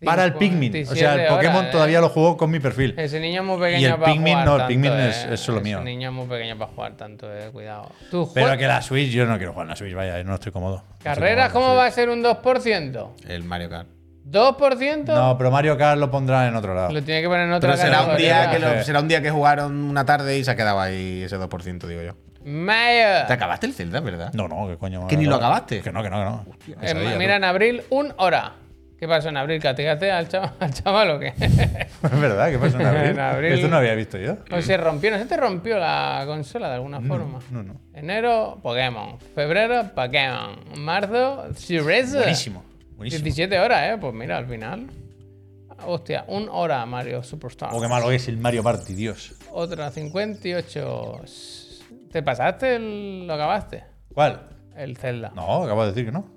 D: para el Pikmin. O sea, el
A: 57
D: Pokémon
A: horas, ¿eh?
D: todavía lo jugó con mi perfil.
A: Ese niño es muy
D: Y el
A: pequeño para
D: Pikmin,
A: jugar.
D: no, el
A: tanto,
D: Pikmin
A: eh.
D: es- es solo
A: Ese
D: mío.
A: niño es muy pequeño para jugar tanto, eh. Cuidado. Tú
D: Pero
A: jue-
D: que la Switch, yo no quiero jugar en la Switch, vaya, no estoy cómodo. No estoy
A: ¿Carreras
D: cómodo
A: cómo
D: en la
A: va a ser un 2%?
B: El Mario Kart.
A: ¿2%?
D: Switch. No, pero Mario Kart lo pondrán en otro lado.
A: Lo tiene que poner en otra
B: Pero será un,
A: categoría.
B: día que lo-
D: Sí.
B: será un día que jugaron una tarde y se ha quedado ahí ese 2%, digo yo.
A: Mayo.
B: Te acabaste el Zelda, ¿verdad?
D: No, no, que coño.
B: Que ni lo acabaste.
D: Que no, que no, que no.
A: Eh,
D: Pesadilla,
A: mira, en abril, un hora. ¿Qué pasó en abril? ¿Castigaste al chaval, al chaval o qué?
D: tú. Es verdad, ¿qué pasó en abril?
A: En abril.
D: Esto no había visto yo.
A: o se rompió, ¿no se te rompió la consola de alguna forma?
D: no, no.
A: Enero, Pokémon. Febrero, Pokémon. Marzo, Cereza.
D: Buenísimo, buenísimo.
A: 17 horas, ¿eh? Pues mira, al final. Hostia, un hora Mario Superstar.
D: Oh, qué malo es el Mario Party, Dios.
A: Otra, 58. ¿Te pasaste? el- ¿Lo acabaste?
D: ¿Cuál?
A: El Zelda.
D: No, acabo de decir que no.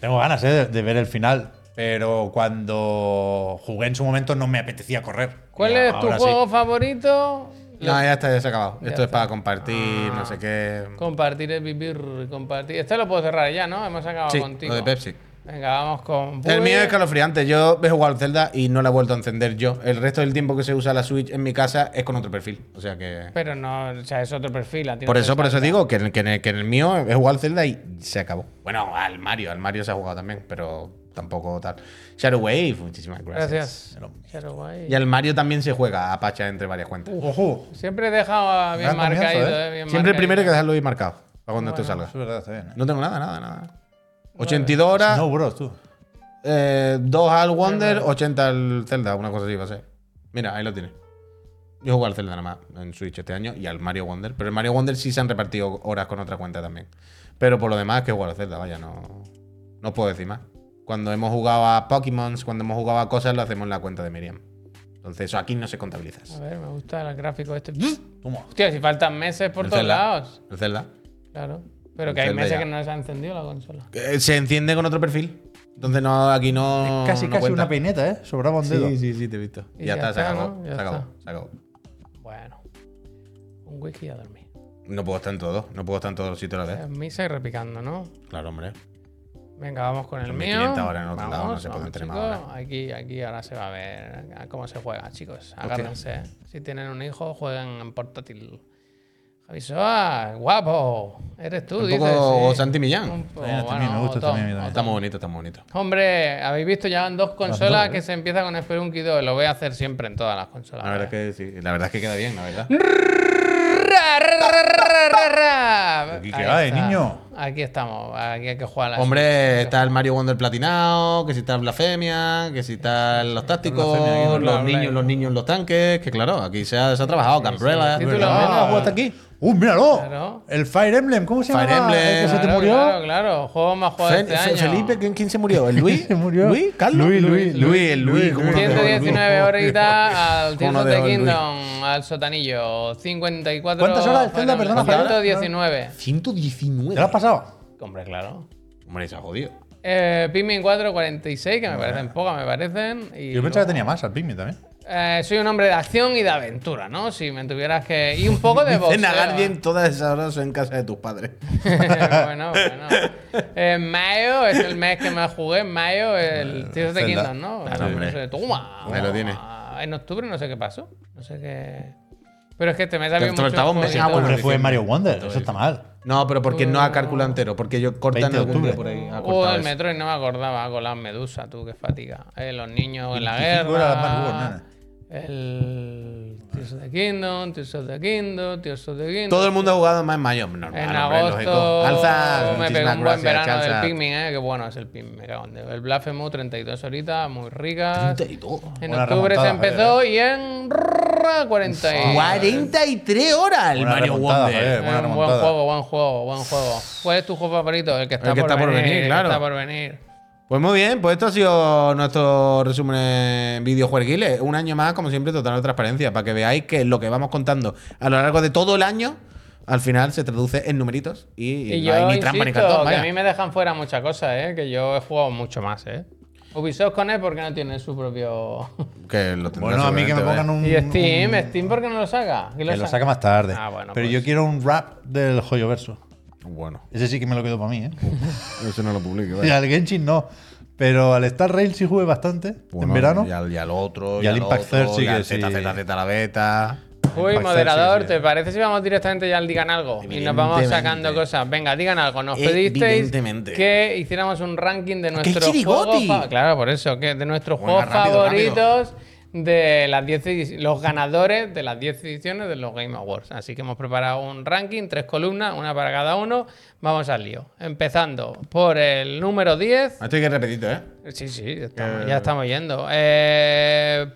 D: Tengo ganas eh, de, de ver el final, pero cuando jugué en su momento no me apetecía correr.
A: ¿Cuál
D: Y
A: es tu
D: ahora sí.
A: juego favorito?
B: No, ya eh. está, ya se ha acabado. Esto es
A: está.
B: para compartir, no sé qué.
A: Compartir es vivir, compartir. Este lo puedo cerrar ya, ¿no? Hemos acabado
B: Sí,
A: Ah, contigo. Pues
B: lo de Pepsi.
A: Venga, vamos con.
B: El
A: Puy.
B: mío es escalofriante. Yo he jugado al Zelda y no la he vuelto a encender yo. El resto del tiempo que se usa la Switch en mi casa es con otro perfil. O sea que.
A: Pero no, o sea, es otro perfil. a ti no
B: Por
A: te
B: eso, por eso
A: salta.
B: digo que en, que en el, que en el mío he jugado al Zelda y se acabó. Bueno, al Mario, al Mario se ha jugado también, pero tampoco tal. Shadow Wave, muchísimas gracias.
A: Gracias. Pero guay.
B: Y al Mario también se juega a pacha entre varias cuentas.
D: Ojo,
A: Siempre he dejado bien
D: Gran comienzo,
A: marcadito,
D: ¿eh?
A: ¿eh? Bien
B: Siempre el
A: marcadito.
B: primero hay que dejarlo ahí marcado para cuando esto salga.
D: eso es verdad, está bien. ¿eh?
B: No tengo nada, nada, nada. 82 horas,
D: No, bros, tú.
B: eh, 2 al Wonder, 80 al Zelda, una cosa así va a ser. Mira, ahí lo tienes. Yo jugué al Zelda nada más en Switch este año y al Mario Wonder. Pero el Mario Wonder sí se han repartido horas con otra cuenta también. Pero por lo demás, que jugar al Zelda, vaya, no, no os puedo decir más. Cuando hemos jugado a Pokémon, cuando hemos jugado a cosas, lo hacemos en la cuenta de Miriam. Entonces, eso aquí no se contabiliza.
A: A ver, me gusta el gráfico este.
D: Toma.
A: Hostia, si faltan meses por
B: El
A: todos
B: Zelda.
A: lados.
B: El Zelda.
A: Claro. Pero
B: El
A: que hay
B: Zelda
A: meses
B: ya.
A: que no se ha encendido la consola.
B: Eh, se enciende con otro perfil. Entonces no, aquí no.
D: casi,
B: no
D: casi
B: cuenta.
D: una peineta, ¿eh? Sobraba un dedo.
B: Sí, sí, sí, te he visto.
A: Y
B: Ya, está, se acabó.
A: ¿no? Ya
B: se acabó.
A: está.
B: Se acabó.
A: Bueno. Un wiki y a dormir.
B: No puedo estar en todo. No puedo estar en todos los sitios a la vez.
A: En misa y repicando, ¿no?
B: Claro, hombre.
A: Venga, vamos con el
B: Son
A: mío.
B: 1500 horas en otro lado, no se pueden tener más
A: chicos. Aquí, aquí ahora se va a ver a cómo se juega, chicos. Agárrense. Si tienen un hijo, jueguen en portátil. Javi Soa, guapo. Eres tú,
B: Un
A: dices.
B: poco
A: sí.
B: Santi Millán.
A: Un poco,
D: Mira, también me
A: bueno,
D: gusta,
A: o Tom,
D: también, a mí
A: o
B: Está muy bonito, está muy bonito.
A: Hombre, habéis visto ya van dos consolas
D: dos,
A: que se empieza con Spelunky 2. Lo voy a hacer siempre en todas las consolas.
B: ¿eh? La verdad es que sí. La verdad es que queda bien, la verdad.
A: Ra, ra, ra, ra, ra, ra.
D: ¿Y qué
A: Ahí
D: hay,
A: está.
D: niño?
A: Aquí estamos. Aquí hay que jugar a la
B: eh, Hombre, está el Mario Wonder platinado, que si está Blasfemia, que si está los tácticos,
D: Blasfemia, aquí no
A: lo
B: los
A: habláis.
B: niños, los niños en los tanques, que claro, aquí se ha, se ha trabajado, Cambrella.
A: sí, sí, lo
B: Ah,
A: veo.
B: ¿has jugado hasta aquí?
D: ¡Uh, míralo!
A: Claro.
D: El Fire Emblem, ¿cómo se llama?
B: Fire Emblem.
D: El que se te
A: Claro,
D: murió.
A: Claro, claro. Juego más jugado
B: Fe-
A: este
B: Fe-
A: año.
B: Felipe, ¿quién, quién se murió? ¿El Luis?
D: Se murió.
B: ¿Luis? ¿Carlos?
D: Luis, Luis,
B: Luis, el Luis. ¿cómo no te acuerdas, Luis?
A: 119 horitas al Tears
B: no
A: of
B: te
A: the
B: veo el
A: Kingdom, al sotanillo. 54.
D: ¿Cuántas horas de Zelda,
A: Final
D: perdona, Javier?
A: 119.
B: 119.
D: ¿Te lo has pasado?
A: Hombre, claro.
B: Hombre, se ha jodido.
A: Eh, Pikmin 4, 46, que me parecen pocas, me parecen. y
D: Yo pensaba
A: luego-
D: que tenía más al Pikmin también.
A: Eh, soy un hombre de acción y de aventura, ¿no? Si me tuvieras que. Y un poco de boxeo.
B: En bien todas esas horas en casa de tus padres.
A: bueno, bueno. Eh, mayo es el mes que más jugué. En mayo el Tears of the
D: Zelda.
A: Kingdom, ¿no?
B: Claro, hombre.
A: No sé, toma.
B: Ahí lo tiene.
A: En octubre no sé qué pasó. No sé qué. Pero es que te me da bien
B: Te lo
A: mucho.
B: estabas
A: jueguito.
B: metiendo. Ah, bueno,
D: Porque fue
B: diciembre.
D: Mario Wonder, eso está mal.
B: No, pero porque no ha calculado entero, porque ellos cortan
D: 20 de
B: algún día
D: octubre.
B: por ahí. ha
A: Uh,
B: cortado
A: el
B: eso.
A: Metroid no me acordaba con las medusas, tú, qué fatiga. Eh, los niños en la
D: 25 era más bueno,
A: guerra.
D: nena.
A: El Tears of the Kingdom, Tears of the Kingdom, Tears of the Kingdom.
B: Todo el mundo ha jugado más en mayo, normal.
A: En
B: Ah, hombre,
A: agosto
B: lógico. Alza,
A: me pegó
B: muchísimas
A: un buen
B: gracias,
A: verano
B: Alza.
A: del Pikmin, eh, que bueno es el Pikmin, me cago en Dios. El Blasphemous, 32 horitas, muy ricas.
B: 32.
A: En
D: Buena
A: octubre se
D: remontada,
A: empezó y en 40 y-
B: 43 horas el
D: Buena
B: Mario
D: remontada,
A: Eh,
B: Wonder.
D: Javier. buena
A: un buen
D: remontada.
A: juego, buen juego, buen juego. ¿Cuál es tu juego favorito? El que está,
B: El que
A: por,
B: está por
A: venir,
B: venir,
A: el que
B: claro.
A: está por venir.
B: Pues muy bien, pues esto ha sido nuestro resumen en videojueguiles. Un año más, como siempre, total transparencia, para que veáis que lo que vamos contando a lo largo de todo el año, al final se traduce en numeritos y,
A: Y
B: no
A: yo
B: hay ni
A: insisto,
B: trampa ni cartón.
A: que
B: vaya.
A: a mí me dejan fuera muchas cosas, ¿eh? que yo he jugado mucho más. ¿eh? Ubisoft con él porque no tiene su propio...
B: Que lo tendrá
D: Bueno, a mí que me
B: seguramente,
D: pongan
B: vaya.
D: un.
A: y Steam,
D: un-
A: Steam porque no lo saca. ¿Quién
D: Que lo saca más tarde.
A: Ah, bueno,
D: Pero
A: pues.
D: yo quiero un rap del Joyo Verso.
B: Bueno,
D: Ese sí que me lo quedo para mí, ¿eh?
B: eso no lo publico.
D: Y
B: vaya.
D: al Genshin no. Pero al Star Rail sí jugué bastante
B: Bueno,
D: en verano.
B: Y al, y al otro.
D: Y al Impact
B: otro,
D: Third sí
B: y al
D: que sí.
B: ZZZ la beta.
A: Uy,
D: Impact
A: moderador,
D: Third, sí,
A: ¿te parece si vamos directamente ya al Digan Algo? Y nos vamos
B: Evidentemente. Eh,
A: sacando cosas. Venga, digan algo. Nos pedisteis
B: Evidentemente.
A: que hiciéramos un ranking de nuestros
B: chirigoti!
A: juegos. fa- Claro, por eso, que de nuestros
B: Venga,
A: juegos
B: rápido,
A: favoritos de las 10 edi- los ganadores de las 10 ediciones de los Game Awards. Así que hemos preparado un ranking, tres columnas, una para cada uno. Vamos al lío. Empezando por el número 10.
B: Esto hay que repetirlo, ¿eh?
A: Sí, sí, ya estamos, ya estamos yendo. Eh,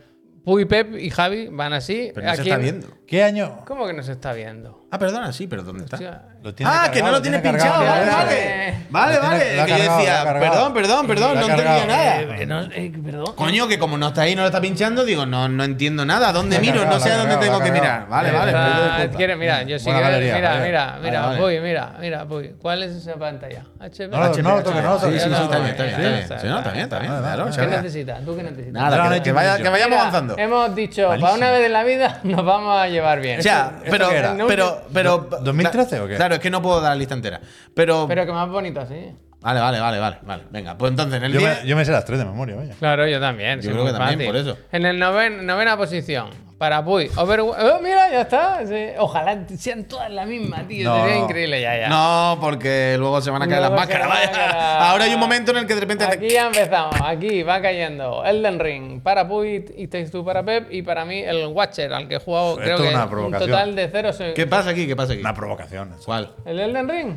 A: Puy, Pep y Javi van así.
B: Pero no se
A: Aquí-
B: está viendo.
D: ¿Qué año?
A: ¿Cómo que no se está viendo?
B: Ah, perdona, sí, pero ¿dónde está?
A: O sea,
D: Lo tiene
B: Ah, que no
D: cargado,
B: lo tiene pinchado.
D: cargado,
B: Vale,
D: ya,
A: vale.
D: ya.
B: vale. Vale, vale.
D: Lo tiene- lo ha
B: Que yo
D: cargado, lo
B: decía,
D: ha cargado.
B: perdón, perdón, perdón,
D: Lo
B: no
D: ha
B: entendía
D: cargado.
B: nada.
A: eh, no, eh, perdón.
B: Coño, que como no está ahí, no lo está pinchando, digo, no, no entiendo nada. ¿Dónde
D: Lo ha
B: miro?
D: cargado,
B: No sé
D: lo ha
B: a dónde
D: cargado,
B: tengo
D: lo ha
B: que
D: cargado.
B: mirar. Vale,
A: Está-
B: vale. pido disculpas.
A: ¿quieres? Ah, mira, yo sí que.
D: Buena galería,
A: mira,
D: vale.
A: mira, mira,
B: Vale,
A: voy, mira, mira, voy. ¿Cuál es esa pantalla? HP.
D: No, no lo toques, no lo
B: Sí, sí,
D: toques.
B: sí,
A: no,
B: está
A: no,
B: bien, está
A: no, no,
B: bien, está bien.
A: no,
B: Sí, no, está bien, está bien.
D: no,
B: claro,
D: no,
B: se
A: ¿Qué
B: habla.
A: necesitas? ¿Tú qué necesitas?
D: No, no,
B: Nada, que-
D: no,
B: que
D: no,
B: vaya-
D: no,
B: que vayamos
A: Mira,
B: avanzando.
A: Hemos dicho, para una vez en la vida nos vamos a llevar bien.
B: O sea,
D: ¿Esto
B: pero,
D: qué era?
B: pero, pero.
D: ¿Do- 2013 o qué?
B: Claro, es que no puedo dar la lista entera. Pero.
A: Pero que más bonito así.
B: Vale, vale, vale, vale, vale. Venga, pues entonces en el
D: Yo
B: 10.
D: me, yo me sé las tres de memoria, vaya.
A: Claro, yo también.
B: Yo
A: sí,
B: creo
A: muy
B: que también, por eso.
A: En el noven- novena posición, para Puy. Overwatch. Oh, mira, ya está. sí. Ojalá sean todas las mismas, tío.
D: No.
A: Sería increíble, ya, ya.
B: No, porque luego se van a caer
A: Luego
B: las
A: se
B: máscaras.
A: van a
B: vaya.
A: quedar-
B: Ahora hay un momento en el que de repente.
A: Aquí ya empezamos, aquí va cayendo. Elden Ring para Puy y Takes Two para Pep y para mí el Watcher, al que he jugado
D: Esto
A: creo
D: es
A: que
D: una
A: un
D: provocación.
A: total de cero. se-
B: ¿Qué pasa aquí? ¿Qué pasa aquí?
D: Una provocación. eso.
B: ¿Cuál?
A: ¿El Elden Ring?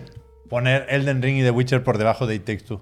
D: Poner Elden Ring y The Witcher por debajo de It Takes Two.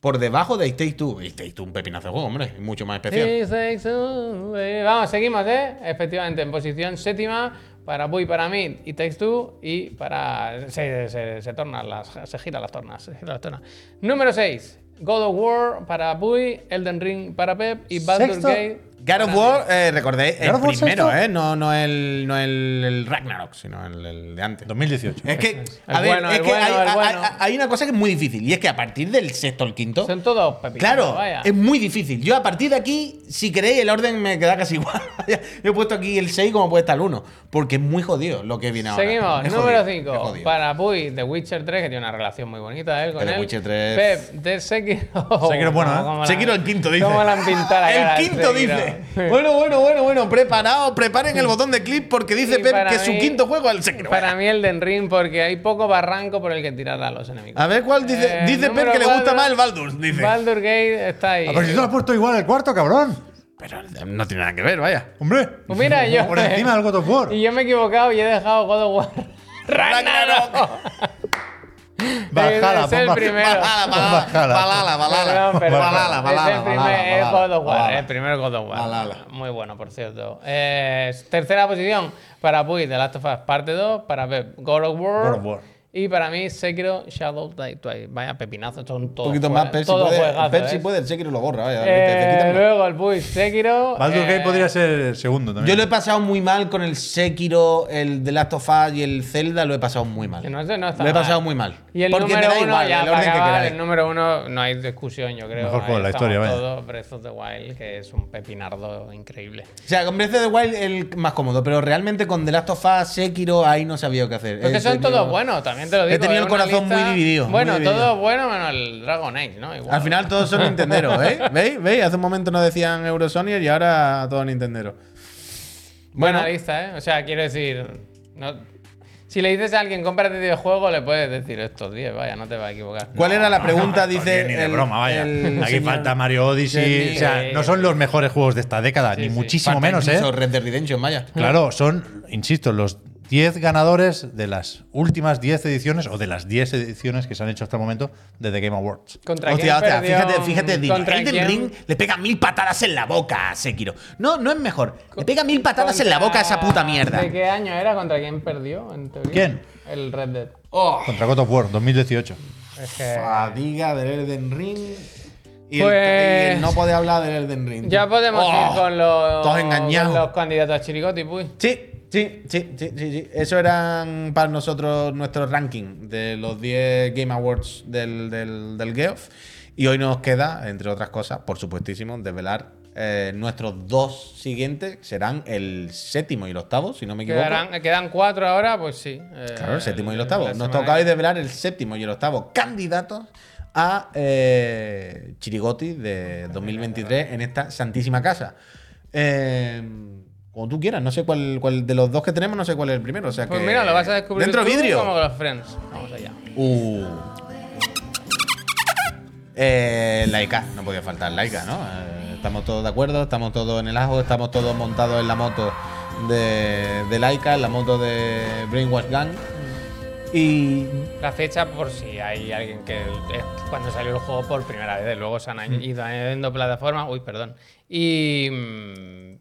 B: Por debajo de It Takes Two. It Takes Two, un pepinazo de juego, hombre. es Mucho más especial.
A: It takes two, baby. Vamos, seguimos, ¿eh? Efectivamente, en posición séptima para Puy, para mí y Takes Two y para... Se, se- se tornan las... Se giran las tornas, se giran las tornas. Número 6. God of War para Puy, Elden Ring para Pep y Baldur's
D: Sexto.
A: Gate.
B: God of War, eh, recordéis, el
D: God of War
B: primero,
D: sexto.
B: ¿eh? No, no, el, no el, el Ragnarok, sino el, el de antes.
D: 2018.
B: Es que,
A: El
B: a ver,
A: bueno,
B: es
A: el
B: que
A: bueno,
B: hay,
A: el
B: hay-
A: bueno.
B: hay- hay una cosa que es muy difícil, y es que a partir del sexto al quinto,
A: Son todos pepinos,
B: claro,
A: vaya.
B: es muy difícil. Yo a partir de aquí, si queréis, el orden me queda casi igual. Yo he puesto aquí el 6 como puede estar el 1, porque es muy jodido lo que viene ahora.
A: Seguimos,
B: Es
A: número
B: jodido, es
A: 5.
B: jodido.
A: Para Puy, The Witcher 3, que tiene una relación muy bonita él con
B: The
A: él.
B: Witcher 3.
A: Pep, de Sekiro.
D: Sekiro es bueno, ¿eh?
A: cómo la-
B: Sekiro el quinto dice.
A: ¿Cómo la han pintado la cara este
B: El
A: de
B: quinto
A: Sekiro?
B: dice. Bueno, bueno, bueno, bueno, preparaos, preparen el botón de clip porque dice
A: Y
B: Pep
A: para
B: que su
A: mí-
B: quinto juego es el Sekiro.
A: Para mí el de Enrin, porque hay poco barranco por el que tirar a los enemigos.
B: A ver cuál Ah, dice.
A: Eh,
B: dice Pep
A: número
B: que le gusta
A: cuatro.
B: más el Baldur, dice.
A: Baldur Gate está ahí.
D: Ah, pero si tú lo has puesto igual el cuarto, cabrón.
B: Pero eh, no tiene nada que ver, vaya.
D: Hombre.
A: Pues mira, yo-
D: Por encima del God of War.
A: Y yo me he equivocado y he dejado God of War.
B: Ragnarok.
D: Bajala,
A: es el
D: pon baj-
A: primero.
B: Balala, balala,
D: Bajala.
B: balala, balala,
A: Perdón, perdón.
B: balala,
A: es
B: balala,
A: el primer
B: balala,
A: es God of War,
B: balala.
A: el primer God of War.
B: Balala.
A: Muy bueno, por cierto. Eh, tercera posición para Puy, The Last of Us Parte 2, para Pep, God of War.
D: God of War.
A: Y para mí, Sekiro, Shadow Die Twice. Vaya pepinazo, son
B: Un
A: todos.
B: poquito más,
A: jue-
B: Pep si
A: todos
B: puede.
A: juegazos,
B: Pep si
A: ¿eh?
B: puede, el Sekiro lo borra, vaya. te- te
A: Eh,
B: quitan lo-
A: luego el Puy, Sekiro.
D: Baldur's
A: eh,
D: Gate podría ser segundo
B: Yo
D: también.
B: lo he pasado muy mal con el Sekiro, el The Last of Us y el Zelda, lo he pasado muy mal.
A: que No sé, no está
B: Lo he
A: mal.
B: pasado muy mal.
A: Y el
B: Porque me
A: número
B: da
A: uno,
B: igual,
A: ya
B: el
A: para
B: orden que
A: acabar,
B: queráis.
A: el número uno no hay discusión, yo creo.
D: Mejor
A: Ahí
D: juego de la
A: estamos
D: historia, vaya.
A: todos, Breath of the Wild, que es un pepinardo increíble.
B: O sea, con Breath of the Wild el más cómodo, pero realmente con The Last of Us, Sekiro, ahí no sabía qué hacer.
A: Porque
B: He
A: son
B: tenido-
A: todos buenos, también te lo digo.
B: He tenido
A: es
B: el
A: una
B: corazón
A: lista-
B: muy dividido, muy
A: Bueno,
B: dividido.
A: todo bueno menos el Dragon Age, ¿no? Igual.
B: Al final todos son nintenderos, ¿eh? ¿Veis? ¿Veis? Hace un momento nos decían Eurosonier y ahora todos nintenderos.
A: Buena
B: Bueno.
A: lista, ¿eh? O sea, quiero decir. no- si le dices a alguien, cómprate videojuegos, le puedes decir estos 10, vaya, no te vas a equivocar.
B: ¿Cuál era la pregunta?
D: Porque
B: dice.
D: ni de
B: el-
D: broma, vaya.
B: el
D: Aquí
B: señor-
D: falta Mario Odyssey.
A: Sí,
D: o sea,
A: sí,
D: no
A: sí.
D: son los mejores juegos de esta década, ni
A: sí.
D: muchísimo menos, ¿eh?
E: incluso Red Dead Redemption, vaya.
D: Claro, son, insisto, los 10 ganadores de las últimas 10 ediciones o de las 10 ediciones que se han hecho hasta el momento de The Game Awards.
A: ¿Contra
B: Hostia,
A: quién
B: hostia,
A: perdió?
B: fíjate, fíjate, Dino.
A: ¿Contra
B: Elden
A: quién?
B: Ring le pega mil patadas en la boca a Sekiro. No, no es mejor. Le pega mil patadas en la boca a esa puta mierda.
A: ¿De qué año era? ¿Contra quién perdió? en teoría?
D: ¿Quién?
A: El Red Dead.
B: Oh,
D: Contra God of War, 2018.
A: Es que-
B: Fatiga del Elden Ring. Y,
A: Pues-
B: poder hablar del Elden Ring.
A: Ya podemos
B: Oh,
A: ir con los,
B: todos engañados.
A: con los candidatos a Chirigoti, pues.
B: Sí, sí, sí, sí, sí, sí. Eso eran para nosotros nuestro ranking de los 10 Game Awards del, del, del Geoff. Y hoy nos queda, entre otras cosas, por supuestísimo, desvelar eh, nuestros dos siguientes. Serán el séptimo y el octavo, si no me equivoco.
A: Quedarán, eh, quedan cuatro ahora, pues sí. eh,
B: Claro, el séptimo y el
A: la
B: octavo. Nos
A: semana
B: toca hoy
A: que-
B: desvelar el séptimo y el octavo candidatos a eh, Chirigoti de 2023 en esta santísima casa. Eh, como tú quieras, no sé cuál, cuál de los dos que tenemos, no sé cuál es el primero. O sea
A: Pues
B: que-
A: mira, lo vas a descubrir
B: Dentro
A: tú
B: vidrio.
A: como los Friends. Vamos allá.
B: Uh. Eh, Laika, no podía faltar Laika, ¿no? Eh, estamos todos de acuerdo, estamos todos en el ajo, estamos todos montados en la moto de, de Laika, en la moto de Brainwash Gang. Y
A: La fecha, por si hay alguien que eh, cuando salió el juego por primera vez, luego se han
B: Mm.
A: añ- ido añadiendo plataformas. Uy, perdón. Y. mm,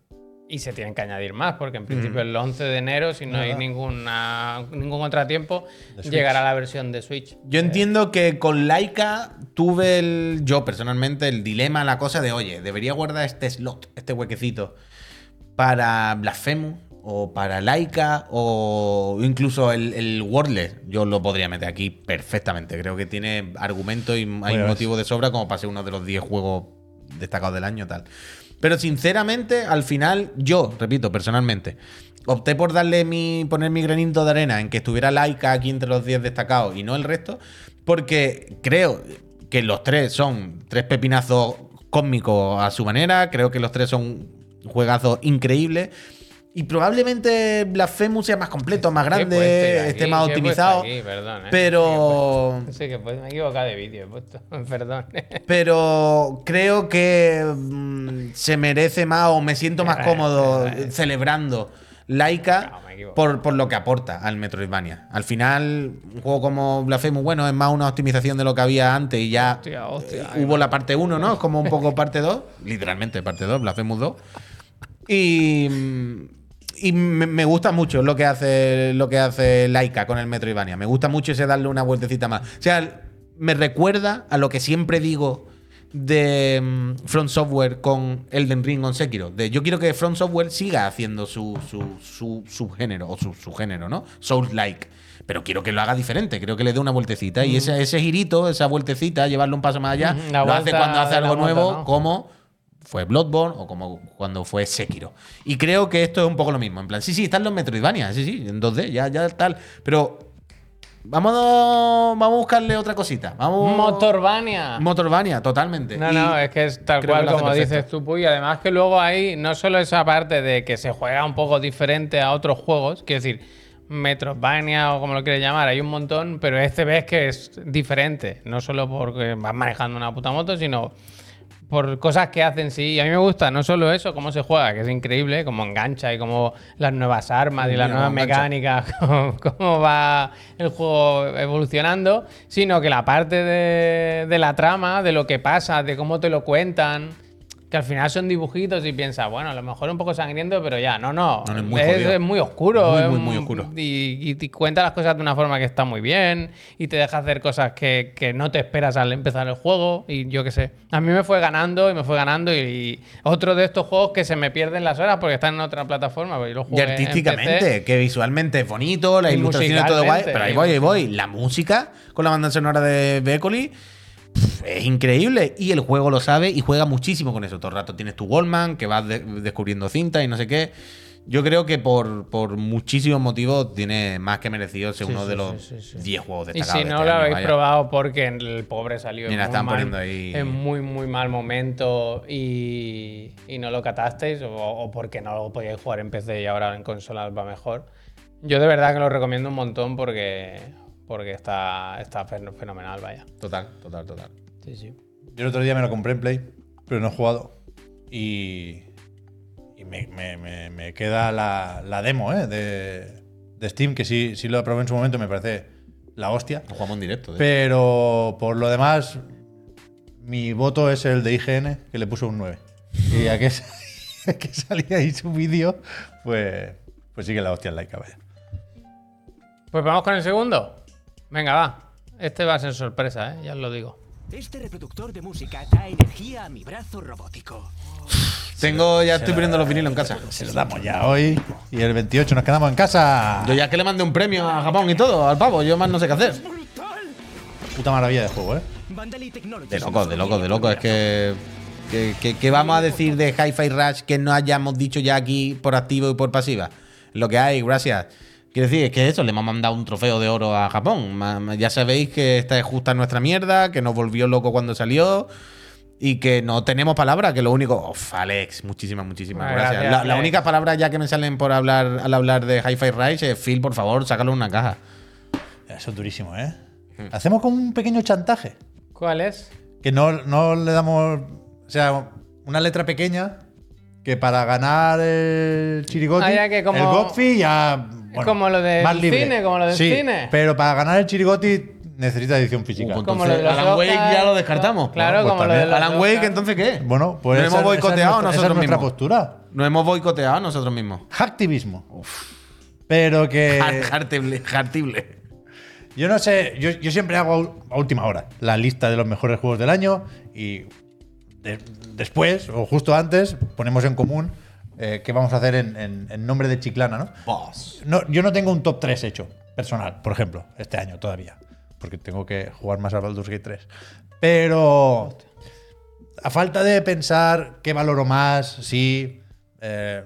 A: Y se tienen que añadir más, porque
B: Mm.
A: en principio el 11 de enero, si no hay ninguna, ningún contratiempo, llegará la versión de Switch.
B: Yo entiendo que con Laika tuve el, yo personalmente el dilema, la cosa de, oye, debería guardar este slot, este huequecito, para Blasphemous o para Laika o incluso el, el Wordless. Yo lo podría meter aquí perfectamente. Creo que tiene argumento y hay
D: verás.
B: motivo de sobra como para ser uno de los 10 juegos destacados del año tal. Pero sinceramente, al final, yo, repito, personalmente, opté por darle mi. poner mi granito de arena en que estuviera Laika aquí entre los 10 destacados y no el resto. Porque creo que los tres son tres pepinazos cósmicos a su manera. Creo que los tres son juegazos increíbles. Y probablemente Blasphemous sea más completo, más
A: ¿Qué he
B: grande,
A: puesto yo pues este aquí?
B: esté más
A: ¿Qué he puesto
B: optimizado.
A: aquí? Perdón, ¿eh?
B: Pero.
A: Sí, que pues, me he equivocado de vídeo, he puesto. Perdón.
B: pero creo que mm, se merece más o me siento más cómodo celebrando Laika
A: Eh, No, me equivoco.
B: por, por lo que aporta al Metroidvania. Al final, un juego como Blasphemous, bueno, es más una optimización de lo que había antes y ya
A: Hostia, hostia,
B: eh, hubo la parte 1, ¿no? Es como un poco parte 2, literalmente parte 2, Blasphemous 2. Y, mm, y me, me gusta mucho lo que hace lo que hace Laika con el Metro Ibania. Me gusta mucho ese darle una vueltecita más. O sea, me recuerda a lo que siempre digo de mm, Front Software con Elden Ring con Sekiro. De, yo quiero que Front Software siga haciendo su, su, su, su género, o su, su género, ¿no? Souls-like. Pero quiero que lo haga diferente, creo que le dé una vueltecita. Y ese, ese girito, esa vueltecita, llevarlo un paso más allá,
A: Ujú, Mm. la
B: lo hace
A: vuelta
B: cuando hace
A: de la
B: algo
A: moto,
B: nuevo,
A: ¿no?
B: como fue Bloodborne o como cuando fue Sekiro. Y creo que esto es un poco lo mismo. En plan, sí, sí, están los Metroidvania, sí, sí, en 2D, ya, ya tal. Pero vamos a, vamos a buscarle otra cosita. Vamos,
A: Motorvania.
B: Motorvania, totalmente.
A: No,
B: Y-
A: no, es que es tal
B: creo que
A: cual
B: lo hace
A: como
B: perfecto.
A: dices tú, Puy. Además que luego hay no solo esa parte de que se juega un poco diferente a otros juegos, quiero decir, Metroidvania o como lo quieres llamar, hay un montón, pero este ves que es diferente, no solo porque vas manejando una puta moto, sino por cosas que hacen, sí. Y a mí me gusta no solo eso, cómo se juega, que es increíble, cómo engancha y cómo las nuevas armas y
B: Mira,
A: las nuevas
B: cómo engancha.
A: mecánicas, cómo, cómo va el juego evolucionando, sino que la parte de, de la trama, de lo que pasa, de cómo te lo cuentan. Que al final son dibujitos y piensas, bueno, a lo mejor un poco sangriento, pero ya, no, no.
B: No, no, es muy
A: es,
B: jodido.
A: es muy oscuro.
B: Muy,
A: es
B: muy, muy
A: un-
B: oscuro.
A: Y, y te cuenta las cosas de una forma que está muy bien y te deja hacer cosas que, que no te esperas al empezar el juego y yo qué sé. A mí me fue ganando y me fue ganando y, y otro de estos juegos que se me pierden las horas porque están en otra plataforma. porque yo lo
B: Y
A: jugué en PC.
B: artísticamente, que visualmente es bonito, la
A: Pues, Y
B: ilustración es todo guay.
A: musicalmente,
B: Pero ahí
A: y
B: voy, ahí voy. La música con la banda sonora de Becoli pf, es increíble. Y el juego lo sabe y juega muchísimo con eso. Todo el rato tienes tu Goldman, que vas de- descubriendo cinta y no sé qué. yo creo que por, por muchísimos motivos tiene más que merecido ser
A: Sí,
B: uno
A: sí,
B: de
A: sí,
B: los
A: sí, sí.
B: 10 juegos
A: Y
B: destacados.
A: si
B: de
A: no
B: este
A: lo
B: año,
A: habéis
B: vaya.
A: probado porque el pobre salió
B: Mira,
A: en, muy
B: están
A: mal,
B: poniendo ahí-
A: en muy, muy mal momento y, y no lo catasteis o, o porque no lo podíais jugar en PC y ahora en consolas va mejor. Yo de verdad que lo recomiendo un montón porque, porque está, está fen- fenomenal, vaya.
B: Total, total, total.
A: Sí, sí.
D: Yo el otro día me lo compré en Play, pero no he jugado. Y. Y me, me- me- me queda la, la demo, ¿eh? De, de Steam, que sí, sí lo probé en su momento, me parece la hostia.
B: Lo jugamos en directo. ¿eh? de hecho.
D: Pero por lo demás, mi voto es el de IGN, que le puso un 9. Y a que, sa- a que salía ahí su vídeo, pues, pues sí que la hostia es laica, vaya.
A: Pues vamos con el segundo. Venga, va. Este va a ser sorpresa, ¿eh? ya os lo digo.
E: Este reproductor de música da energía a mi brazo robótico.
B: Tengo, ya estoy poniendo los vinilos en casa.
D: Se lo damos ya hoy. Y el 28 nos quedamos en casa.
B: Yo ya que le mandé un premio a Japón y todo, al pavo, yo más no sé qué hacer.
E: ¡Brutal!
D: Puta maravilla de juego, ¿eh?
E: Vandal y Technology
B: De
E: somos
B: locos, de locos, de
E: familia
A: pues
B: locos. Es que. ¿Qué que, que vamos a decir de Hi-Fi Rush que no hayamos dicho ya aquí por activo y por pasiva? Lo que hay, gracias. Quiero decir, es que eso, le hemos mandado un trofeo de oro a Japón. Ma- ma- Ya sabéis que esta es justa nuestra mierda, que nos volvió loco cuando salió y que no tenemos palabras, que lo único. Uf, Alex, muchísimas, muchísimas
A: Bueno,
B: gracias.
A: gracias,
B: La- Las
A: Alex.
B: únicas palabras ya que me salen por hablar al hablar de Hi-Fi Rush es Phil, por favor, sácalo en una caja.
D: Eso es durísimo, ¿eh? Hacemos como un pequeño chantaje.
A: ¿Cuál es?
D: Que no, no le damos. O sea, una letra pequeña. Que para ganar el chirigoti,
A: Ah, ya que como-
D: el Godfi ya.
A: como lo del
D: más libre.
A: cine, como lo del
D: Sí,
A: cine.
D: Pero para ganar el chirigoti necesita edición física.
B: Uh,
A: Como lo de los
B: Alan Wake
A: Oscars,
B: ya lo descartamos.
A: Claro,
D: Bueno, pues
A: como lo de
D: también.
A: los
B: Alan Wake,
A: Oscars.
B: entonces qué?
D: bueno, pues.
B: Nos
D: esa-
B: hemos boicoteado
D: esa es nuestra-
B: nosotros
D: Esa es nuestra
B: mismos.
D: postura.
B: Nos hemos boicoteado nosotros mismos.
D: Hacktivismo. Pero que.
B: Jartible, jartible.
D: Yo no sé, yo, yo siempre hago a ul- a última hora la lista de los mejores juegos del año y de- después o justo antes ponemos en común eh, qué vamos a hacer en, en- en nombre de Chiclana, ¿no?
B: Boss.
D: No, Yo no tengo un top 3 hecho personal, por ejemplo, este año todavía, porque tengo que jugar más a Baldur's Gate 3. Pero a falta de pensar qué valoro más, sí, eh,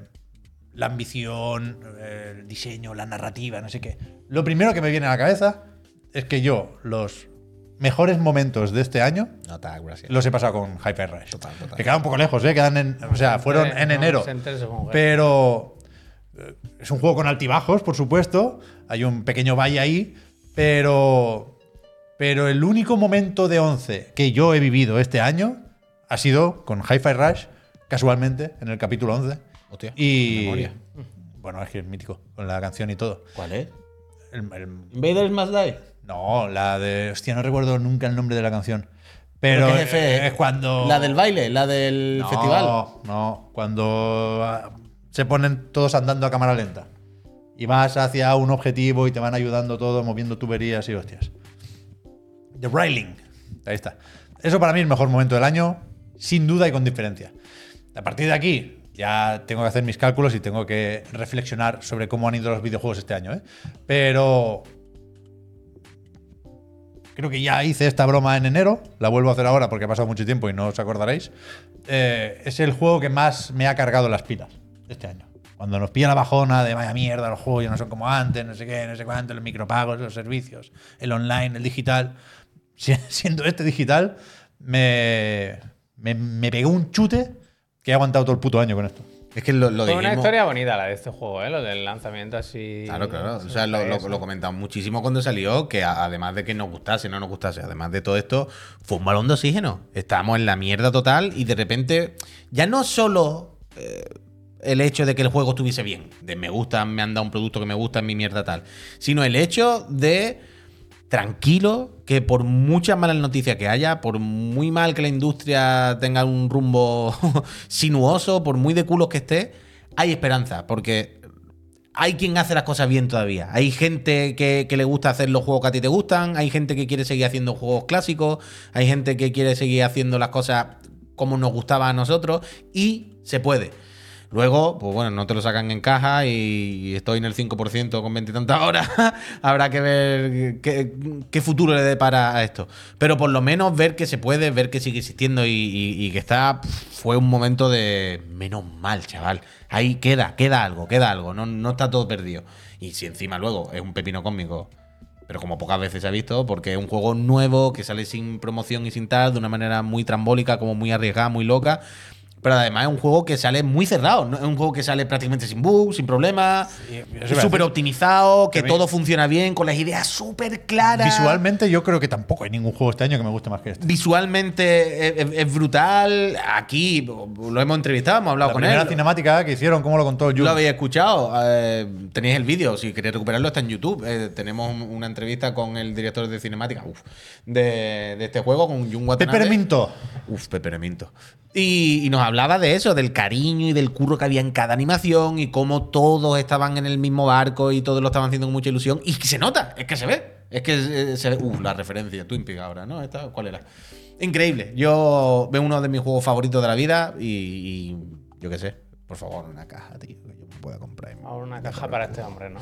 D: la ambición, eh, el diseño, la narrativa, no sé qué. Lo primero que me viene a la cabeza es que yo los mejores momentos de este año
B: No está, gracias.
D: los he pasado con Hyper Rush.
B: Total, total.
D: Que quedan un poco lejos, ¿eh? Quedan en, o sea, fueron en
A: Eh, No,
D: enero.
A: se entere, supongo que.
D: Pero eh, es un juego con altibajos, por supuesto. Hay un pequeño valle ahí. Pero. Pero el único momento de 11 que yo he vivido este año ha sido con Hi-Fi Rush, casualmente, en el capítulo 11.
B: Hostia,
D: y.
B: memoria.
D: Bueno, es que es mítico, con la canción y todo.
B: ¿Cuál es?
D: El- el-
B: Invaders Must Die.
D: no, la de. Hostia, no recuerdo nunca el nombre de la canción. Pero
B: Porque, jefe,
D: es cuando.
B: ¿eh? La del baile, la del festival.
D: No, no, cuando ah, se ponen todos andando a cámara lenta. Y vas hacia un objetivo y te van ayudando todos, moviendo tuberías y hostias. The Railing. Ahí está. Eso para mí es el mejor momento del año, sin duda y con diferencia. A partir de aquí, ya tengo que hacer mis cálculos y tengo que reflexionar sobre cómo han ido los videojuegos este año. ¿eh? Pero creo que ya hice esta broma en enero, la vuelvo a hacer ahora porque ha pasado mucho tiempo y no os acordaréis. Eh, es el juego que más me ha cargado las pilas este año. Cuando nos pilla la bajona de vaya mierda, los juegos ya no son como antes, no sé qué, no sé cuánto, los micropagos, los servicios, el online, el digital. Si- Siendo este digital, me, me, me pegó un chute que he aguantado todo el puto año con esto.
B: Es que lo, lo
A: Fue una
B: dijimos-
A: historia bonita la de este juego, ¿eh? Lo del lanzamiento así.
B: Claro, claro. O sea, lo, lo-
A: Pues,
B: lo comentamos muchísimo cuando salió, que a- además de que nos gustase, no nos gustase, además de todo esto, fue un balón de oxígeno. Estábamos en la mierda total y de repente, ya no solo eh, el hecho de que el juego estuviese bien, de me gusta, me han dado un producto que me gusta, es mi mierda tal, sino el hecho de tranquilo que por muchas malas noticias que haya, por muy mal que la industria tenga un rumbo sinuoso, por muy de culos que esté, hay esperanza, porque hay quien hace las cosas bien todavía. Hay gente que, que le gusta hacer los juegos que a ti te gustan, hay gente que quiere seguir haciendo juegos clásicos, hay gente que quiere seguir haciendo las cosas como nos gustaba a nosotros y se puede. Luego, pues bueno, no te lo sacan en caja y estoy en el 5% con 20 y tantas horas. Habrá que ver qué, qué futuro le depara a esto. Pero por lo menos ver que se puede, ver que sigue existiendo y, y- y que está. Fue un momento de. Menos mal, chaval. Ahí queda, queda algo, queda algo. No, no está todo perdido. Y si encima luego es un pepino cósmico pero como pocas veces se ha visto, porque es un juego nuevo que sale sin promoción y sin tal, de una manera muy trambólica, como muy arriesgada, muy loca. Pero además es un juego que sale muy cerrado, ¿no? es un juego que sale prácticamente sin bugs, sin problemas,
D: eso iba a decir.
B: súper optimizado, que
D: Que a mí-
B: todo funciona bien, con las ideas súper claras.
D: Visualmente, yo creo que tampoco hay ningún juego este año que me guste más que este.
B: Visualmente es, es- es brutal. Aquí lo hemos entrevistado, hemos hablado
D: La
B: con
D: primera
B: él.
D: cinemática que hicieron, ¿cómo lo contó Jun?
B: Lo habéis escuchado. eh, tenéis el vídeo. Si queréis recuperarlo, está en YouTube. Eh, tenemos un- una entrevista con el director de cinemática uf, de, de este juego, con Jun Watanabe.
D: Pepperminto.
B: Uf, Pepereminto. Y, y nos hablaba de eso, del cariño y del curro que había en cada animación y cómo todos estaban en el mismo barco y todos lo estaban haciendo con mucha ilusión. Y se nota, es que se ve. Es que eh, se ve. Uf, la referencia, Twin Peaks ahora, ¿no? Esta, ¿Cuál era? Increíble. Yo veo uno de mis juegos favoritos de la vida y, y yo qué sé. Por favor, una caja, tío, que yo me pueda comprar. y me-
A: Ahora una caja para este hombre, ¿no?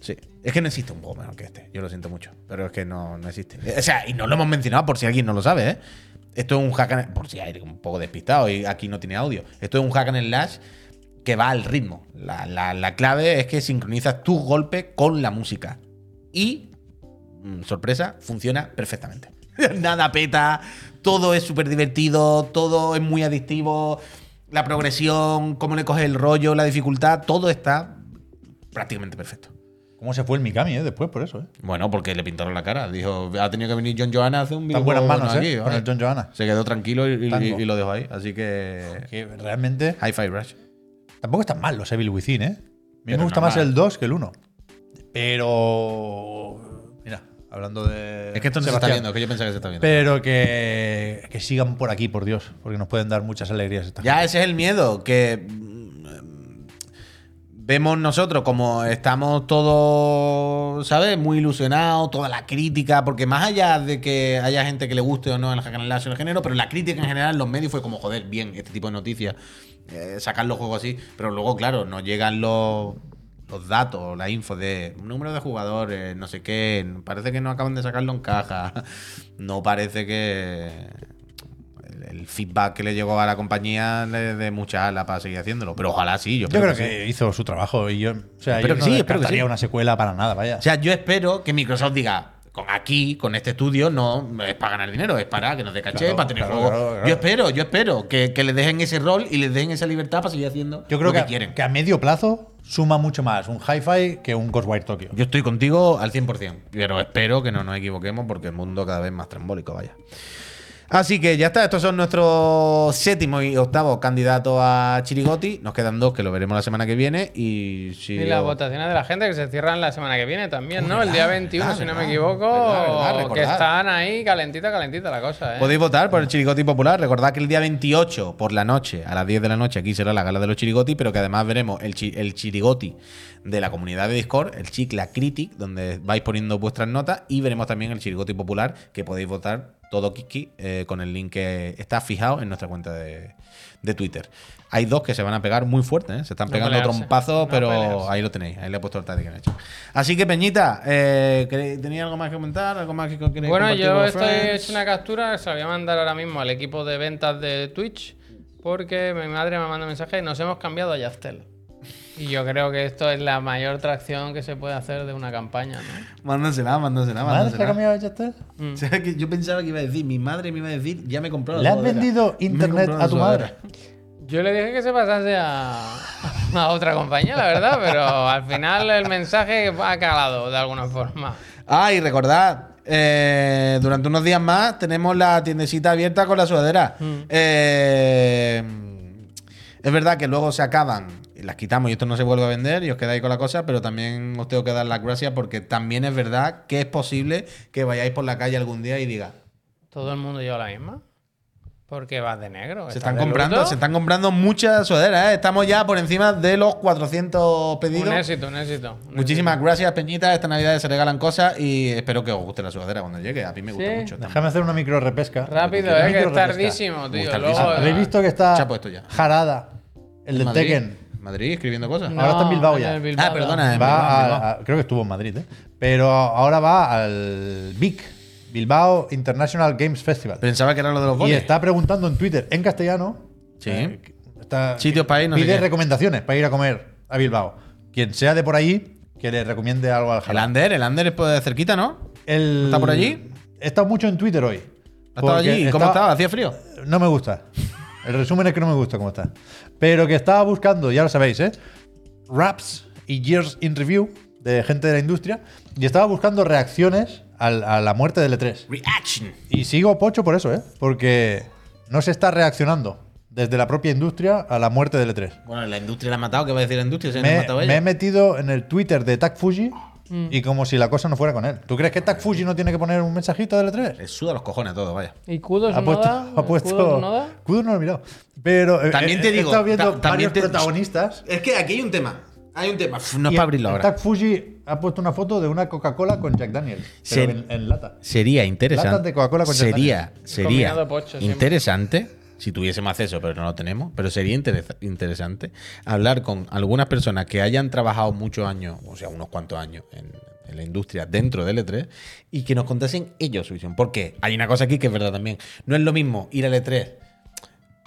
B: Sí. Es que no existe un juego mejor que este. Yo lo siento mucho. Pero es que no, no existe. O sea, y no lo hemos mencionado por si alguien no lo sabe, ¿eh? Esto es un hack and- Por si hay un poco despistado y aquí no tiene audio. Esto es un hack and slash que va al ritmo. La, la- la clave es que sincronizas tus golpes con la música. Y, mm, sorpresa, funciona perfectamente. Nada peta, todo es súper divertido, todo es muy adictivo. La progresión, cómo le coges el rollo, la dificultad, todo está prácticamente perfecto.
D: ¿Cómo se fue el Mikami, eh? Después, por eso, eh.
B: Bueno, porque le pintaron la cara. Dijo, ha tenido que venir John Johanna a hacer un
D: Tan
B: videojuego
D: buenas manos,
B: bueno
D: eh, con
B: ¿vale?
D: el John Johanna.
B: Se quedó tranquilo y, y-
D: Tango.
B: y lo dejó ahí. Así que.
D: Que realmente
B: High Five Rush.
D: tampoco están mal los Evil Within, eh. A mí
B: Pero
D: me gusta más
B: normal.
D: el 2 que el 1. Pero. Mira, hablando de.
B: Es que esto no se está
D: Sebastián.
B: viendo, que yo pensaba que se está viendo.
D: Pero que, que sigan por aquí, por Dios, porque nos pueden dar muchas alegrías esta
B: Ya ese es el miedo, que mm, vemos nosotros como estamos todos, ¿sabes? Muy ilusionados, toda la crítica, porque más allá de que haya gente que le guste o no el hack and slash o el género, pero la crítica en general, los medios fue como, joder, bien, este tipo de noticias, eh, sacar los juegos así, pero luego, claro, nos llegan los... Los datos, la info de número de jugadores, no sé qué, parece que no acaban de sacarlo en caja, no parece que el, el feedback que le llegó a la compañía le dé mucha ala para seguir haciéndolo. Pero ojalá sí, yo, creo
D: Yo creo
B: que, sí.
D: que hizo su trabajo y yo, o sea,
B: Espero que
D: yo no
B: sí, espero que
D: descartaría
B: sí.
D: una secuela para nada, vaya.
B: O sea, yo espero que Microsoft diga, con aquí, con este estudio, no es para ganar dinero, es para que nos dé caché,
D: Claro,
B: para tener
D: claro,
B: juegos.
D: claro, claro.
B: Yo espero, yo espero que, que le dejen ese rol y les dejen esa libertad para seguir haciendo
D: yo creo
B: lo que,
D: que,
B: quieren.
D: que a medio plazo suma mucho más un hi-fi que un Ghostwire Tokyo.
B: Yo estoy contigo al 100%, pero espero que no nos equivoquemos porque el mundo cada vez más trambólico, vaya. Así que ya está, estos son nuestros séptimo y octavo candidatos a Chirigoti. Nos quedan dos que lo veremos la semana que viene. Y si.
A: Y las votaciones de la gente que se cierran la semana que viene también,
B: Uy,
A: ¿no? el
B: verdad,
A: día 21,
B: verdad,
A: si no me
B: verdad,
A: equivoco,
B: verdad, verdad,
A: que
B: recordad.
A: están ahí calentita, calentita la cosa, ¿eh?
B: Podéis votar por el Chirigoti Popular. Recordad que el día 28 por la noche, a las 10 de la noche, aquí será la gala de los Chirigoti, pero que además veremos el, chi- el Chirigoti de la comunidad de Discord, el Chicla Critic, donde vais poniendo vuestras notas, y veremos también el Chirigoti Popular, que podéis votar todo Kiki eh, con el link que está fijado en nuestra cuenta de, de Twitter. Hay dos que se van a pegar muy fuerte, ¿eh? se están
A: No
B: pegando
A: pelearse,
B: trompazos,
A: no
B: pero
A: pelearse.
B: ahí lo tenéis, ahí le he puesto el tag de que han hecho. Así que Peñita, eh, ¿queréis- ¿tenía algo más que comentar? ¿Algo más que queréis
A: Bueno,
B: compartir
A: yo
B: con
A: estoy
B: friends?
A: hecho una captura, se la voy a mandar ahora mismo al equipo de ventas de Twitch, porque mi madre me manda un mensaje, nos hemos cambiado a Yastel. Y yo creo que esto es la mayor tracción que se puede hacer de una campaña, ¿no?
B: Mándasela, mándasela,
D: ¿Madre se ha este?
B: mándasela.
D: cambiado de Chastel?
B: O sea, que yo pensaba que iba a decir, mi madre me iba a decir, ya me he comprado.
D: ¿Le
B: la
D: has
B: sudadera.
D: vendido
B: Me he
D: internet
B: comprado
D: a
B: la
D: tu
B: sudadera.
D: madre?
A: Yo le dije que se pasase a, a otra compañía, la verdad, pero al final el mensaje ha calado de alguna forma.
B: Ah, y recordad, eh, durante unos días más tenemos la tiendecita abierta con la sudadera.
D: Mm.
B: Eh, es verdad que luego se acaban, y las quitamos y esto no se vuelve a vender y os quedáis con la cosa, pero también os tengo que dar las gracias porque también es verdad que es posible que vayáis por la calle algún día y diga,
A: Todo el mundo lleva la misma. Porque vas de negro. ¿Estás
B: Se están
A: de
B: comprando,
A: luto?
B: se están comprando muchas sudaderas, ¿eh? Estamos ya por encima de los 400
A: Un
B: pedidos.
A: éxito, un éxito. un
B: Muchísimas
A: éxito.
B: gracias, Peñita. Esta Navidad se regalan cosas y espero que os guste la sudadera cuando llegue. A mí me gusta
A: Sí.
B: mucho.
D: Déjame hacer una micro repesca.
A: Rápido,
D: Una
A: eh, que
D: micro
A: es
D: repesca.
A: tardísimo, tío.
B: tardísimo.
A: Luego,
D: ¿Habéis visto que está
B: Se ha puesto ya.
D: jarada? El de
B: Madrid.
D: Tekken.
B: Madrid escribiendo cosas.
D: No. Ahora está en Bilbao ya.
A: en el Bilbao.
B: Ah, perdona. en Bilbao,
D: Va
B: en
D: a-
B: Bilbao.
D: a- creo que estuvo en Madrid, ¿eh? Pero ahora va al BIC, Bilbao International Games Festival.
B: Pensaba que era lo de los
D: Y
B: goles.
D: está preguntando en Twitter, en castellano.
B: Sí.
D: eh, está-
B: Sitios para ir, no sé
D: Pide
B: qué.
D: recomendaciones para ir a comer a Bilbao. Quien sea de por allí, que le recomiende algo al
B: El
D: Jalán.
B: Ander, el Ander es por de cerquita, ¿no?
D: El-
B: ¿Está por allí?
D: He estado mucho en Twitter
B: ¿Ha
D: hoy.
B: estado
D: Porque
B: allí? ¿Y ¿Cómo
D: estaba-
B: estaba? ¿Hacía frío?
D: No me gusta. El resumen es que no me gusta cómo está. Pero que estaba buscando, ya lo sabéis, ¿eh? Raps y Years in Review de gente de la industria. Y estaba buscando reacciones al- a la muerte del E3.
B: Reaction.
D: Y sigo pocho por eso, ¿eh? Porque no se está reaccionando desde la propia industria a la muerte del E3.
B: Bueno, la industria la ha matado. ¿Qué va a decir la industria si la ha
D: Me,
B: matado
D: me he
B: ella?
D: metido en el Twitter de Tak Fuji y como si la cosa no fuera con él. ¿Tú crees que Tak Fuji no tiene que poner un mensajito del E E3?
B: Le suda los cojones todo, vaya.
A: ¿Y Kudos
D: Ha puesto,
A: Noda?
D: ha puesto. Kudos no lo he mirado. Pero eh,
B: También
D: eh,
B: te
D: he
B: digo,
D: estado viendo
B: ta- también
D: varios
B: te-
D: protagonistas.
B: Es que aquí hay un tema. Hay un tema. No
D: y
B: es para abrirlo
D: el
B: ahora.
D: Tag Fuji ha puesto una foto de una Coca-Cola con Jack Daniels.
B: Se-
D: pero en, en lata.
B: Sería
D: Latas
B: interesante.
D: de Coca-Cola con
B: sería sería
A: Combinado pocho, siempre.
B: interesante si tuviésemos acceso, pero no lo tenemos. Pero sería interesa- interesante hablar con algunas personas que hayan trabajado muchos años, o sea, unos cuantos años en, en la industria dentro del E3 y que nos contasen ellos su visión. Porque hay una cosa aquí que es verdad también. No es lo mismo ir al E3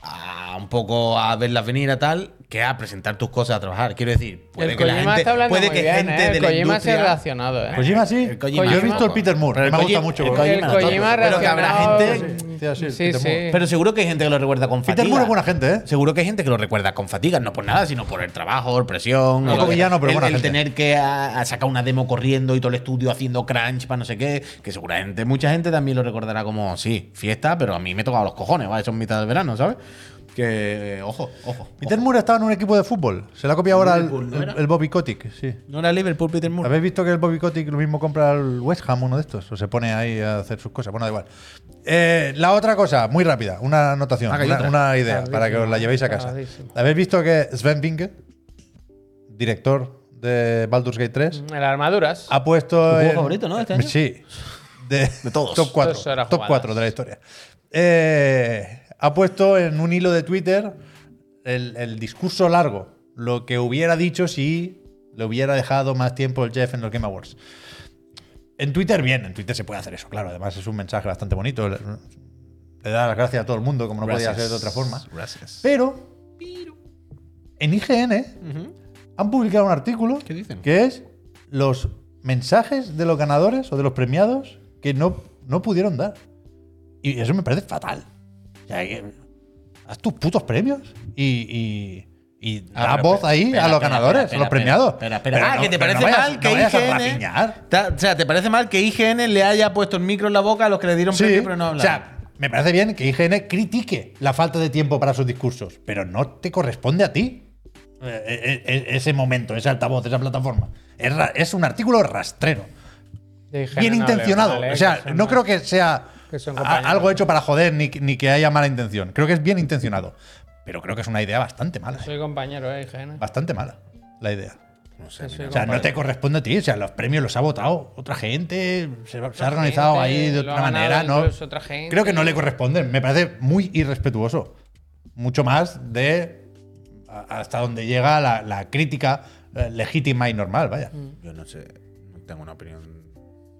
B: a un poco a verlas venir a tal que a presentar tus cosas a trabajar. Quiero decir, puede
A: el
B: que la
A: Kojima
B: gente,
A: está hablando
B: puede
A: muy
B: que
A: bien,
B: gente
A: ¿eh?
B: de
A: El Kojima
B: la
A: se ha
B: industria-
A: relacionado, ¿eh?
D: Kojima sí.
B: El Kojima
D: Yo he visto el
B: tampoco.
D: Peter Moore.
B: Pero el
D: que me gusta
B: Koji-
D: mucho.
B: el Kojima
D: Peter
A: El
B: no tanto,
A: Kojima
B: pero que habrá
A: reaccionado-
B: gente
D: Sí, sí,
A: Sí,
D: Peter Moore.
A: sí.
B: pero seguro que hay gente que lo recuerda con fatiga.
D: Peter Moore es buena gente, ¿eh?
B: Seguro que hay gente que lo recuerda con fatiga, no por nada, sino por el trabajo, por presión.
D: Un poco
B: el-
D: villano, pero
B: el,
D: buena
B: el
D: gente.
B: tener que a- a sacar una demo corriendo y todo el estudio haciendo crunch para no sé qué. Que seguramente mucha gente también lo recordará como, sí, fiesta, pero a mí me tocaba los cojones, ¿vale? Eso es mitad del verano, ¿sabes? Que, eh, ojo, ojo.
D: Peter Moore estaba en un equipo de fútbol. Se la copia ahora el, el- el Bobby Kotick. Sí.
B: No era Liverpool, Peter Moore.
D: ¿Habéis visto que el Bobby Kotick lo mismo compra al West Ham, uno de estos? O se pone ahí a hacer sus cosas. Bueno, da igual. Eh, la otra cosa, muy rápida, una anotación,
B: Ah, que hay
D: una,
B: otra.
D: una idea para que
A: Tardísimo,
D: os la llevéis a casa.
A: tardísimo.
D: ¿Habéis visto que Sven Vinke, director de Baldur's Gate 3,
A: En las armaduras.
D: ha puesto.
B: juego
D: en-
B: favorito, no, este año?
D: Sí. De,
B: De todos.
D: Top 4.
A: Dos horas
D: top
A: jugadas.
D: 4 de la historia. Eh, ha puesto en un hilo de Twitter el, el discurso largo. Lo que hubiera dicho si le hubiera dejado más tiempo el Jeff en los Game Awards. En Twitter, bien, en Twitter se puede hacer eso, claro. Además, es un mensaje bastante bonito. Le, le da las gracias a todo el mundo, como no podía ser de otra forma.
B: Gracias.
D: Pero, en IGN han publicado un artículo
B: ¿Qué dicen?
D: que es los mensajes de los ganadores o de los premiados que no, no pudieron dar. Y eso me parece fatal. O sea, que- haz tus putos premios y, y, y da
B: Ah, pero
D: voz
B: espera,
D: ahí
B: espera,
D: a los
B: espera,
D: ganadores,
B: espera,
D: a los
B: espera,
D: premiados.
B: espera, espera.
D: Pero
B: Ah,
D: no-
B: que te
D: pero
B: parece
D: no vayas-
B: mal que
D: no vayas a
B: IGN
D: rapiñar.
B: Ta- o sea, ¿te parece mal que IGN le haya puesto el micro en la boca a los que le dieron
D: Sí,
B: premio pero no
D: o
B: hablaron?
D: sea, me parece bien que IGN critique la falta de tiempo para sus discursos, pero no te corresponde a ti eh, eh, eh, ese momento, ese altavoz, esa plataforma. Es, ra- es un artículo rastrero,
A: De higiene
D: bien
A: no hablemos,
D: intencionado.
A: ¿vale?
D: o sea,
A: Que son
D: no
A: más-
D: creo que sea
A: que son
D: a-
A: compañeros.
D: algo hecho para joder ni, ni que haya mala intención. Creo que es bien intencionado, pero creo que es una idea bastante mala. eh.
A: Soy compañero, eh, higiene.
D: Bastante mala la idea.
B: no sé,
A: Soy
B: mira.
D: O sea, no
A: compañero.
D: te corresponde a ti. O sea, los premios los ha votado otra gente, se, se ha organizado
A: gente,
D: ahí de
A: lo
D: otra
A: ha ganado
D: manera, ¿no?
A: incluso otra gente.
D: Creo que no le corresponde. Me parece muy irrespetuoso. Mucho más de a- hasta donde llega la, la crítica eh, legítima y normal, vaya.
B: Yo no sé, no tengo una opinión.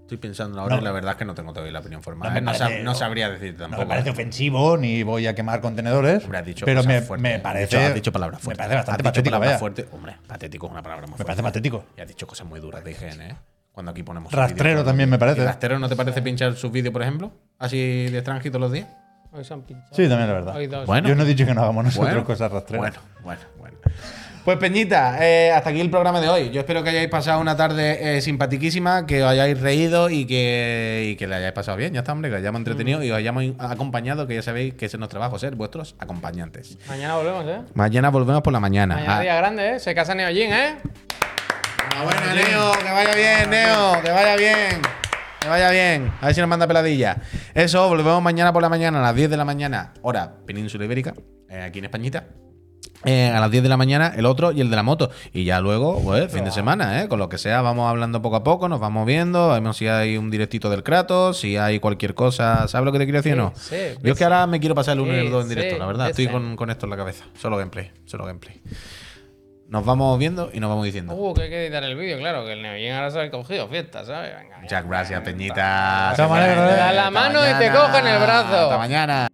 B: Estoy pensando ahora
D: No.
B: y la verdad es que no tengo todavía la opinión formal.
D: No me
B: ¿eh? No,
D: parece-
B: sab- no sabría decirte
D: No
B: tampoco.
D: me parece ofensivo ni voy a quemar contenedores.
B: Hombre, has dicho
D: pero
B: cosas
D: me,
B: fuertes.
D: me
B: Has
D: parece.
B: dicho- has dicho palabras fuertes.
D: Me parece bastante
B: Has dicho
D: patético,
B: palabras
D: vaya.
B: fuertes. Hombre, patético es una palabra muy
D: Me
B: fuerte.
D: parece patético.
B: Y has dicho cosas muy duras de IGN, ¿eh? Cuando aquí ponemos.
D: Rastrero
B: vídeos todos los
D: también me
B: días.
D: parece.
B: ¿Y ¿Rastrero no te parece pinchar sus vídeos, por ejemplo? Así de extranjero todos los días.
A: Hoy se han pinchado.
D: Sí, también la verdad.
A: Hoy dos.
B: Bueno.
D: Yo no he dicho que no hagamos nosotros
B: Bueno,
D: cosas rastreras.
B: Bueno, bueno, bueno. Pues Peñita, eh, hasta aquí el programa de hoy. Yo espero que hayáis pasado una tarde eh, simpatiquísima, que os hayáis reído y que, y que le hayáis pasado bien. Ya está, hombre, que os hayamos entretenido y os hayamos in- acompañado, que ya sabéis que ese es nuestro trabajo, ser vuestros acompañantes.
A: Mañana volvemos, eh.
B: Mañana volvemos por la mañana.
A: Mañana
B: Ah.
A: día grande, eh. Se casa Neojin, eh. Ah,
B: Enhorabuena, Ah, Neo. Que vaya bien, Neo. Que vaya bien. Que vaya bien. A ver si nos manda peladilla. Eso, volvemos mañana por la mañana, a las 10 de la mañana, hora península ibérica, eh, aquí en Españita. eh, a las 10 de la mañana el otro y el de la moto. Y ya luego, pues,
A: Ah.
B: fin de semana, ¿eh? Con lo que sea, vamos hablando poco a poco, nos vamos viendo, vemos si hay un directito del Kratos, si hay cualquier cosa. ¿Sabes lo que te quiero decir o no?
A: Sí, sí,
B: Yo es
A: sí.
B: que ahora me quiero pasar el 1 y el
A: Sí,
B: 2 en directo,
A: sí,
B: la verdad.
A: sí,
B: Estoy
A: sí.
B: con, con esto en la cabeza. Solo gameplay, solo gameplay. Nos vamos viendo y nos vamos diciendo.
A: Uh, que hay que editar el vídeo, claro, que el Neoyen ahora se ha cogido fiesta, ¿sabes? Venga, ya.
B: Muchas gracias, Peñita.
D: Hasta mañana.
A: Da la mano y te cogen el brazo.
B: Hasta mañana.